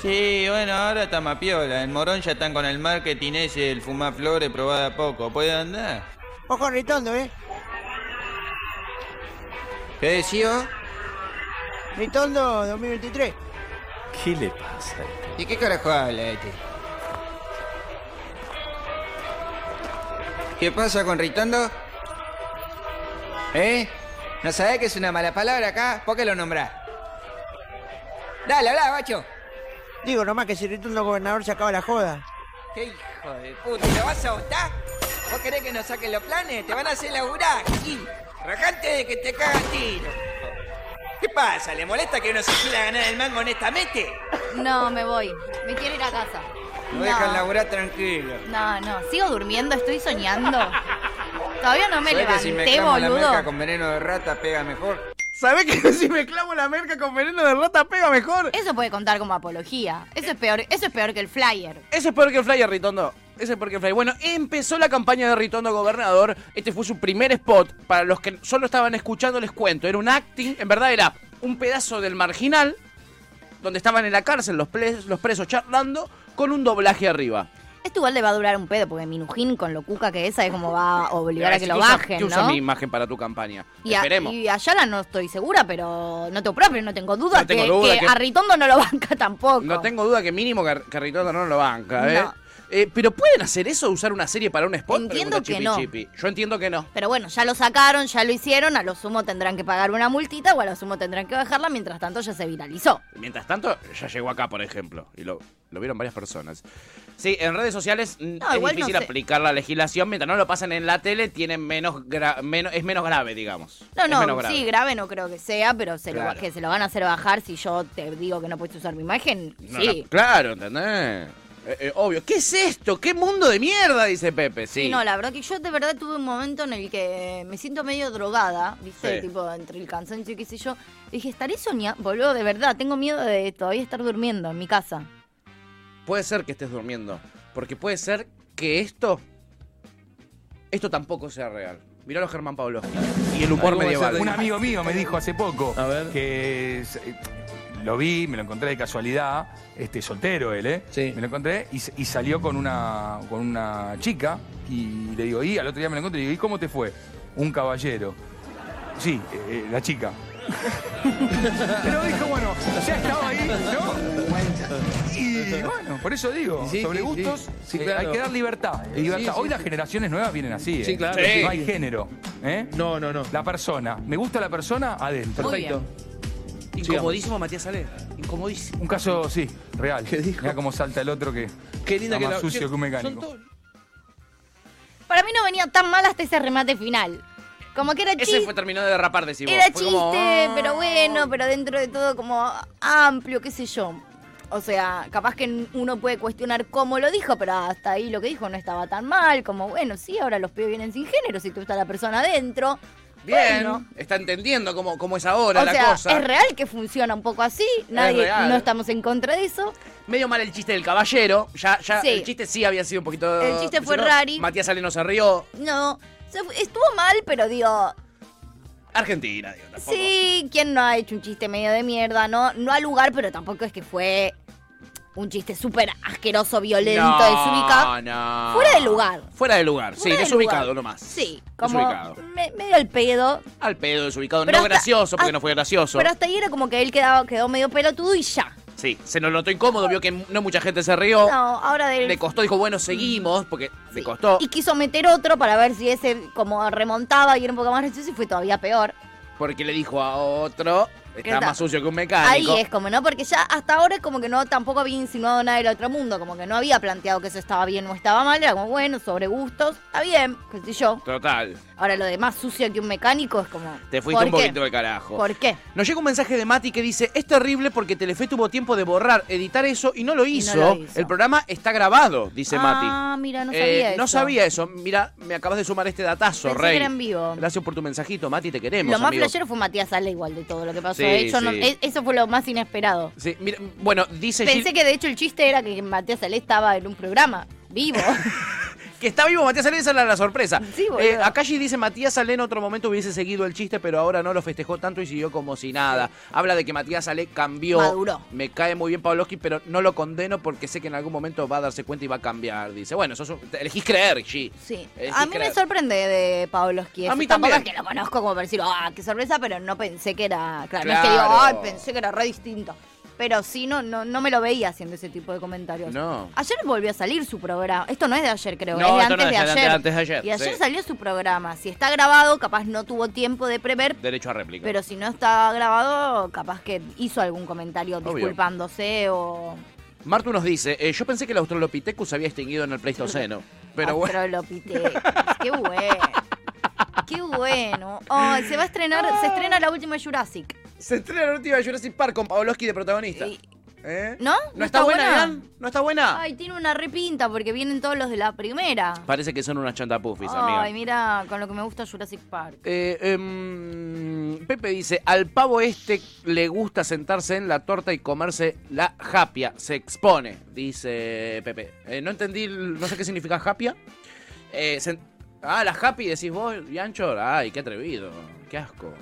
Speaker 17: Sí, bueno, ahora está Mapiola. En Morón ya están con el marketing ese, el fumar flores, probada a poco. ¿Puede andar?
Speaker 18: Ojo Ritondo, ¿eh?
Speaker 17: ¿Qué decía?
Speaker 18: Ritondo 2023.
Speaker 16: ¿Qué le pasa a este?
Speaker 17: ¿Y qué carajo habla este? ¿Qué pasa con Ritondo? ¿Eh? ¿No sabés que es una mala palabra acá? ¿Por qué lo nombrás? Dale, habla, bacho.
Speaker 18: Digo nomás que si Ritondo gobernador se acaba la joda.
Speaker 17: ¿Qué hijo de puta? ¿Lo vas a votar? ¿Vos querés que nos saquen los planes? Te van a hacer laburar, y Rajante de que te cagan tiro. ¿Qué pasa? ¿Le molesta que uno se quiera ganar el mango honestamente?
Speaker 5: No, me voy. Me quiero ir a casa.
Speaker 17: Lo dejan
Speaker 5: No,
Speaker 17: laburar tranquilo.
Speaker 5: no, no. Sigo durmiendo, estoy soñando. Todavía no me
Speaker 17: ¿Sabés que
Speaker 5: levanté,
Speaker 17: si mezclamos la
Speaker 5: boludo.
Speaker 17: merca con veneno de rata pega mejor?
Speaker 2: ¿Sabés que si me clavo la merca con veneno de rata pega mejor?
Speaker 5: Eso puede contar como apología. Eso es peor, eso es peor que el flyer.
Speaker 2: Ese es peor que el flyer, Ritondo. Ese es peor que el flyer. Bueno, empezó la campaña de Ritondo Gobernador. Este fue su primer spot. Para los que solo estaban escuchando, les cuento. Era un acting, en verdad era un pedazo del marginal, donde estaban en la cárcel los, pres- los presos charlando, con un doblaje arriba.
Speaker 5: Esto igual le va a durar un pedo, porque Minujín con lo cuca que esa es como va a obligar a que
Speaker 2: Así
Speaker 5: lo
Speaker 2: usa-
Speaker 5: bajen,
Speaker 2: que usa mi
Speaker 5: ¿no?
Speaker 2: imagen para tu campaña.
Speaker 5: Y, a,
Speaker 2: Esperemos.
Speaker 5: y allá la no estoy segura, pero no tengo propio, no tengo duda,
Speaker 2: No tengo
Speaker 5: que,
Speaker 2: duda
Speaker 5: que
Speaker 2: que-
Speaker 5: a Ritondo no lo banca tampoco.
Speaker 2: No tengo duda que mínimo Car- Carritondo no lo banca, ¿eh?
Speaker 5: No.
Speaker 2: Eh, pero pueden hacer eso, usar una serie para un spot.
Speaker 5: Entiendo
Speaker 2: Pregunta
Speaker 5: que
Speaker 2: Chipi
Speaker 5: no.
Speaker 2: Chipi. Yo entiendo que no.
Speaker 5: Pero bueno, ya lo sacaron, ya lo hicieron, a lo sumo tendrán que pagar una multita o a lo sumo tendrán que bajarla, mientras tanto ya se viralizó.
Speaker 2: Mientras tanto, ya llegó acá, por ejemplo, y lo, lo vieron varias personas. Sí, en redes sociales mm, es
Speaker 5: igual no
Speaker 2: difícil
Speaker 5: sé.
Speaker 2: aplicar la legislación. Mientras no lo pasen en la tele, tienen menos gra- menos, es menos grave, digamos.
Speaker 5: No,
Speaker 2: Es
Speaker 5: no,
Speaker 2: menos grave.
Speaker 5: sí, grave no creo que sea, pero se lo, va-
Speaker 2: Claro.
Speaker 5: que se lo van a hacer bajar si yo te digo que no puedes usar mi imagen.
Speaker 2: No,
Speaker 5: sí.
Speaker 2: no, claro, ¿entendés? Eh, eh, obvio. ¿Qué es esto? ¿Qué mundo de mierda? Dice Pepe. Sí.
Speaker 5: Sí, no, la verdad que yo de verdad tuve un momento en el que me siento medio drogada, ¿viste?
Speaker 2: Sí.
Speaker 5: Tipo, entre el cansancio y qué sé yo. Dije, ¿estaré soñando? Boludo, de verdad, tengo miedo de todavía estar durmiendo en mi casa.
Speaker 2: Puede ser que estés durmiendo. Porque puede ser que esto. Esto tampoco sea real. Mirá los Germán Pablo. Y el humor
Speaker 19: Algo va a
Speaker 2: medieval.
Speaker 19: ser de- Un amigo mío me dijo hace poco que es- eh, lo vi, me lo encontré de casualidad, este soltero él, ¿eh? Me lo encontré y, s- y salió con una, con una chica y le digo, y al otro día me lo encontré y le digo, ¿y cómo te fue? Un caballero. Sí, eh, eh, la chica. Pero dijo, bueno, ya estaba ahí, ¿no? Y bueno, por eso digo,
Speaker 20: Sí,
Speaker 19: sobre
Speaker 20: sí,
Speaker 19: gustos
Speaker 20: sí. Sí,
Speaker 19: eh,
Speaker 20: claro.
Speaker 19: hay que dar libertad.
Speaker 20: Sí,
Speaker 19: libertad.
Speaker 20: sí,
Speaker 19: Hoy las
Speaker 20: sí.
Speaker 19: generaciones nuevas vienen así, ¿eh?
Speaker 20: Sí, claro, sí.
Speaker 19: No hay género. No, no, no. La persona. ¿Me gusta la persona? Adentro.
Speaker 2: Muy bien. Ah, Incomodísimo, Matías Ale. Incomodísimo.
Speaker 19: Un caso, sí, real. Mira cómo salta el otro que.
Speaker 2: Qué
Speaker 20: linda
Speaker 19: está
Speaker 20: que
Speaker 19: más
Speaker 20: la-
Speaker 19: sucio
Speaker 20: Son
Speaker 19: que un mecánico.
Speaker 5: Para mí no venía tan mal hasta ese remate final. Como que era
Speaker 2: Ese
Speaker 5: chiste.
Speaker 2: fue terminó de derrapar, decimos. "Ah,
Speaker 5: Era chiste, pero bueno, pero dentro de todo como amplio, qué sé yo. O sea, capaz que uno puede cuestionar cómo lo dijo, pero hasta ahí lo que dijo no estaba tan mal. Como, bueno, sí, ahora los pibes vienen sin género, si tú está la persona adentro.
Speaker 2: Bien.
Speaker 5: Bueno.
Speaker 2: Está entendiendo cómo, cómo es ahora
Speaker 5: o
Speaker 2: la
Speaker 5: sea,
Speaker 2: cosa.
Speaker 5: es real que funciona un poco así, nadie,
Speaker 2: real.
Speaker 5: no estamos en contra de eso.
Speaker 2: Medio mal el chiste del caballero. Ya, ya
Speaker 5: Sí.
Speaker 2: el chiste sí había sido un poquito.
Speaker 5: El chiste fue
Speaker 2: ¿no?
Speaker 5: rari.
Speaker 2: Matías Ale no se rió.
Speaker 5: No, se fu- estuvo mal, pero digo,
Speaker 2: Argentina, digo, tampoco.
Speaker 5: Sí, ¿quién no ha hecho un chiste medio de mierda? No, no al lugar, pero tampoco es que fue un chiste súper asqueroso, violento,
Speaker 2: No,
Speaker 5: desubicado.
Speaker 2: no.
Speaker 5: Fuera de lugar.
Speaker 2: Fuera de lugar,
Speaker 5: Fuera
Speaker 2: sí,
Speaker 5: de
Speaker 2: desubicado
Speaker 5: lugar.
Speaker 2: nomás.
Speaker 5: Sí, como
Speaker 2: Desubicado.
Speaker 5: me- medio al pedo.
Speaker 2: Al pedo desubicado.
Speaker 5: Pero
Speaker 2: no
Speaker 5: hasta-
Speaker 2: gracioso, porque
Speaker 5: hasta-
Speaker 2: no fue gracioso.
Speaker 5: Pero hasta ahí era como que él quedaba, quedó medio pelotudo y ya.
Speaker 2: Sí, se nos notó incómodo, vio que no mucha gente se rió.
Speaker 5: No, ahora del-
Speaker 2: Le costó, dijo, bueno, seguimos, porque le costó.
Speaker 5: Y quiso meter otro para ver si ese como remontaba y era un poco más gracioso y fue todavía peor.
Speaker 2: Porque le dijo a otro,
Speaker 5: ¿Qué
Speaker 2: está
Speaker 5: tal?
Speaker 2: más sucio que un mecánico.
Speaker 5: Ahí es como, ¿no? Porque ya hasta ahora es como que no tampoco había insinuado nada del otro mundo, como que no había planteado que eso estaba bien o estaba mal, era como, bueno, sobre gustos, está bien, qué sé yo.
Speaker 2: Total,
Speaker 5: Ahora lo de más sucio que un mecánico es como...
Speaker 2: te fuiste
Speaker 5: ¿por
Speaker 2: un
Speaker 5: qué?
Speaker 2: poquito de carajo.
Speaker 5: ¿Por qué?
Speaker 2: Nos llega un mensaje de Mati que dice, es terrible porque Telefe tuvo tiempo de borrar, editar eso y no lo hizo.
Speaker 5: lo hizo.
Speaker 2: El programa está grabado, dice Mati.
Speaker 5: Ah, mira, no
Speaker 2: Eh,
Speaker 5: sabía eso.
Speaker 2: No sabía eso. Mira, me acabas de sumar este datazo,
Speaker 5: Pensé
Speaker 2: Rey.
Speaker 5: que era en vivo.
Speaker 2: Gracias por tu mensajito, Mati, te queremos.
Speaker 5: Lo más
Speaker 2: amigo.
Speaker 5: flashero fue Matías Ale igual de todo lo que pasó.
Speaker 2: Sí,
Speaker 5: ¿eh? Yo no-
Speaker 2: sí.
Speaker 5: e- eso fue lo más inesperado.
Speaker 2: Sí, mira, bueno, dice Gil-
Speaker 5: Pensé que de hecho el chiste era que Matías Ale estaba en un programa vivo.
Speaker 2: que está vivo Matías Alén, esa era la sorpresa.
Speaker 5: boludo.
Speaker 2: Eh, acá Gil dice, Matías Alén en otro momento hubiese seguido el chiste, pero ahora no lo festejó tanto y siguió como si nada. Habla de que Matías Ale cambió.
Speaker 5: Maduró.
Speaker 2: Me cae muy bien Pavlovsky, pero no lo condeno porque sé que en algún momento va a darse cuenta y va a cambiar. Dice, bueno, sos un- te- elegís creer, Gil.
Speaker 5: Sí.
Speaker 2: Elegís
Speaker 5: A mí me
Speaker 2: creer.
Speaker 5: sorprende de Pablo Esquiel.
Speaker 2: A mí
Speaker 5: Tampoco
Speaker 2: también.
Speaker 5: es que lo conozco como para decir, ah, qué sorpresa, pero no pensé que era. Claro, no es que
Speaker 2: Claro.
Speaker 5: digo, ay, pensé que era re distinto. Pero sí, no, no, no me lo veía haciendo ese tipo de comentarios.
Speaker 2: No.
Speaker 5: Ayer volvió a salir su programa. Esto no es de ayer, creo.
Speaker 2: No,
Speaker 5: es de
Speaker 2: esto
Speaker 5: antes,
Speaker 2: no
Speaker 5: de
Speaker 2: es de
Speaker 5: ayer.
Speaker 2: antes de ayer,
Speaker 5: Y ayer
Speaker 2: sí.
Speaker 5: salió su programa. Si está grabado, capaz no tuvo tiempo de prever.
Speaker 2: Derecho a réplica.
Speaker 5: Pero si no está grabado, capaz que hizo algún comentario
Speaker 2: Obvio.
Speaker 5: disculpándose o.
Speaker 2: Martu nos dice, eh, yo pensé que el Australopithecus se había extinguido en el Pleistoceno.
Speaker 5: Ah,
Speaker 2: Pero bueno.
Speaker 5: Australopithecus. Qué bueno. Qué bueno. Ay, se va a estrenar, se estrena la última Jurassic.
Speaker 2: Se estrena la última de Jurassic Park con Pavlovsky de protagonista. ¿Eh?
Speaker 5: ¿No?
Speaker 2: ¿No está buena, Ian? ¿No está buena?
Speaker 5: Ay, tiene una repinta porque vienen todos los de la primera.
Speaker 2: Parece que son unas chantapuffis, amiga.
Speaker 5: Ay, mira, con lo que me gusta Jurassic Park.
Speaker 2: Eh, em, Pepe dice, al pavo este le gusta sentarse en la torta y comerse la japia, se expone, dice Pepe. Eh, no entendí, el- no sé qué significa japia. Eh, sen- ah, la japi decís vos, Yancho, ay, qué atrevido, qué asco.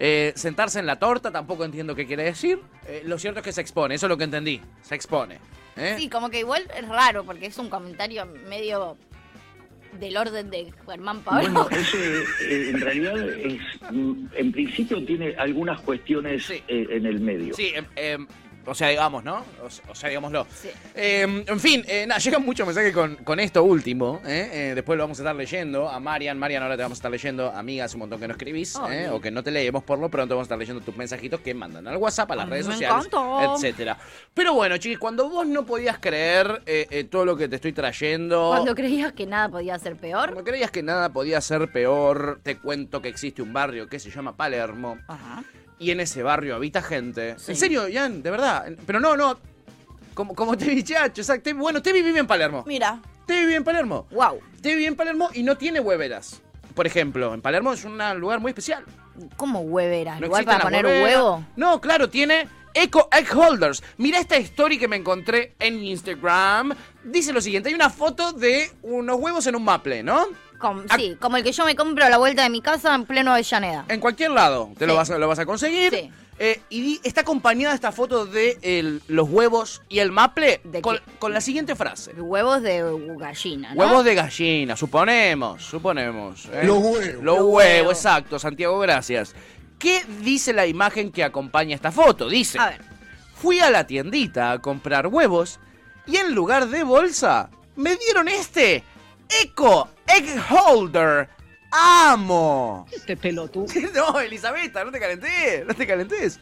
Speaker 2: Eh, sentarse en la torta tampoco entiendo qué quiere decir. Eh, lo cierto es que se expone, eso es lo que entendí, se expone. ¿eh?
Speaker 5: Sí, como que igual es raro porque es un comentario medio del orden de Germán Pablo.
Speaker 13: Bueno, ese eh, en realidad es, mm, en principio tiene algunas cuestiones eh, en el medio.
Speaker 2: Sí, em, em, O sea, digamos, ¿no? O, se- o sea, digámoslo. Eh, en fin, eh, nada, llegan muchos mensajes con, con esto último. ¿eh? Eh, después lo vamos a estar leyendo. A Marian, Marian, ahora te vamos a estar leyendo. Amiga, hace un montón que no escribís
Speaker 20: Ay.
Speaker 2: ¿eh? o que no te leemos. Por lo pronto vamos a estar leyendo tus mensajitos que mandan al WhatsApp, a las
Speaker 20: Ay,
Speaker 2: redes
Speaker 20: me
Speaker 2: sociales,
Speaker 20: encantó.
Speaker 2: etcétera. Pero bueno, chiquis, cuando vos no podías creer eh, eh, todo lo que te estoy trayendo...
Speaker 20: Cuando creías que nada podía ser peor.
Speaker 2: Cuando creías que nada podía ser peor, te cuento que existe un barrio que se llama Palermo. Y en ese barrio habita gente. En serio, Jan, de verdad. Pero no, no. Como, como Tevi Chacho, exacto. Tevi- Bueno, Tevi vive en Palermo.
Speaker 5: Mira.
Speaker 2: Tevi vive en Palermo. Wow. Tevi vive en Palermo y no tiene hueveras. Por ejemplo, en Palermo es un lugar muy especial.
Speaker 5: ¿Cómo huevera?
Speaker 2: No
Speaker 5: ¿Igual
Speaker 2: existen
Speaker 5: para
Speaker 2: las
Speaker 5: poner un
Speaker 2: hueveras.
Speaker 5: huevo?
Speaker 2: No, claro, tiene Eco Egg Holders. Mira esta story que me encontré en Instagram. Dice lo siguiente: hay una foto de unos huevos en un maple, ¿no?
Speaker 5: Com- sí, como el que yo me compro a la vuelta de mi casa en pleno Avellaneda.
Speaker 2: En cualquier lado te lo,
Speaker 5: Sí.
Speaker 2: vas a, lo vas a conseguir. Eh, y di- está acompañada esta foto de el- los huevos y el maple con, con la siguiente frase.
Speaker 5: Huevos de gallina, ¿no?
Speaker 2: Huevos de gallina, suponemos, suponemos. ¿eh?
Speaker 5: Los huevos.
Speaker 2: Los
Speaker 5: Los
Speaker 2: huevos,
Speaker 5: huevos.
Speaker 2: exacto, Santiago, gracias. ¿Qué dice la imagen que acompaña esta foto? Dice, fui a la tiendita a comprar huevos y en lugar de bolsa me dieron este Eco Egg Holder. ¡Amo! Este pelotudo. no, Elisabetta, no te calentés, no te calentés.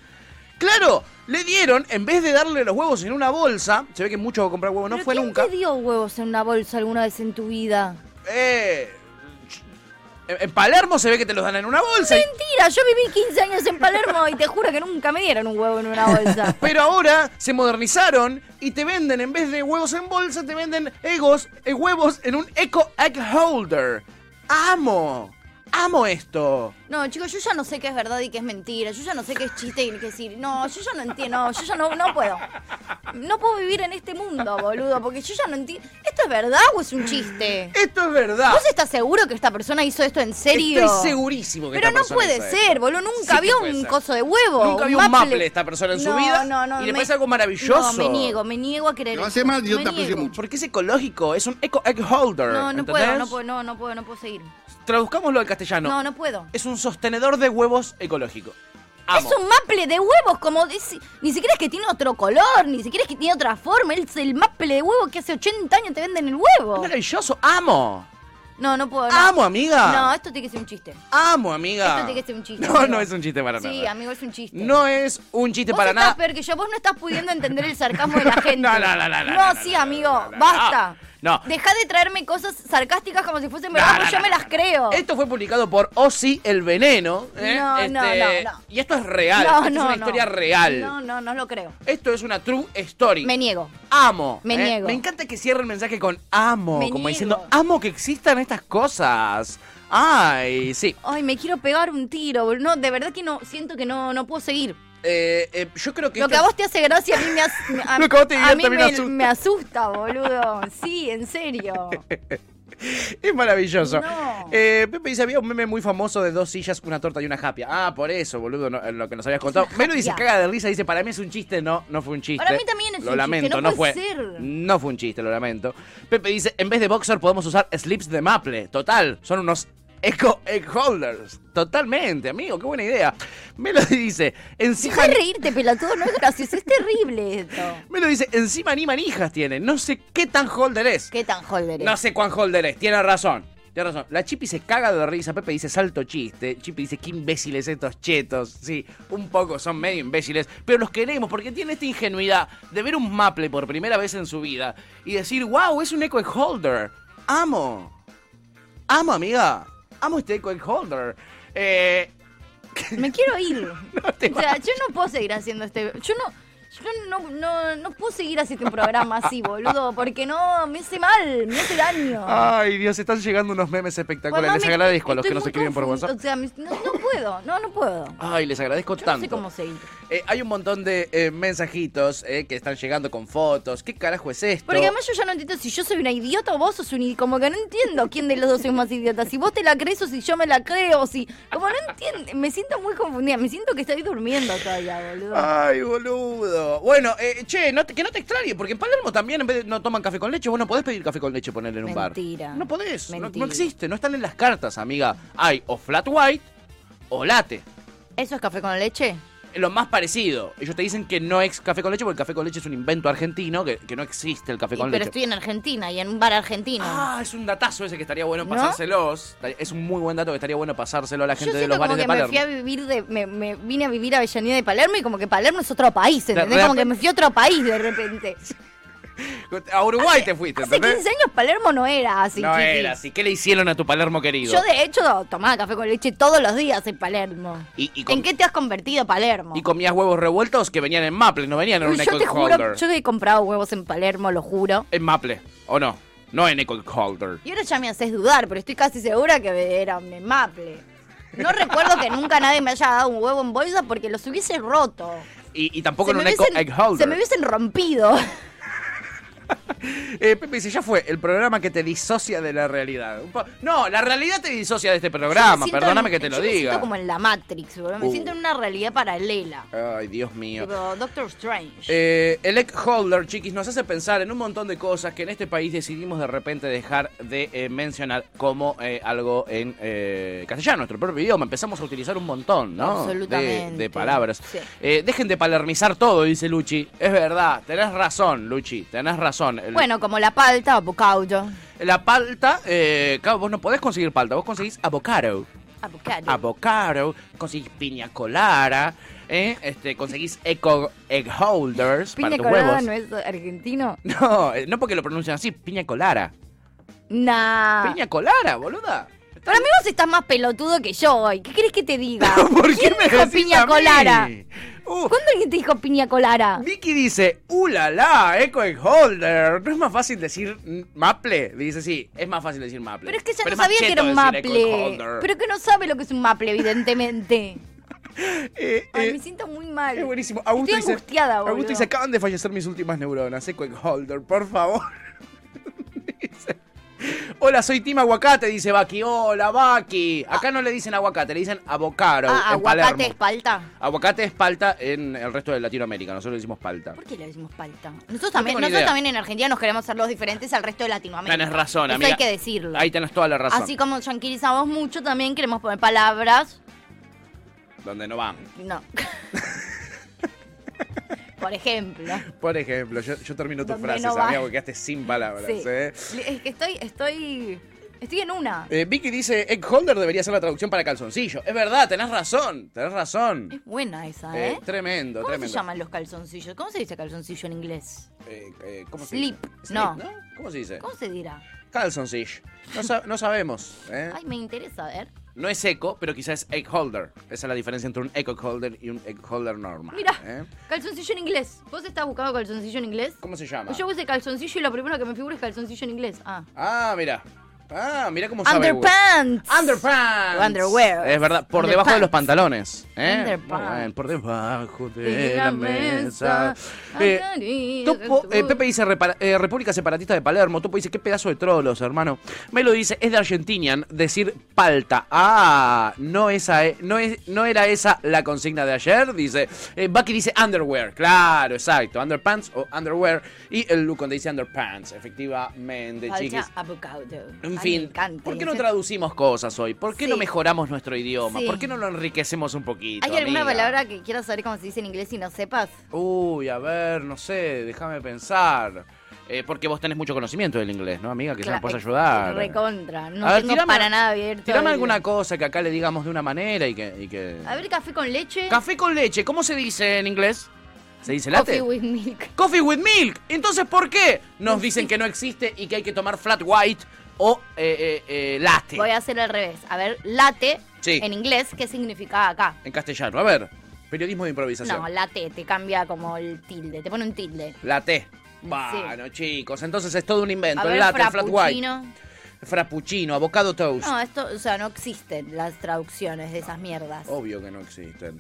Speaker 2: Claro, le dieron, en vez de darle los huevos en una bolsa, se ve que mucho comprar huevos no
Speaker 5: ¿Pero
Speaker 2: fue
Speaker 5: quién
Speaker 2: nunca.
Speaker 5: te dio huevos en una bolsa alguna vez en tu vida?
Speaker 2: Eh, en en Palermo se ve que te los dan en una bolsa. y-
Speaker 5: Mentira, yo viví 15 años en Palermo y te juro que nunca me dieron un huevo en una bolsa.
Speaker 2: Pero ahora se modernizaron y te venden, en vez de huevos en bolsa, te venden egos, eh, huevos en un Eco Egg Holder. ¡Amo! ¡Amo esto!
Speaker 5: No, chicos, yo ya no sé qué es verdad y qué es mentira. Yo ya no sé qué es chiste y qué es decir. No, yo ya no entiendo. No, yo ya no, no puedo. No puedo vivir en este mundo, boludo, porque yo ya no entiendo. ¿Esto es verdad o es un chiste?
Speaker 2: Esto es verdad.
Speaker 5: ¿Vos estás seguro que esta persona hizo esto en serio?
Speaker 2: Estoy segurísimo que
Speaker 5: Pero
Speaker 2: esta
Speaker 5: no
Speaker 2: persona
Speaker 5: puede
Speaker 2: hizo
Speaker 5: ser,
Speaker 2: esto.
Speaker 5: boludo. Nunca
Speaker 2: Sí
Speaker 5: vio
Speaker 2: que puede
Speaker 5: un
Speaker 2: ser.
Speaker 5: coso de huevo.
Speaker 2: Nunca vio un maple esta persona en su
Speaker 5: No,
Speaker 2: vida.
Speaker 5: No, no,
Speaker 2: y le
Speaker 5: me-
Speaker 2: parece algo maravilloso.
Speaker 5: No, me niego, me niego a creer. eso. Me niego.
Speaker 2: Porque es ecológico, es un Eco Egg Holder.
Speaker 5: No, no
Speaker 2: ¿entendés? Ah,
Speaker 5: puedo, no puedo, no, no puedo, no puedo seguir.
Speaker 2: Traduzcámoslo al castellano.
Speaker 5: No, no, puedo.
Speaker 2: Es un sostenedor de huevos ecológico. Amo.
Speaker 5: Es un maple de huevos, como es- ni siquiera es que tiene otro color, ni siquiera es que tiene otra forma. Es el maple de huevo que hace 80 años te venden el huevo.
Speaker 2: Maravilloso, amo.
Speaker 5: No, no puedo. no.
Speaker 2: Amo, amiga.
Speaker 5: No, esto tiene que ser un chiste.
Speaker 2: Amo,
Speaker 5: Esto
Speaker 2: amiga.
Speaker 5: tiene que ser un chiste.
Speaker 2: No,
Speaker 5: amigo.
Speaker 2: no es un chiste para
Speaker 5: Sí,
Speaker 2: nada.
Speaker 5: amigo, es un chiste.
Speaker 2: No es un chiste
Speaker 5: Vos
Speaker 2: para
Speaker 5: estás
Speaker 2: nada.
Speaker 5: peor que yo, vos no estás pudiendo entender el sarcasmo de la gente.
Speaker 2: No, no, no, no, no,
Speaker 5: No,
Speaker 2: no,
Speaker 5: sí, amigo, basta.
Speaker 2: No.
Speaker 5: Deja de traerme cosas sarcásticas como si fuesen verdad,
Speaker 2: No, no,
Speaker 5: porque yo
Speaker 2: no,
Speaker 5: me las creo.
Speaker 2: Esto fue publicado por Ozzy el Veneno. ¿eh?
Speaker 5: No, no,
Speaker 2: Este,
Speaker 5: no, no.
Speaker 2: Y esto es real.
Speaker 5: No,
Speaker 2: Esto es
Speaker 5: no,
Speaker 2: una
Speaker 5: no.
Speaker 2: historia real.
Speaker 5: No, no, no lo creo.
Speaker 2: Esto es una true story.
Speaker 5: Me niego.
Speaker 2: Amo.
Speaker 5: Me
Speaker 2: ¿eh?
Speaker 5: niego.
Speaker 2: Me encanta que cierre el mensaje con amo.
Speaker 5: Me
Speaker 2: como
Speaker 5: niego.
Speaker 2: diciendo, amo que existan estas cosas. Ay, sí.
Speaker 5: Ay, me quiero pegar un tiro, boludo. No, de verdad que no, siento que no, no puedo seguir.
Speaker 2: Eh, eh, yo creo que.
Speaker 5: Lo
Speaker 2: esto
Speaker 5: que a
Speaker 2: es-
Speaker 5: vos te hace gracia a mí me, as- me- a,
Speaker 2: Lo que a vos te
Speaker 5: a mí
Speaker 2: divierte a mí me
Speaker 5: me-
Speaker 2: asusta.
Speaker 5: me asusta, boludo. Sí, en serio.
Speaker 2: Es maravilloso.
Speaker 5: No.
Speaker 2: Eh, Pepe dice, había un meme muy famoso de dos sillas, una torta y una japia. Ah, por eso, boludo, no- lo que nos habías contado.
Speaker 5: una
Speaker 2: Melo dice,
Speaker 5: japia.
Speaker 2: caga de risa, dice, para mí es un chiste. No, no fue un chiste.
Speaker 5: Para mí también es
Speaker 2: lo
Speaker 5: un
Speaker 2: lamento,
Speaker 5: chiste, no
Speaker 2: fue.
Speaker 5: puede ser.
Speaker 2: No fue un chiste, lo lamento. Pepe dice, en vez de boxer podemos usar slips de maple. Total, son unos eco egg holders. Totalmente, amigo, qué buena idea. Melo dice, encima...
Speaker 5: Deja de reírte, pelotudo, no es gracioso, es terrible esto.
Speaker 2: Melo dice, encima ni manijas tiene. No sé qué tan holder es.
Speaker 5: ¿Qué tan holder es?
Speaker 2: No sé cuán holder es, tiene razón. Tiene razón. La Chipi se caga de risa. Pepe dice salto chiste. Chipi dice qué imbéciles estos chetos. Sí, un poco son medio imbéciles. Pero los queremos porque tienen esta ingenuidad de ver un maple por primera vez en su vida y decir, wow, es un Eco Egg Holder. Amo. Amo, amiga. Amo este Eco Egg Holder. Eh,
Speaker 5: Me quiero ir. o sea, yo no puedo seguir haciendo este. Yo no. Yo no, no, no puedo seguir haciendo un programa así, boludo, porque no, me hace mal, me hace daño.
Speaker 2: Ay, Dios, están llegando unos memes espectaculares.
Speaker 5: Mamá,
Speaker 2: Les
Speaker 5: me-
Speaker 2: agradezco a los
Speaker 5: estoy
Speaker 2: que nos
Speaker 5: muy
Speaker 2: escriben por
Speaker 5: confund-
Speaker 2: WhatsApp.
Speaker 5: O sea, me- no, no puedo, no, no puedo.
Speaker 2: Ay, les agradezco
Speaker 5: Yo
Speaker 2: tanto.
Speaker 5: no sé cómo seguir.
Speaker 2: Eh, hay un montón de eh, mensajitos eh, que están llegando con fotos. ¿Qué carajo es esto?
Speaker 5: Porque además yo ya no entiendo si yo soy una idiota o vos sos un idiota. Como que no entiendo quién de los dos es más idiota. Si vos te la crees o si yo me la creo. o si Como no entiendo. Me siento muy confundida. Me siento que estoy durmiendo todavía, boludo.
Speaker 2: Ay, boludo. Bueno, eh, che, no te- que no te extrañe, porque en Palermo también en vez de no toman café con leche, vos no podés pedir café con leche ponerle en un
Speaker 5: Mentira.
Speaker 2: bar. No podés. No,
Speaker 5: Mentira.
Speaker 2: no existe, no están en las cartas, amiga. Hay o flat white o latte.
Speaker 5: ¿Eso es café con leche?
Speaker 2: lo más parecido. Ellos te dicen que no es café con leche porque el café con leche es un invento argentino, que, que no existe el café
Speaker 5: Y-
Speaker 2: con
Speaker 5: pero
Speaker 2: leche.
Speaker 5: estoy en Argentina y en un bar argentino.
Speaker 2: Ah, es un datazo ese que estaría bueno
Speaker 5: ¿No?
Speaker 2: pasárselos. Es un muy buen dato que estaría bueno pasárselo a la gente
Speaker 5: Yo
Speaker 2: de
Speaker 5: siento
Speaker 2: los
Speaker 5: como
Speaker 2: bares
Speaker 5: que
Speaker 2: de
Speaker 5: me
Speaker 2: Palermo.
Speaker 5: fui a vivir de. Me, me vine a vivir a Avellaneda de Palermo y como que Palermo es otro país, ¿entendés?
Speaker 2: de
Speaker 5: Como que me fui a otro país de repente.
Speaker 2: A Uruguay te fuiste,
Speaker 5: Hace 15
Speaker 2: ¿entendés?
Speaker 5: años Palermo no era así,
Speaker 2: no
Speaker 5: chiquis.
Speaker 2: era así. ¿Qué le hicieron a tu Palermo querido?
Speaker 5: Yo de hecho tomaba café con leche todos los días en Palermo.
Speaker 2: y, y com-
Speaker 5: ¿En qué te has convertido Palermo?
Speaker 2: y comías huevos revueltos que venían en Maple, no venían en un
Speaker 5: Uy, yo
Speaker 2: Echo
Speaker 5: te juro,
Speaker 2: Holder.
Speaker 5: yo he comprado huevos en Palermo, lo juro.
Speaker 2: En Maple, ¿o no? No en Echo Holder.
Speaker 5: Y ahora ya me haces dudar, pero estoy casi segura que era un maple. No recuerdo que nunca nadie me haya dado un huevo en bolsa porque los hubiese roto.
Speaker 2: Y, y tampoco
Speaker 5: Se
Speaker 2: en
Speaker 5: me
Speaker 2: un Echo
Speaker 5: hubiesen-
Speaker 2: Egg Holder.
Speaker 5: Se me hubiesen rompido.
Speaker 2: Eh, Pepe dice, ya fue, el programa que te disocia de la realidad. Un po- No, la realidad te disocia de este
Speaker 5: Yo me
Speaker 2: programa,
Speaker 5: siento
Speaker 2: perdóname
Speaker 5: en-
Speaker 2: que te lo
Speaker 5: yo Me siento
Speaker 2: diga.
Speaker 5: como en la Matrix, boludo. Me
Speaker 2: Uh.
Speaker 5: siento en una realidad paralela.
Speaker 2: Ay, Dios mío.
Speaker 5: Tipo Doctor Strange.
Speaker 2: Eh, el egg holder, chiquis, nos hace pensar en un montón de cosas que en este país decidimos de repente dejar de eh, mencionar como eh, algo en eh, castellano, nuestro propio idioma. Empezamos a utilizar un montón, ¿no?
Speaker 5: Absolutamente.
Speaker 2: De, de palabras.
Speaker 5: Sí.
Speaker 2: Eh, dejen de palermizar todo, dice Luchi. Es verdad, tenés razón, Luchi, tenés razón. El-
Speaker 5: Bueno, como la palta o bocaudo.
Speaker 2: La palta, eh, claro, vos no podés conseguir palta, vos conseguís avocado.
Speaker 5: Avocado.
Speaker 2: Avocado, conseguís piña colada, eh, este, conseguís eco- egg holders para
Speaker 5: Piña
Speaker 2: tus
Speaker 5: colada
Speaker 2: huevos.
Speaker 5: no es argentino.
Speaker 2: No, eh, no porque lo pronuncian así, piña colada.
Speaker 5: Nah.
Speaker 2: Piña colada, boluda.
Speaker 5: Para mí vos estás más pelotudo que yo hoy. ¿Qué crees que te diga?
Speaker 2: ¿Por qué
Speaker 5: ¿Quién
Speaker 2: me
Speaker 5: dijo
Speaker 2: decís
Speaker 5: piña
Speaker 2: a mí?
Speaker 5: colada?
Speaker 2: Uh.
Speaker 5: ¿Cuándo alguien te dijo piña colada?
Speaker 2: Vicky dice, ¡Uh, la, la! Eco egg holder. ¿No es más fácil decir mm, maple? Dice, sí, es más fácil decir maple.
Speaker 5: Pero es que ella
Speaker 2: es
Speaker 5: no
Speaker 2: más
Speaker 5: sabía que era
Speaker 2: cheto
Speaker 5: un
Speaker 2: decir eh, eco egg
Speaker 5: maple.
Speaker 2: holder.
Speaker 5: Pero que no sabe lo que es un maple, evidentemente. Ay, me siento muy mal. Es
Speaker 2: buenísimo.
Speaker 5: Estoy
Speaker 2: dice-
Speaker 5: angustiada, Ah, boludo.
Speaker 2: Eh, Augusto dice, acaban de fallecer mis últimas neuronas. Eco egg holder, por favor. Dice, Hola, soy Tim Aguacate, dice Baki. Hola, Baki. Acá no le dicen aguacate, le dicen avocado
Speaker 5: Ah,
Speaker 2: en
Speaker 5: aguacate
Speaker 2: Palermo.
Speaker 5: es palta.
Speaker 2: Aguacate es palta en el resto de Latinoamérica, nosotros le decimos palta.
Speaker 5: ¿Por qué le decimos palta? Nosotros
Speaker 2: No
Speaker 5: también,
Speaker 2: tengo ni
Speaker 5: nosotros
Speaker 2: idea.
Speaker 5: también en Argentina nos queremos ser los diferentes al resto de Latinoamérica.
Speaker 2: Tenés razón,
Speaker 5: Eso
Speaker 2: amiga.
Speaker 5: hay que decirlo.
Speaker 2: Ahí tenés toda la razón.
Speaker 5: Así como tranquilizamos mucho, también queremos poner palabras.
Speaker 2: Donde no van.
Speaker 5: No. Por ejemplo.
Speaker 2: Por ejemplo, yo, yo termino tus
Speaker 5: Donde
Speaker 2: frases,
Speaker 5: no va.
Speaker 2: amiga, porque quedaste sin palabras.
Speaker 5: Sí.
Speaker 2: ¿eh?
Speaker 5: Es que estoy, estoy, estoy en una.
Speaker 2: Eh, Vicky dice, egg holder debería ser la traducción para calzoncillo. Es verdad, tenés razón, tenés razón.
Speaker 5: Es buena esa,
Speaker 2: Eh,
Speaker 5: ¿eh?
Speaker 2: tremendo,
Speaker 5: ¿Cómo
Speaker 2: tremendo.
Speaker 5: se llaman los calzoncillos? ¿Cómo se dice calzoncillo en inglés?
Speaker 2: Eh, eh, ¿Cómo se
Speaker 5: Slip,
Speaker 2: dice?
Speaker 5: no.
Speaker 2: Slip, ¿Cómo se dice?
Speaker 5: ¿Cómo se dirá?
Speaker 2: Calzoncillo. No, sa- no sabemos. ¿eh?
Speaker 5: Ay, me interesa, a ver.
Speaker 2: No es eco, pero quizás es egg holder. Esa es la diferencia entre un eco holder y un egg holder normal.
Speaker 5: Mira.
Speaker 2: ¿eh?
Speaker 5: Calzoncillo en inglés. ¿Vos estás buscando calzoncillo en inglés?
Speaker 2: ¿Cómo se llama?
Speaker 5: Pues Yo puse calzoncillo y lo primero que me figura es calzoncillo en inglés. Ah.
Speaker 2: Ah, mira. Ah, mira cómo sabe. güey.
Speaker 5: Underpants.
Speaker 2: Underpants.
Speaker 5: O underwear.
Speaker 2: Es verdad, por debajo de los pantalones. ¿eh?
Speaker 5: Underpants.
Speaker 2: Muy bien, por debajo
Speaker 5: De
Speaker 2: de
Speaker 5: la
Speaker 2: la
Speaker 5: mesa.
Speaker 2: mesa. Eh,
Speaker 5: Acaricia
Speaker 2: Topo,
Speaker 5: tu-
Speaker 2: eh, Pepe dice repara- eh, República Separatista de Palermo. Topo dice, qué pedazo de trolos, hermano. Melo dice, es de Argentinian decir palta. Ah, no, esa, eh, no, es, no era esa la consigna de ayer. Dice, eh, Bucky dice underwear. Claro, exacto. Underpants o underwear. Y el Lucon dice underpants, efectivamente,
Speaker 5: Falsa
Speaker 2: chiquis.
Speaker 5: avocado. Ay,
Speaker 2: En
Speaker 5: me
Speaker 2: fin,
Speaker 5: encanta,
Speaker 2: ¿por qué
Speaker 5: me
Speaker 2: no
Speaker 5: encanta.
Speaker 2: traducimos cosas hoy? ¿Por qué no
Speaker 5: Sí.
Speaker 2: mejoramos nuestro idioma?
Speaker 5: Sí.
Speaker 2: ¿Por qué no lo enriquecemos un poquito?
Speaker 5: ¿Hay alguna
Speaker 2: amiga?
Speaker 5: palabra que quieras saber cómo se dice en inglés y no sepas?
Speaker 2: Uy, a ver, no sé, déjame pensar. Eh, porque vos tenés mucho conocimiento del inglés, ¿no, amiga? Que se
Speaker 5: Cla-
Speaker 2: nos puedes ayudar.
Speaker 5: Recontra. No
Speaker 2: A ver,
Speaker 5: tengo
Speaker 2: tirame-
Speaker 5: para nada abierto.
Speaker 2: Tirame
Speaker 5: el-
Speaker 2: alguna cosa que acá le digamos de una manera y que. y que-
Speaker 5: A ver, café con leche.
Speaker 2: Café con leche, ¿cómo se dice en inglés? ¿Se dice latte?
Speaker 5: Coffee with milk.
Speaker 2: Coffee with milk. Entonces, ¿por qué nos dicen que no existe y que hay que tomar flat white o eh, eh, eh, latte?
Speaker 5: Voy a hacer al revés. A ver, latte
Speaker 2: Sí.
Speaker 5: en inglés, ¿qué significa acá?
Speaker 2: En castellano, a ver. Periodismo de improvisación.
Speaker 5: No, latte te cambia como el tilde, te pone un tilde.
Speaker 2: La T. Bueno, chicos, entonces es todo un invento.
Speaker 5: A ver,
Speaker 2: el latte, el flat white.
Speaker 5: frappuccino.
Speaker 2: Frappuccino, avocado toast.
Speaker 5: No, esto, o sea, no existen las traducciones de esas mierdas.
Speaker 2: Obvio que no existen.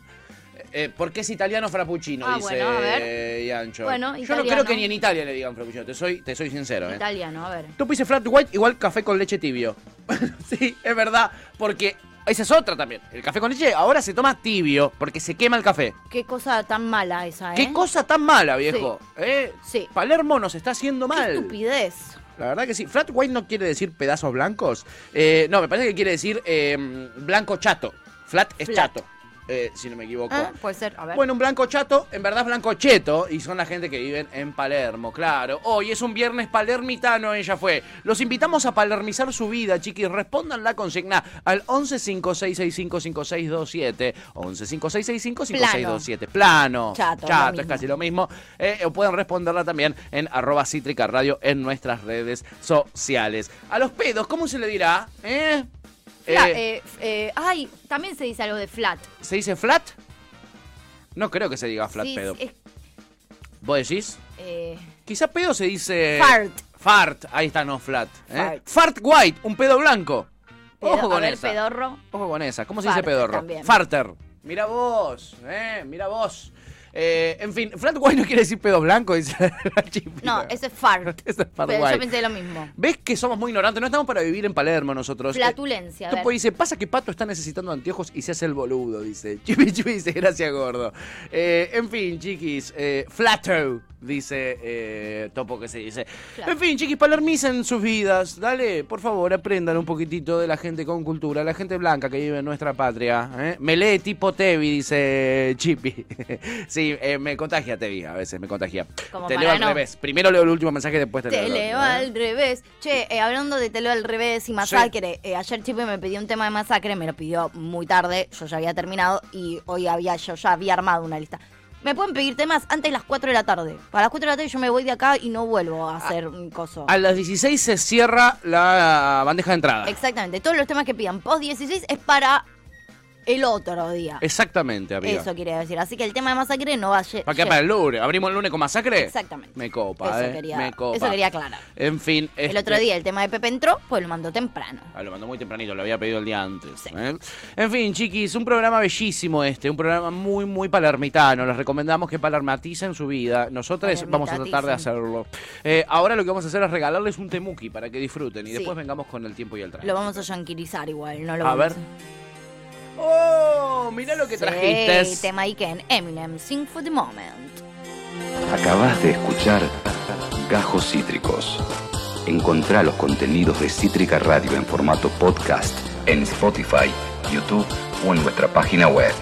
Speaker 2: Eh, eh, ¿Por qué es italiano frappuccino?
Speaker 5: Ah,
Speaker 2: dice
Speaker 5: bueno, a ver.
Speaker 2: eh, Iancho.
Speaker 5: Bueno,
Speaker 2: Yo no
Speaker 5: italiano.
Speaker 2: creo que ni en Italia le digan frappuccino, te soy, te soy sincero. ¿eh?
Speaker 5: Italiano, a ver.
Speaker 2: Tú dice flat white igual café con leche tibio. sí, es verdad, porque esa es otra también. El café con leche ahora se toma tibio porque se quema el café.
Speaker 5: Qué cosa tan mala esa, ¿eh?
Speaker 2: Qué cosa tan mala, viejo. ¿Eh? Palermo nos está haciendo
Speaker 5: Qué
Speaker 2: mal.
Speaker 5: estupidez.
Speaker 2: La verdad que sí. Flat white no quiere decir pedazos blancos. Eh, no, me parece que quiere decir eh, blanco chato. em, Flat es chato. eh, si no me equivoco.
Speaker 15: Ah, puede ser, a ver.
Speaker 2: Bueno, un blanco chato, en verdad es blanco cheto, y son la gente que viven en Palermo, claro. Hoy es un viernes palermitano, ella fue. Los invitamos a palermizar su vida, chiquis. Respondan la consigna al 1156655627. 1156655627. Plano.
Speaker 15: Chato, lo
Speaker 2: Chato,
Speaker 15: mismo.
Speaker 2: es casi lo mismo. Eh, o pueden responderla también en arroba cítrica radio en nuestras redes sociales. A los pedos, ¿cómo se le dirá? ¿Eh?
Speaker 5: Fla-
Speaker 2: Eh,
Speaker 5: eh, eh, ay, también se dice algo de flat.
Speaker 2: ¿Se dice flat? No creo que se diga flat
Speaker 5: Sí,
Speaker 2: pedo.
Speaker 5: es-
Speaker 2: ¿Vos decís?
Speaker 5: eh,
Speaker 2: Quizá pedo se dice.
Speaker 5: Fart.
Speaker 2: Fart, ahí está, no flat. ¿eh?
Speaker 5: Fart.
Speaker 2: Fart white, un pedo blanco.
Speaker 5: pedo-
Speaker 2: Ojo con
Speaker 5: a ver,
Speaker 2: esa.
Speaker 5: pedorro.
Speaker 2: Ojo con esa. ¿Cómo se
Speaker 5: Fart
Speaker 2: dice pedorro?
Speaker 5: también.
Speaker 2: Farter. Mira vos, eh, mira vos. Eh, en fin, flat white no quiere decir pedo blanco, dice la chipita.
Speaker 5: No, ese es fart.
Speaker 2: Ese es fart
Speaker 5: Pero yo
Speaker 2: white.
Speaker 5: pensé lo mismo.
Speaker 2: ¿Ves que somos muy ignorantes? No estamos para vivir en Palermo nosotros. Eh,
Speaker 5: Flatulencia. a ver.
Speaker 2: Tupo dice, pasa que Pato está necesitando anteojos y se hace el boludo, dice. Chipi Chipi dice, gracias, gordo. Eh, en fin, chiquis, eh, flato, dice eh, Topo que se dice.
Speaker 21: Claro.
Speaker 2: En fin, chiquis, palermicen sus vidas. Dale, por favor, aprendan un poquitito de la gente con cultura, la gente blanca que vive en nuestra patria. ¿eh? Me lee tipo Tevi, dice Chipi. sí, eh, me contagia Tevi, a veces me contagia.
Speaker 5: Como
Speaker 2: te
Speaker 5: para
Speaker 2: leo al
Speaker 5: no.
Speaker 2: revés. Primero leo el último mensaje, después te,
Speaker 5: Te
Speaker 2: leo el
Speaker 5: leo
Speaker 2: otro, ¿eh?
Speaker 5: al revés. Che, eh, hablando de Te leo al revés y masacre, eh, ayer Chipi me pidió un tema de masacre, me lo pidió muy tarde, yo ya había terminado y hoy había, yo ya había armado una lista. Me pueden pedir temas antes de las 4 de la tarde. Para las 4 de la tarde yo me voy de acá y no vuelvo
Speaker 2: Ah,
Speaker 5: a hacer un coso.
Speaker 2: A las 16 se cierra la bandeja de entrada.
Speaker 5: Exactamente, todos los temas que pidan post 16 es para el otro día.
Speaker 2: Exactamente, amiga.
Speaker 5: Eso quiere decir. Así que el tema de masacre no va a lle-
Speaker 2: ¿Para qué? ¿Para el lunes? ¿Abrimos el lunes con masacre?
Speaker 5: Exactamente.
Speaker 2: Me copa,
Speaker 5: Eso
Speaker 2: eh.
Speaker 5: quería-
Speaker 2: Me copa. Este
Speaker 5: eso quería aclarar.
Speaker 2: En fin.
Speaker 5: El otro día el tema de Pepe entró, pues lo mandó temprano.
Speaker 2: Ah, lo mandó muy tempranito, lo había pedido el día antes. ¿eh? En fin, chiquis, un programa bellísimo este, un programa muy, muy palermitano. Les recomendamos que palermaticen su vida. Nosotros vamos a tratar de hacerlo. Eh, ahora lo que vamos a hacer es regalarles un temuki para que disfruten y
Speaker 5: Sí.
Speaker 2: después vengamos con el tiempo y el traje.
Speaker 5: Lo vamos a yanquirizar igual, no lo
Speaker 2: A
Speaker 5: vamos
Speaker 2: ver. ¡Oh! Mirá lo que trajiste.
Speaker 5: Sí, tema Iken, Eminem, Sing for the Moment.
Speaker 17: Acabas de escuchar Gajos Cítricos. Encontrá los contenidos de Cítrica Radio en formato podcast en Spotify, YouTube o en nuestra página web.